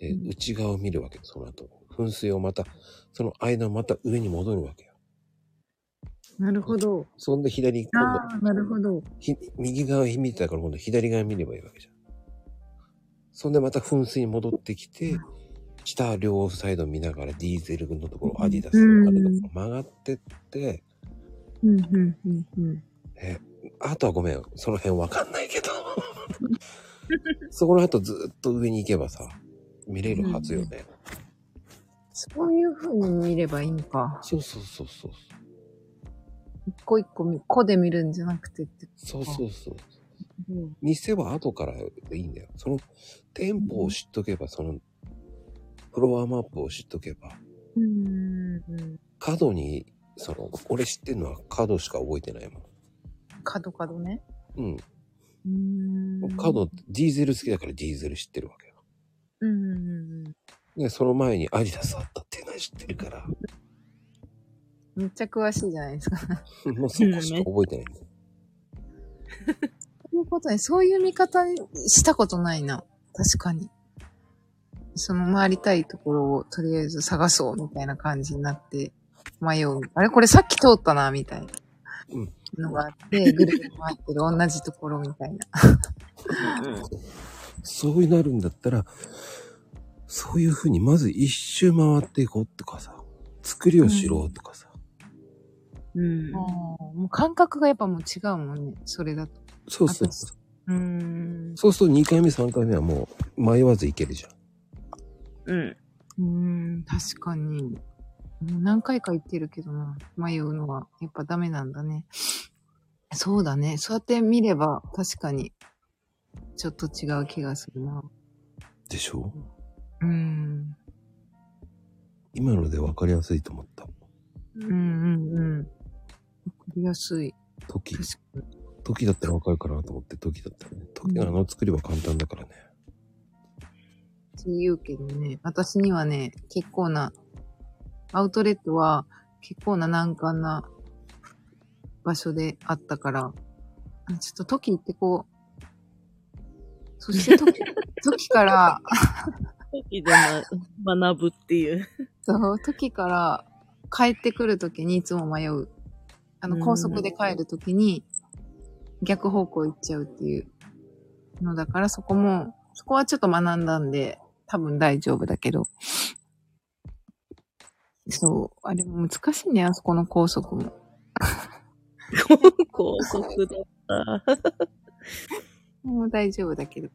A: えー内側を見るわけよ、その後。噴水をまた、その間をまた上に戻るわけよ。
C: なるほど。
A: そんで左、今度
C: ああ、なるほど。
A: ひ右側見てたから今度左側見ればいいわけじゃん。そんでまた噴水に戻ってきて、下両サイド見ながらディーゼルのところ、アディダスのあるところ曲がってって、
C: うん、うん、うん、うん。
A: えあとはごめん、その辺わかんないけど。そこの後ずっと上に行けばさ、見れるはずよね。
C: そういう風に見ればいいのか。
A: そうそうそうそう。
C: 一個一個見、個で見るんじゃなくてってこ
A: そうそうそう。
C: と。
A: 店は後からでいいんだよ。その店舗を知っとけば、そのフロアマップを知っとけば、
C: うん。うん
A: 角に、その、俺知ってるのは角しか覚えてないも
C: 角角ね。
A: ん。
C: う
A: うんん。角、ディーゼル好きだからディーゼル知ってるわけよ。
C: うんうんうん。
A: で、その前にアディダスあったっていうのは知ってるから、
C: めっちゃ詳しいじゃないですか。
A: もうそこしか覚えてないんだよ。
C: ということね、そういう見方にしたことないな。確かに。その回りたいところをとりあえず探そうみたいな感じになって迷う。あれこれさっき通ったな、みたいな
A: うん
C: のがあ
A: *laughs*
C: って、ぐるぐる回ってる同じところみたいな。
A: そうなるんだったら、そういうふうにまず一周回っていこうとかさ、作りをしろとかさ、
E: うん。
C: もう感覚がやっぱもう違うもんね、それだと。
A: そうそう
C: あ。うーん。
A: そうすると2回目3回目はもう迷わずいけるじゃん。
E: うん。
C: うーん、確かに。もう何回か言ってるけどな、迷うのはやっぱダメなんだね。そうだね。そうやって見れば確かにちょっと違う気がするな。
A: でしょ
C: うーん。
A: 今ので分かりやすいと思った。
C: うんうんうん。わかりやすい。
A: 時
C: 確、かに。
A: 時だったら分かるかなと思って、時だったらね。時あの作りは簡単だからね。
C: って言うけどね、私にはね、結構な、アウトレットは結構な難関な場所であったから、あちょっと時行ってこう。そして時、時から、
E: 時でま学ぶっていう。
C: そう、時から帰ってくるときにいつも迷う。あの、
E: うん
C: 高速で帰るときに逆方向行っちゃうっていうのだから、そこも、そこはちょっと学んだんで、多分大丈夫だけど。そう、あれも難しいね、あそこの高速も。
E: 高速だった。
C: もう大丈夫だけど。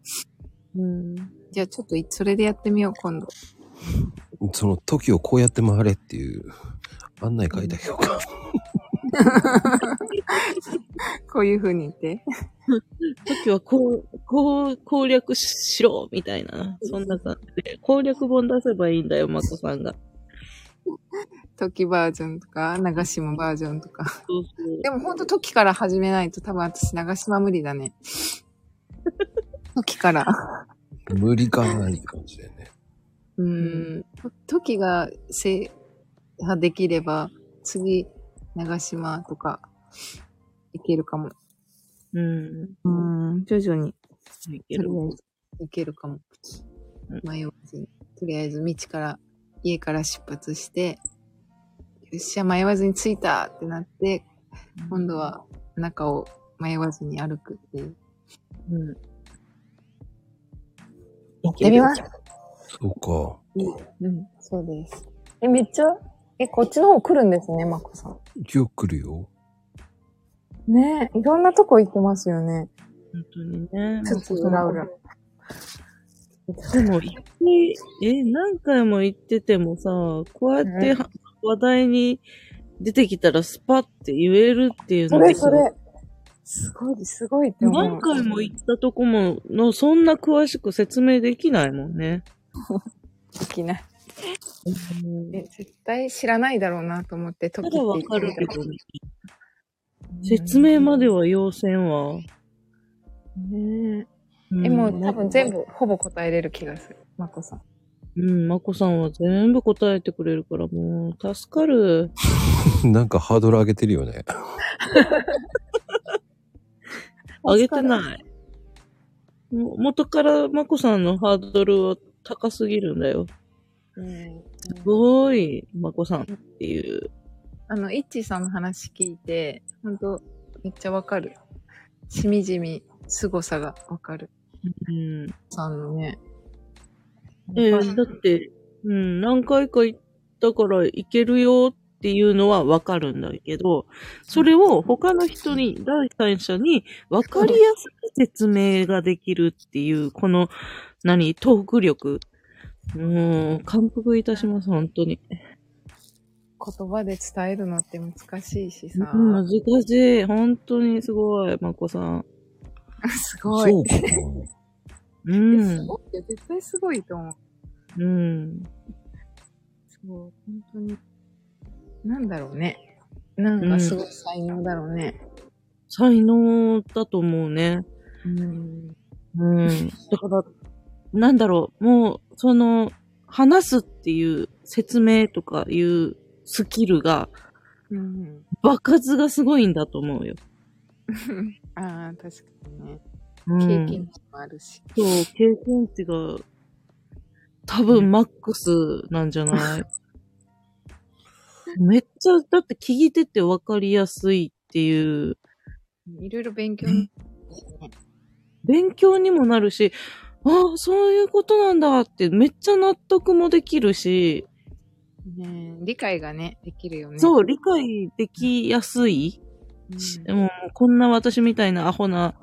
E: うん。
C: じゃあちょっといそれでやってみよう、今度。
A: その時をこうやって回れっていう案内書いてあげようか。
C: こういう風に言って。
E: 時はこう、こう、攻略しろ、みたいな。そんな感じで。攻略本出せばいいんだよ、まこさんが。
C: 時バージョンとか、長島バージョンとか。
E: そうそう。
C: でもほんと時から始めないと多分私長島無理だ
E: *laughs*
C: ね。時から。
A: 無理がない感じだよね。
C: うん。と時が制覇できれば次長島とかいけるかも。
E: うん。
C: うん。徐々に
E: いけ
C: とり
E: る。
C: あえずいけるかも
E: うん。
C: 迷わずに。とりあえず道から、家から出発して、よっしゃ、迷わずに着いたってなって、今度は中を迷わずに歩くっていう。うん。
E: や
B: ってみます。
A: そうか。
C: うん、そうです。
B: え、めっちゃ、え、こっちの方来るんですね、まこさん。
A: 今日来るよ。 *laughs*
B: ねえ、いろんなとこ行ってますよね。
E: 本当にね。
C: ちょっと裏裏。
E: でも、一回え、何回も言っててもさ、こうやっては話題に出てきたらスパって言えるっていう
B: そ
E: のが
B: れそれ。すごい、すごいって思う。
E: 何回も行ったとこも、の、そんな詳しく説明できないもんね。
B: できない。
C: え絶対知らないだろうなと思って、時
E: た
C: って
E: だわ
C: 言
E: かる
C: って
E: け
C: み
E: ど、説明までは要せんわ。
C: ねえ。え、もう多分全部、ほぼ答えれる気がする。まこさん。
E: うん、まこさんは全部答えてくれるから、もう、助かる。
A: なんかハードル上げてるよね。
E: あげてない。も元からまこさんのハードルは高すぎるんだよ。
C: うん。
E: すごい、まこさんっていう。
C: あの、イッチーさんの話聞いて、ほんと、めっちゃわかる。しみじみ、凄さがわかる。
E: うん。
C: さんのね。
E: えだって、うん、何回か行ったから行けるよっていうのはわかるんだけど、それを他の人に、第三者にわかりやすく説明ができるっていう、この、何、トーク力。もう、感服いたします、本当に。
C: 言葉で伝えるのって難しいしさ。
E: うん難しい。本当にすごい、まこさん。
C: すごい。
A: そうか。
E: う
C: いや
E: ん
C: す。ごいよ絶対すごいと思う。
E: うん。
C: そう、本当に。なんだろうね。なんかすごい才能だろうね。
E: 才能だと思うね。
C: うん。
E: うん。だから、なんだろう、もう、その、話すっていう説明とかいうスキルが、
C: うん。
E: 爆発がすごいんだと思うよ。
C: ああ、確かにね。
E: うん
C: 経験値もあるし。
E: そう、経験値が、多分マックスなんじゃ *laughs* ないめっちゃ、だって聞いててわかりやすいっていう、
C: いろいろ勉強に。
E: 勉強にもなるし、ああ、そういうことなんだって、めっちゃ納得もできるし、
C: ね理解がね、できるよね。。
E: そうう、理解できやすい。し
C: ん、
E: もう、こんな私みたいなアホな、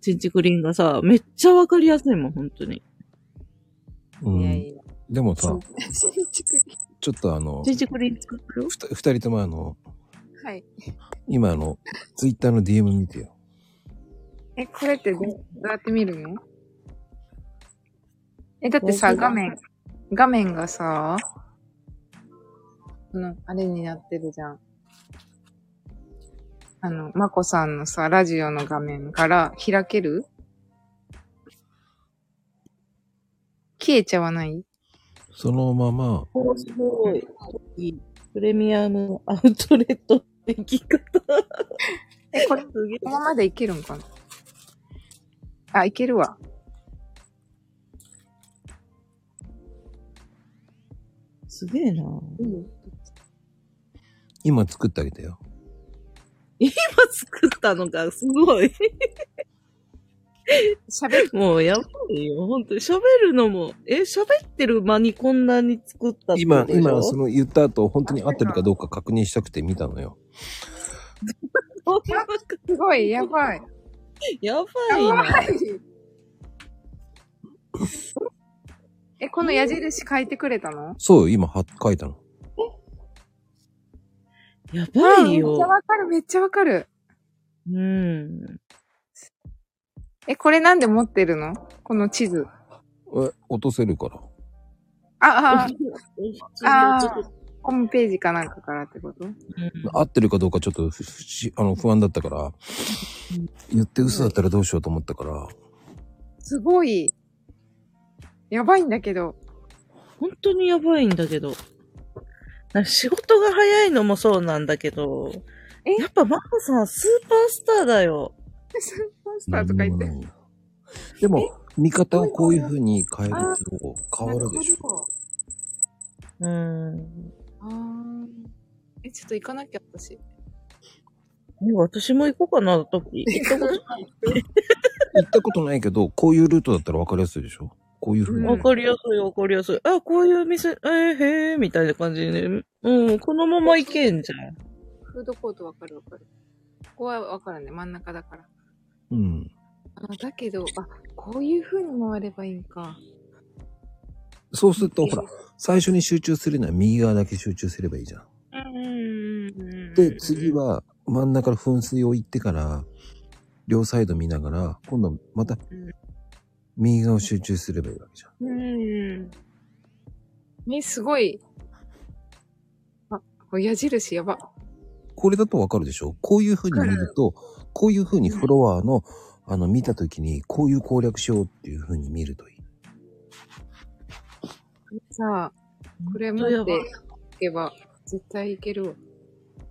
E: チンチクリンがさ、めっちゃわかりやすいもん、本当に。
A: う
C: いや
A: ん。
C: いや。
A: でもさ、
C: *laughs* 新宿に
A: ちょっとあの、
E: チンチクリン使ってる
A: ふた二人ともあの、
C: はい。
A: 今あの、ツイッターの DM 見てよ。
C: え、これってどどうやって見るのえ、だってさ、
E: 僕が
C: 画面、画面がさ、あの、あれになってるじゃん。あの、まこさんのさ、ラジオの画面から開ける消えちゃわない
A: そのまま、
E: おすごい。プレミアムアウトレットって聞き方。
C: え、これ、こ
E: すげえ
C: のままでいけるんかなあ、いけるわ。
E: すげえな。今
A: 今作ってあげたよ。
E: 作ったのがすごい。
C: 喋る
E: もうやばいよ。本当に喋るのも、え、喋ってる間にこんなに作ったってこ
A: 今
E: と、でしょ
A: 今、その言った後、本当に合ってるかどうか確認したくて見たのよ。
C: すごい、やばい。
E: やばいな。
C: え、この矢印書いてくれたの
A: そうよ、今、は、書いたの。
E: やばい
C: めっちゃ
E: よ。
C: わかる、めっちゃわかる。
E: うん。
C: え、これなんで持ってるのこの地図。
A: え、落とせるから。
C: ああ、
E: あ
C: あーホームページかなんかからってこと
A: 合ってるかどうかちょっとふふしあの不安だったから、言って嘘だったらどうしようと思ったから、
C: すごい。やばいんだけど。
E: 本当にやばいんだけど。なんか仕事が早いのもそうなんだけど。
C: え
E: やっぱマコさんスーパースターだよ。
C: スーパースターとか言って
A: 何。もないよでも、見方をこういう風に変えると変わるでしょ。
C: ょ。
E: うん。
C: あーえ、ちょっと行かなきゃ、
A: *laughs*
C: 私。
E: え私も行こうかな、時。
A: 行ったことないけど、こういうルートだったら分かりやすいでしょ。こういう風に。
E: わかりやすい、わかりやすい。あ、こういう店、えー、へえ、みたいな感じでね。うん、このまま行けんじゃん。
C: フードコートわかるわかる。ここはわかるね、真ん中だから。
A: うん。
C: あ、だけど、あ、こういう風に回ればいいんか。
A: そうすると、ほら、最初に集中するのは右側だけ集中すればいいじゃん。
C: うん
A: で、次は真ん中の噴水を行ってから、両サイド見ながら、今度また
C: ん、
A: 右側を集中すればいいわけじゃん。
C: うん。ね、すごい。あ、これ矢印やば。
A: これだとわかるでしょこういう風に見ると、こういう風にフロアの、あの、見た時に、こういう攻略しようっていう風に見るといい。
C: さあ、これ持っていけば、絶対いけるわ。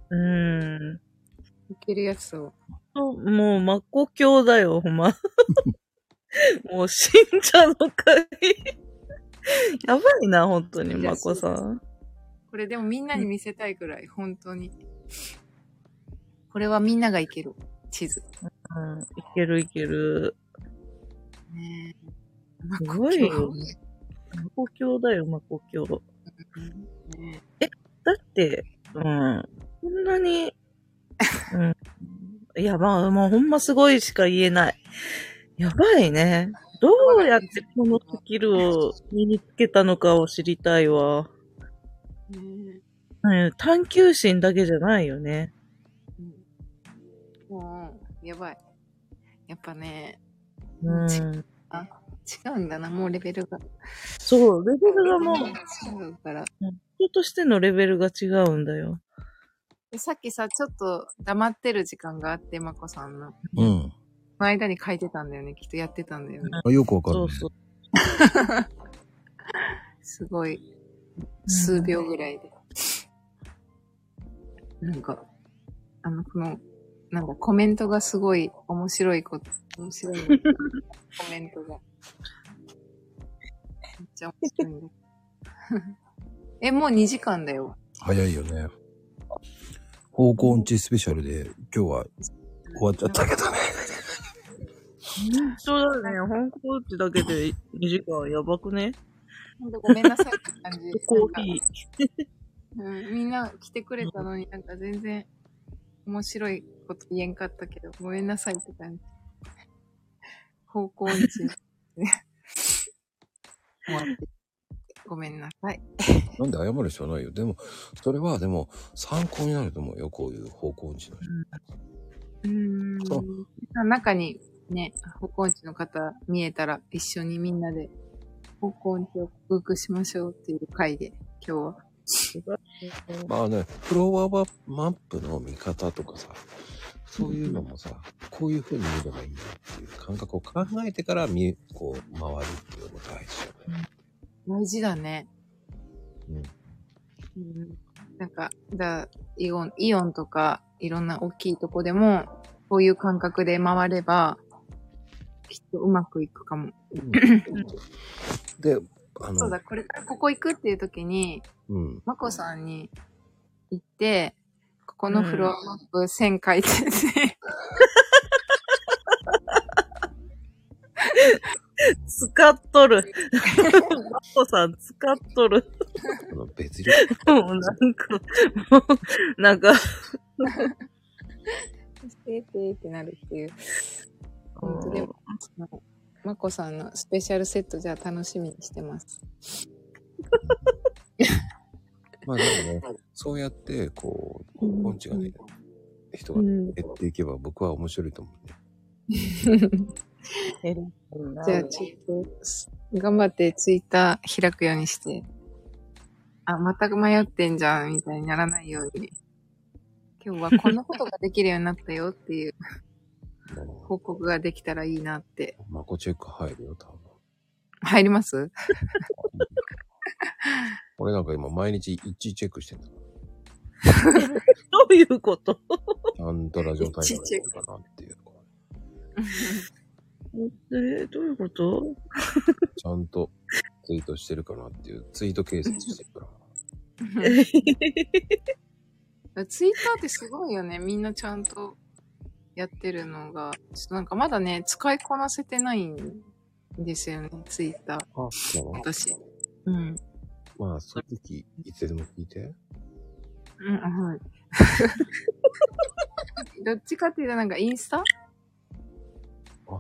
E: うん。
C: いけるやつを。
E: もう、マコ教だよ、ほん *laughs* ま。もう、信者の会。やばいな、本当に、マコさん。
C: これでもみんなに見せたいくらい、本当に。これはみんながいける。地図。
E: うん、いけるいける。
C: ね
E: すごいよ。マコ教だよ、マコ教。
C: えね
E: だって、うん、こんなに、うん。いや、まあ、もうほんますごいしか言えない。やばいね。どうやってこのスキルを身につけたのかを知りたいわ。
C: えね
E: うん、探求心だけじゃないよね。
C: えうんもう、やばい。やっぱね、
E: うん。
C: 違うんだな、もうレベルが。
E: そう、レベルがもう、
C: 違うから。
E: 人としてのレベルが違うんだよ。
C: でさっきさ、ちょっと黙ってる時間があって、まこさんの。こ
A: うん。
C: の間に書いてたんだよね。きっとやってたんだよね。
A: あよくわかる、ね。
E: そうそう。
C: すごい。数秒ぐらいで。なんか、あの、この、なんかコメントがすごい面白いこと、面白いね、コメントが。めっちちゃ面白いんだけど *laughs* え、もう2時間だよ。
A: 早いよね。方向音痴スペシャルで今日は終わっちゃったけどね。
E: そうだね。本校ってだけで2時間やばくね
C: ほんとごめんなさいって感じ。
E: *laughs* コーヒー。
C: なんかうん、みんな来てくれたのになんか全然面白いこと言えんかったけど、ごめんなさいって感じ。方向音痴。終わってごめんなさい。
A: なんで謝る必要ないよ。でも、それはでも参考になると思うよ。こういう方向音痴の人。
C: うーん
A: そ。
C: 中にね、方向音痴の方見えたら一緒にみんなで方向音痴を克服しましょうっていう回で今日は。
A: まあね、フロアはマップの見方とかさ、そういうのもさ、こういう風に見ればいいんだっていう感覚を考えてから見、こう、回るっていうのが大事よね。
C: 大事だね。
A: うん
C: うん。なんか、だイオン、イオンとか、いろんな大きいとこでも、こういう感覚で回れば、きっとうまくいくかも。 *laughs*
A: で、あ
C: そう
A: の
C: だ、、これからここ行くっていう時に、
A: うん。
C: まこさんに行って、ここのフロアマップ1000回転で、
E: 使っとる。マコさん使っとる。
A: あの別
C: *laughs*
A: 力
E: もうなんか、もう、なんか、
C: ペーペー *laughs* ってなるっていう。本当でも、まこさんのスペシャルセットじゃあ楽しみにしてます。
A: まあでもね、そうやって、こう、
C: うん
A: ポンチがね、人
C: う
A: が
C: ん。
A: 減っていけば僕は面白いと思うね。
C: じゃあちょっと、頑張ってツイッター開くようにして。あ、また迷ってんじゃん、みたいにならないように。今日はこんなことができるようになったよっていう報告ができたらいいなって。
A: まあマコチェック入るよ、多分。
C: 入ります
A: 俺なんか今毎日一致チェックしてんだ
C: *laughs*
A: か
E: どういうこと
A: ら。ちゃんとラジオ体
C: 一
A: 操
C: 致チェ
A: や
C: ッ
A: る
C: ク
A: かなっていうとこ
E: え、どうい
C: *laughs*
E: うこと
A: ちゃんとツイートしてるかなっていう、ツイート計算してるから。
C: ツイッターってすごいよね。みんなちゃんとやってるのが。ちょっとなんかまだね、使いこなせてないんですよね、ツイッター。
A: あ、そうなの
C: 私。うん。
A: まあ、そういう時、いつでも聞いて。
C: うん、はい。どっちかっていうとなんかインスタ
E: あ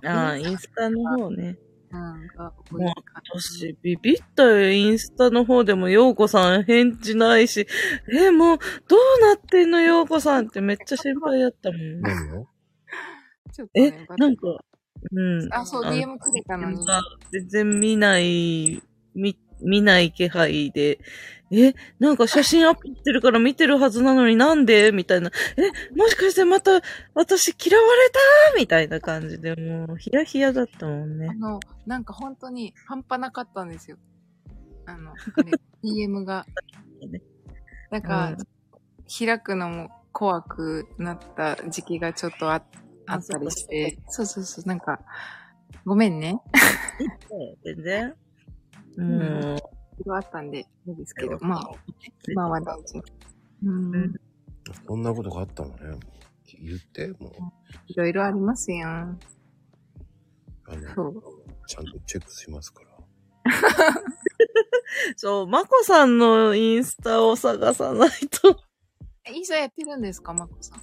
A: あ、
E: あ、インスタの方ね。
C: うんが多いか
E: 私、ビビったよ。インスタの方でも、ようこさん返事ないし、え、もう、どうなってんの、ようこさんってめっちゃ心配やったもん。
A: 何よ
C: な。ちょっと
E: え
C: ね、、
E: なんか、うん。
C: あ、そう、
E: あの
C: DM くれたのに。
E: 全然見ない、見、見ない気配で、え、なんか写真アップしてるから見てるはずなのになんでみたいな。え、もしかしてまた私嫌われたみたいな感じで、もうヒヤヒヤだったもん
C: あ
E: ね。
C: の、なんか本当に半端なかったんですよ。あの、あれ DM が。なんか、
E: うん
C: 開くのも怖くなった時期がちょっとああったりして。そうそうそう、なんか、ごめんね。
E: 全然。も
C: いろいろあったんで、いいですけど、まあ、まあは大事。うん、
A: そんなことがあったのね。言って、もう、
C: いろいろありますやん。
A: あの、
C: そう。
A: ちゃんとチェックしますから。
E: う、そう、まこさんのインスタを探さないと、
C: インスタやってるんですか、まこさん。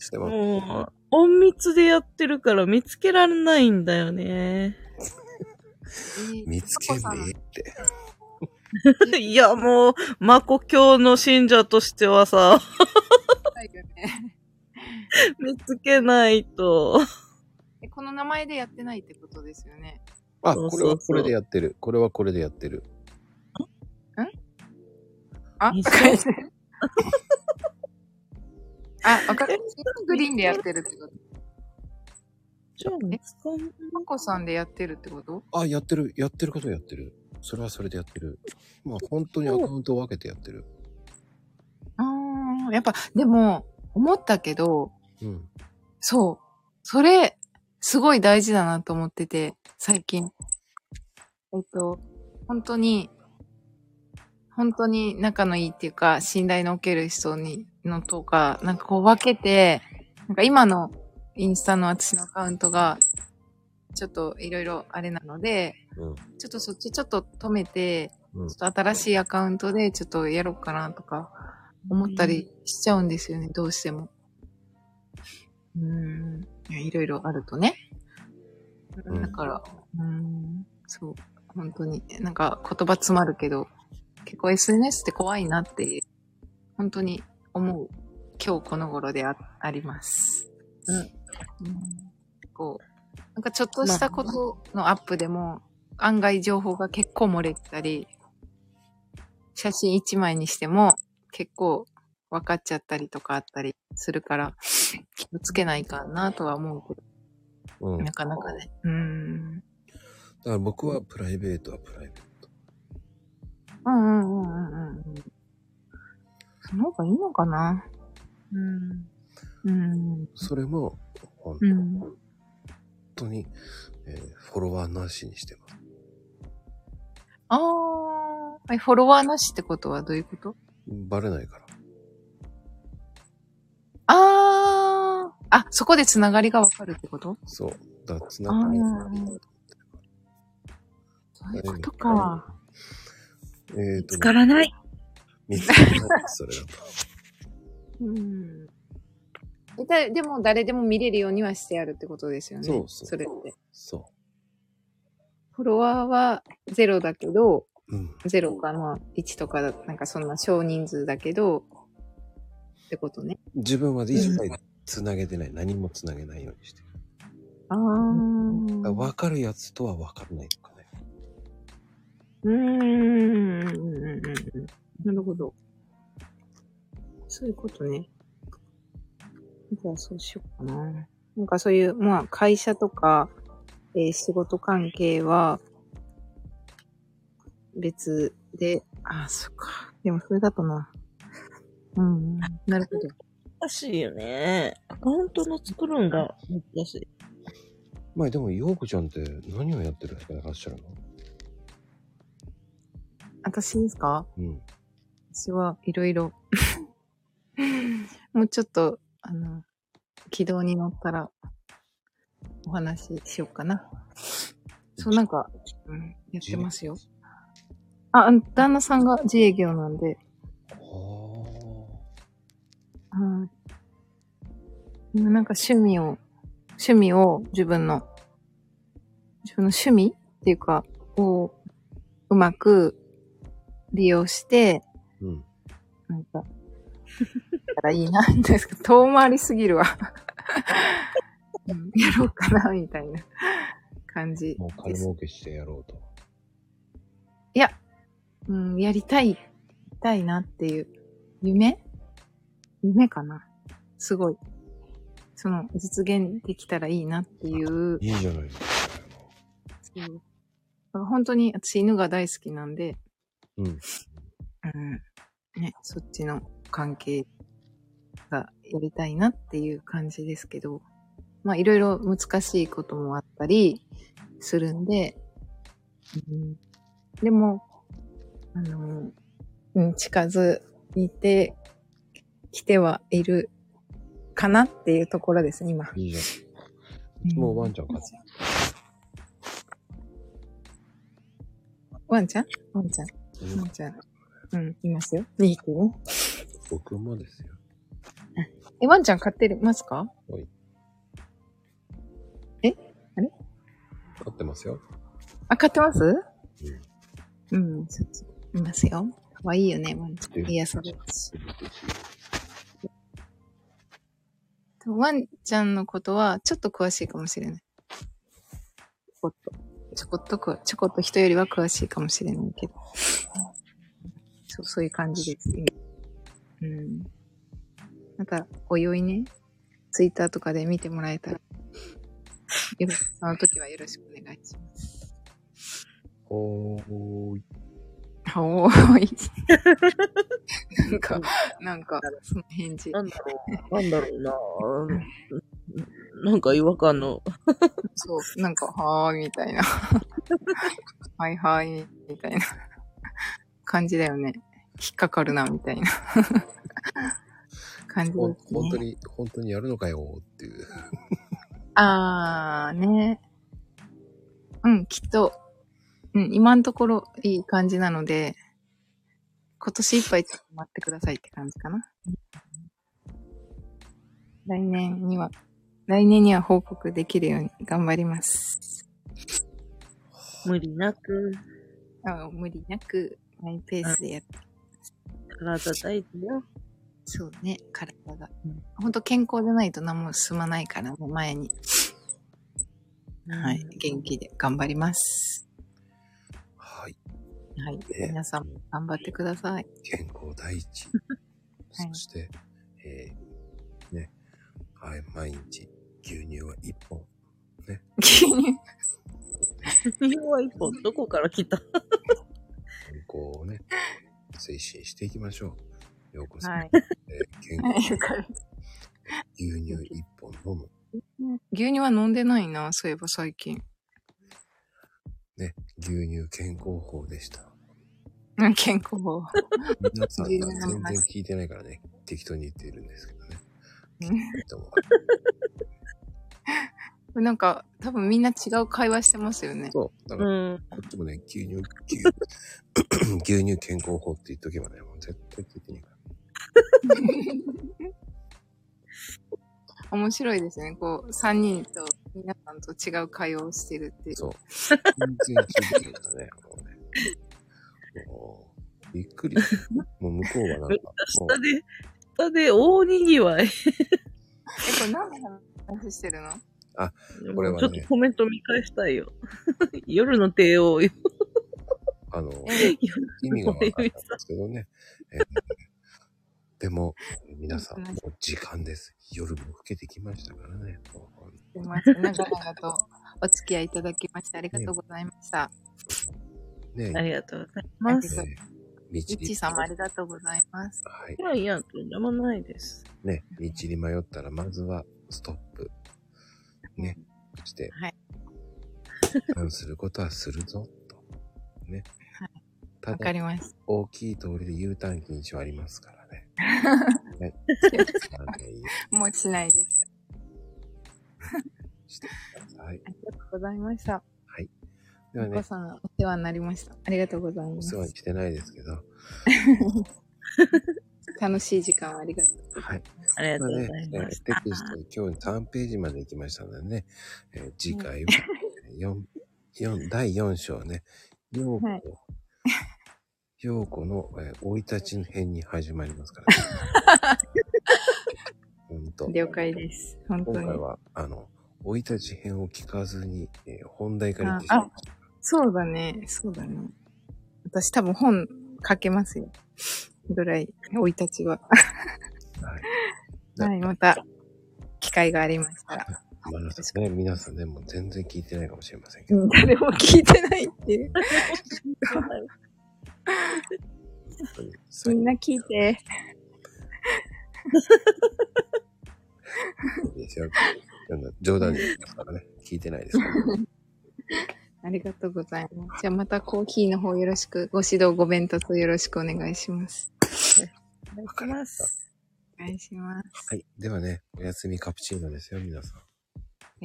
A: してます。
E: もう、隠密でやってるから見つけられないんだよね。
A: *laughs* 見つけね
C: まこさん
A: えって。
C: *laughs*
E: いや、もう、まこ教の信者としてはさ、
C: ないよね。
E: 見つけないと。
C: えこの名前でやってないってことですよね。
A: あ、
E: そう
A: こ
E: そ
A: れ
E: うそう
A: はこれでやってる。これはこれでやってる。
C: あ
E: え
C: た。あ、わかった。グリーンでやってるってこと。
E: じゃあ、見つかんない
C: マコさんでやってるってこと
A: あ、やってる。やってることやってる。それはそれでやってる。まあ本当にアカウントを分けてやってる。
C: うーん。やっぱ、でも、思ったけど、
A: うん。
C: そう。それ、すごい大事だなと思ってて、最近。えっと、本当に、本当に仲のいいっていうか、信頼のおける人に、のとか、なんかこう分けて、なんか今のインスタの私のアカウントが、ちょっといろいろあれなので、
A: うん
C: ちょっとそっちちょっと止めて、
A: うん
C: ちょっと新しいアカウントでちょっとやろうかなとか、思ったりしちゃうんですよね、どうしても。うーん。いやいろいろあるとね。
A: うん
C: だから、うーん、そう、本当に、なんか言葉詰まるけど、結構 SNS って怖いなって、本当に思う、今日この頃でああります。
E: うん
C: こう、なんかちょっとしたことのアップでも、案外情報が結構漏れてたり、写真一枚にしても結構分かっちゃったりとかあったりするから、気をつけないかなとは思うけど
A: うん。だ
C: なかなかね。うーん。
A: から僕はプライベートはプライベート。
C: うんうんうんうんうん。その方がいいのかなうん。うん。
A: それも、本
C: うん。
A: 当に、えーフォロワーなしにしてます。
C: ああ。え、フォロワーなしってことはどういうこと
A: バレないから。
C: ああ。あ、そこでつながりがわかるってこと
A: そう。だから、つ
C: あ
A: な
C: あ
A: がり。
C: ー。そういうことか。
A: えっ、
E: 見
A: と
E: つ、からない。
A: 見つからない。そ
C: *laughs*
A: れだと。
C: うん。だでも、誰でも見れるようにはしてやるってことですよね。
A: そうそう
C: それって。
A: そ
C: フォロワーはゼロだけど、
A: う。うん。
C: ゼロかまあ1とかだ、なんかそんな少人数だけど、ってことね。
A: 自分は一切つなげてない。何もつなげないようにしてる。
C: ああ。
A: だから分かるやつとは分かんないとかね。
C: うーん。なるほど。そういうことね。じゃあそうしようかな。なんかそういう、まあ会社とか、えー仕事関係は、別で、ああ、そっか。でもそれだとな。うん。なるほど。
E: 難しいよね。アカウントの作るんが難しい。
A: まあでも、ようこちゃんって何をやってる人いらっしゃるの
C: 私ですか
A: うん。
C: 私はいろいろ *laughs* もうちょっとあの軌道に乗ったらお話ししようかなそうなんか、うん、やってますよあうん旦那さんが自営業なんで
A: は
C: はいでもなんか趣味を趣味を自分の自分の趣味っていうかをうまく利用して
A: あ。うん。
C: なんか、だからいいな、みたいですけど、遠回りす
A: *laughs*
C: ぎるわ。うんやろうかな、みたいな感じ
A: もう金
C: です。
A: 儲けしてやろうと。
C: うん、やりたい、やりたいなっていう、夢夢かな。すごい。その、実現できたらいいなっていう、
A: いいじゃないですか。
C: そうだから本当に私犬が大好きなんで、
A: うん。
C: うん。ね、そっちの関係がやりたいなっていう感じですけど、まあいろいろ難しいこともあったりするんで、うん、でも、あの、うん、近づいてきてはいるかなっていうところですね、今。
A: いいじゃん。もうワンちゃん飼ってる
C: ワンちゃんワンちゃんワンちゃん。うん、いますよ。2匹ね。
A: 僕もですよ。
C: え、ワンちゃん飼ってますか
A: 飼ってますよ。
C: あ、買ってますうん、そうそういますよ。可愛いよね、ワンちゃん。癒されるし。でもワンちゃんのことは、ちょっと詳しいかもしれない。ちょこっと。ちょこっとく、ちょこっと人よりは詳しいかもしれないけど。そう、そういう感じです、今うん。なんか、おいおいね、ツイッターとかで見てもらえたら、よろその時はよろしくお願いします。
A: おーい。
C: おーい。
A: *laughs*
C: なんか、なんか、その返事。
E: なんだろう。なんだろうな。なんか違和感の。
C: そう、なんか、はーい、みたいな。 *laughs* はいはい、みたいな感じだよね。引っかかるな、みたいな感じ
A: ほん
C: です
A: 本当
C: ね。
A: に、本当にやるのかよっていう。
C: あー、ね。うん、きっと、うん、今のところいい感じなので、今年いっぱいちょっと待ってくださいって感じかな。来年には、来年には報告できるように頑張ります。
E: 無理なく、
C: あ無理なくマイペースでやって、
E: 体大事よ。
C: そうね、体が。ほんと健康でないと何も進まないから、もう前に。はい、元気で頑張ります。
A: はい。
C: はい、
A: え
C: 皆さんも頑張ってください。 *laughs*
A: 健康第一。
C: はい
A: そして、えー、ね。はい、毎日、牛乳は1本。
C: 牛乳
E: 日本は一本、どこから来た
A: 健康をね、推進していきましょう。ようこさん、
C: はい。
A: えー健康、牛乳1本飲む。
C: *laughs* 牛乳は飲んでないな、そういえば最近。 *laughs*
A: 牛乳健康法で
C: *laughs*
A: した。
C: うん健康法。 *laughs*
A: 皆さんが全
C: 牛乳飲みま
A: 然
C: す
A: 聞いてないからね、適当に言っているんですけど
C: *laughs*
A: ね。どうも
C: なんか、多分みんな違う会話してますよね。 *laughs*
A: そう。だ
E: う
A: から、
E: ん。
A: こっちもね、牛 *coughs* 乳、牛牛乳健康法って言っとけばね、もう絶対聞いてないから。
C: 面白いですね。こう、3人と皆さんと違う会話をしてるっていう。
A: そう。全然聞いてないからね、もうね。もう、びっくり。もう向こうはなんか、も
E: 下で、下で大にぎわい。
C: え、これ何の話してるの
A: これはね
E: ちょっとコメント見返したいよ。夜の帝王よ。
A: う、あの、
C: え
A: 意味がわからないんですけどね。えーでも、皆さん、もう時間です。夜も更けてきましたからね。もう
C: すいません。長々とお付き合いいただきましてありがとうございました。
A: ね
E: ありがとうございます。
C: がとう
A: 道
C: いっちーさんもありがとうございます。
A: はい
E: い。やいや、とんでもないです。
A: ね、道に迷ったら、まずはストップ。ね、して、 *laughs*
C: はい
A: うんすることはするぞ、と。ね。た
C: わか
A: だ、
C: りまし
A: 大きい通りで U ターン禁止はありますから
E: *laughs*
A: ね。ね、なので、
C: た。もうしないです。
A: してください。
C: ありがとうございました。
A: では
C: お子
A: ね、
C: さん、お世話になりました。ありがとうござい
A: お
C: ま
A: 世
C: す
A: 話。にしてないですけど、
C: 楽しい時間をありがとう。
A: はい。
E: ありがと
A: まあ
E: うござ
A: ね
E: い
A: え
E: ま
A: ー
E: す。
A: テキスト、今日3ページまで行きましたのでね、えー次回
E: *laughs*
A: は4、四第4章ね、よう
C: はい
A: こ、ようこのえー生い立ち編に始まりますからね。
E: *laughs*
A: ほんと。
C: 了解です。本当
A: 今回
C: に。
A: は、あの、生い立ち編を聞かずに、えー本題から行ってし
C: あ
A: まいました。
C: そうだね。そうだね。私多分本書けますよ。ぐらい、生い立ちは。
A: はい
C: はい、また、機会がありましたら。
A: まあなんかね、皆さんね、もう全然聞いてないかもしれませんけど、
C: うん誰も聞いてないっていう。
A: 本当に最
C: みん
A: 後
C: な聞いて。
A: ですよ。なんだ冗談ですからね、聞いてないですから、
C: ありがとうございます。じゃあまたコーヒーの方よろしく、ご指導、ご弁達よろしくお願いします。
E: お願いします。
C: お願いします。
A: はい。ではね、おやすみカプチーノですよ、皆さん。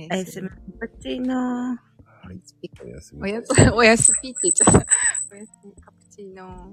E: おやすみ。こっちの。
A: はい。おやすみ。
C: おやす、おやすみって言っちゃった。おやすみ、カプチーノ。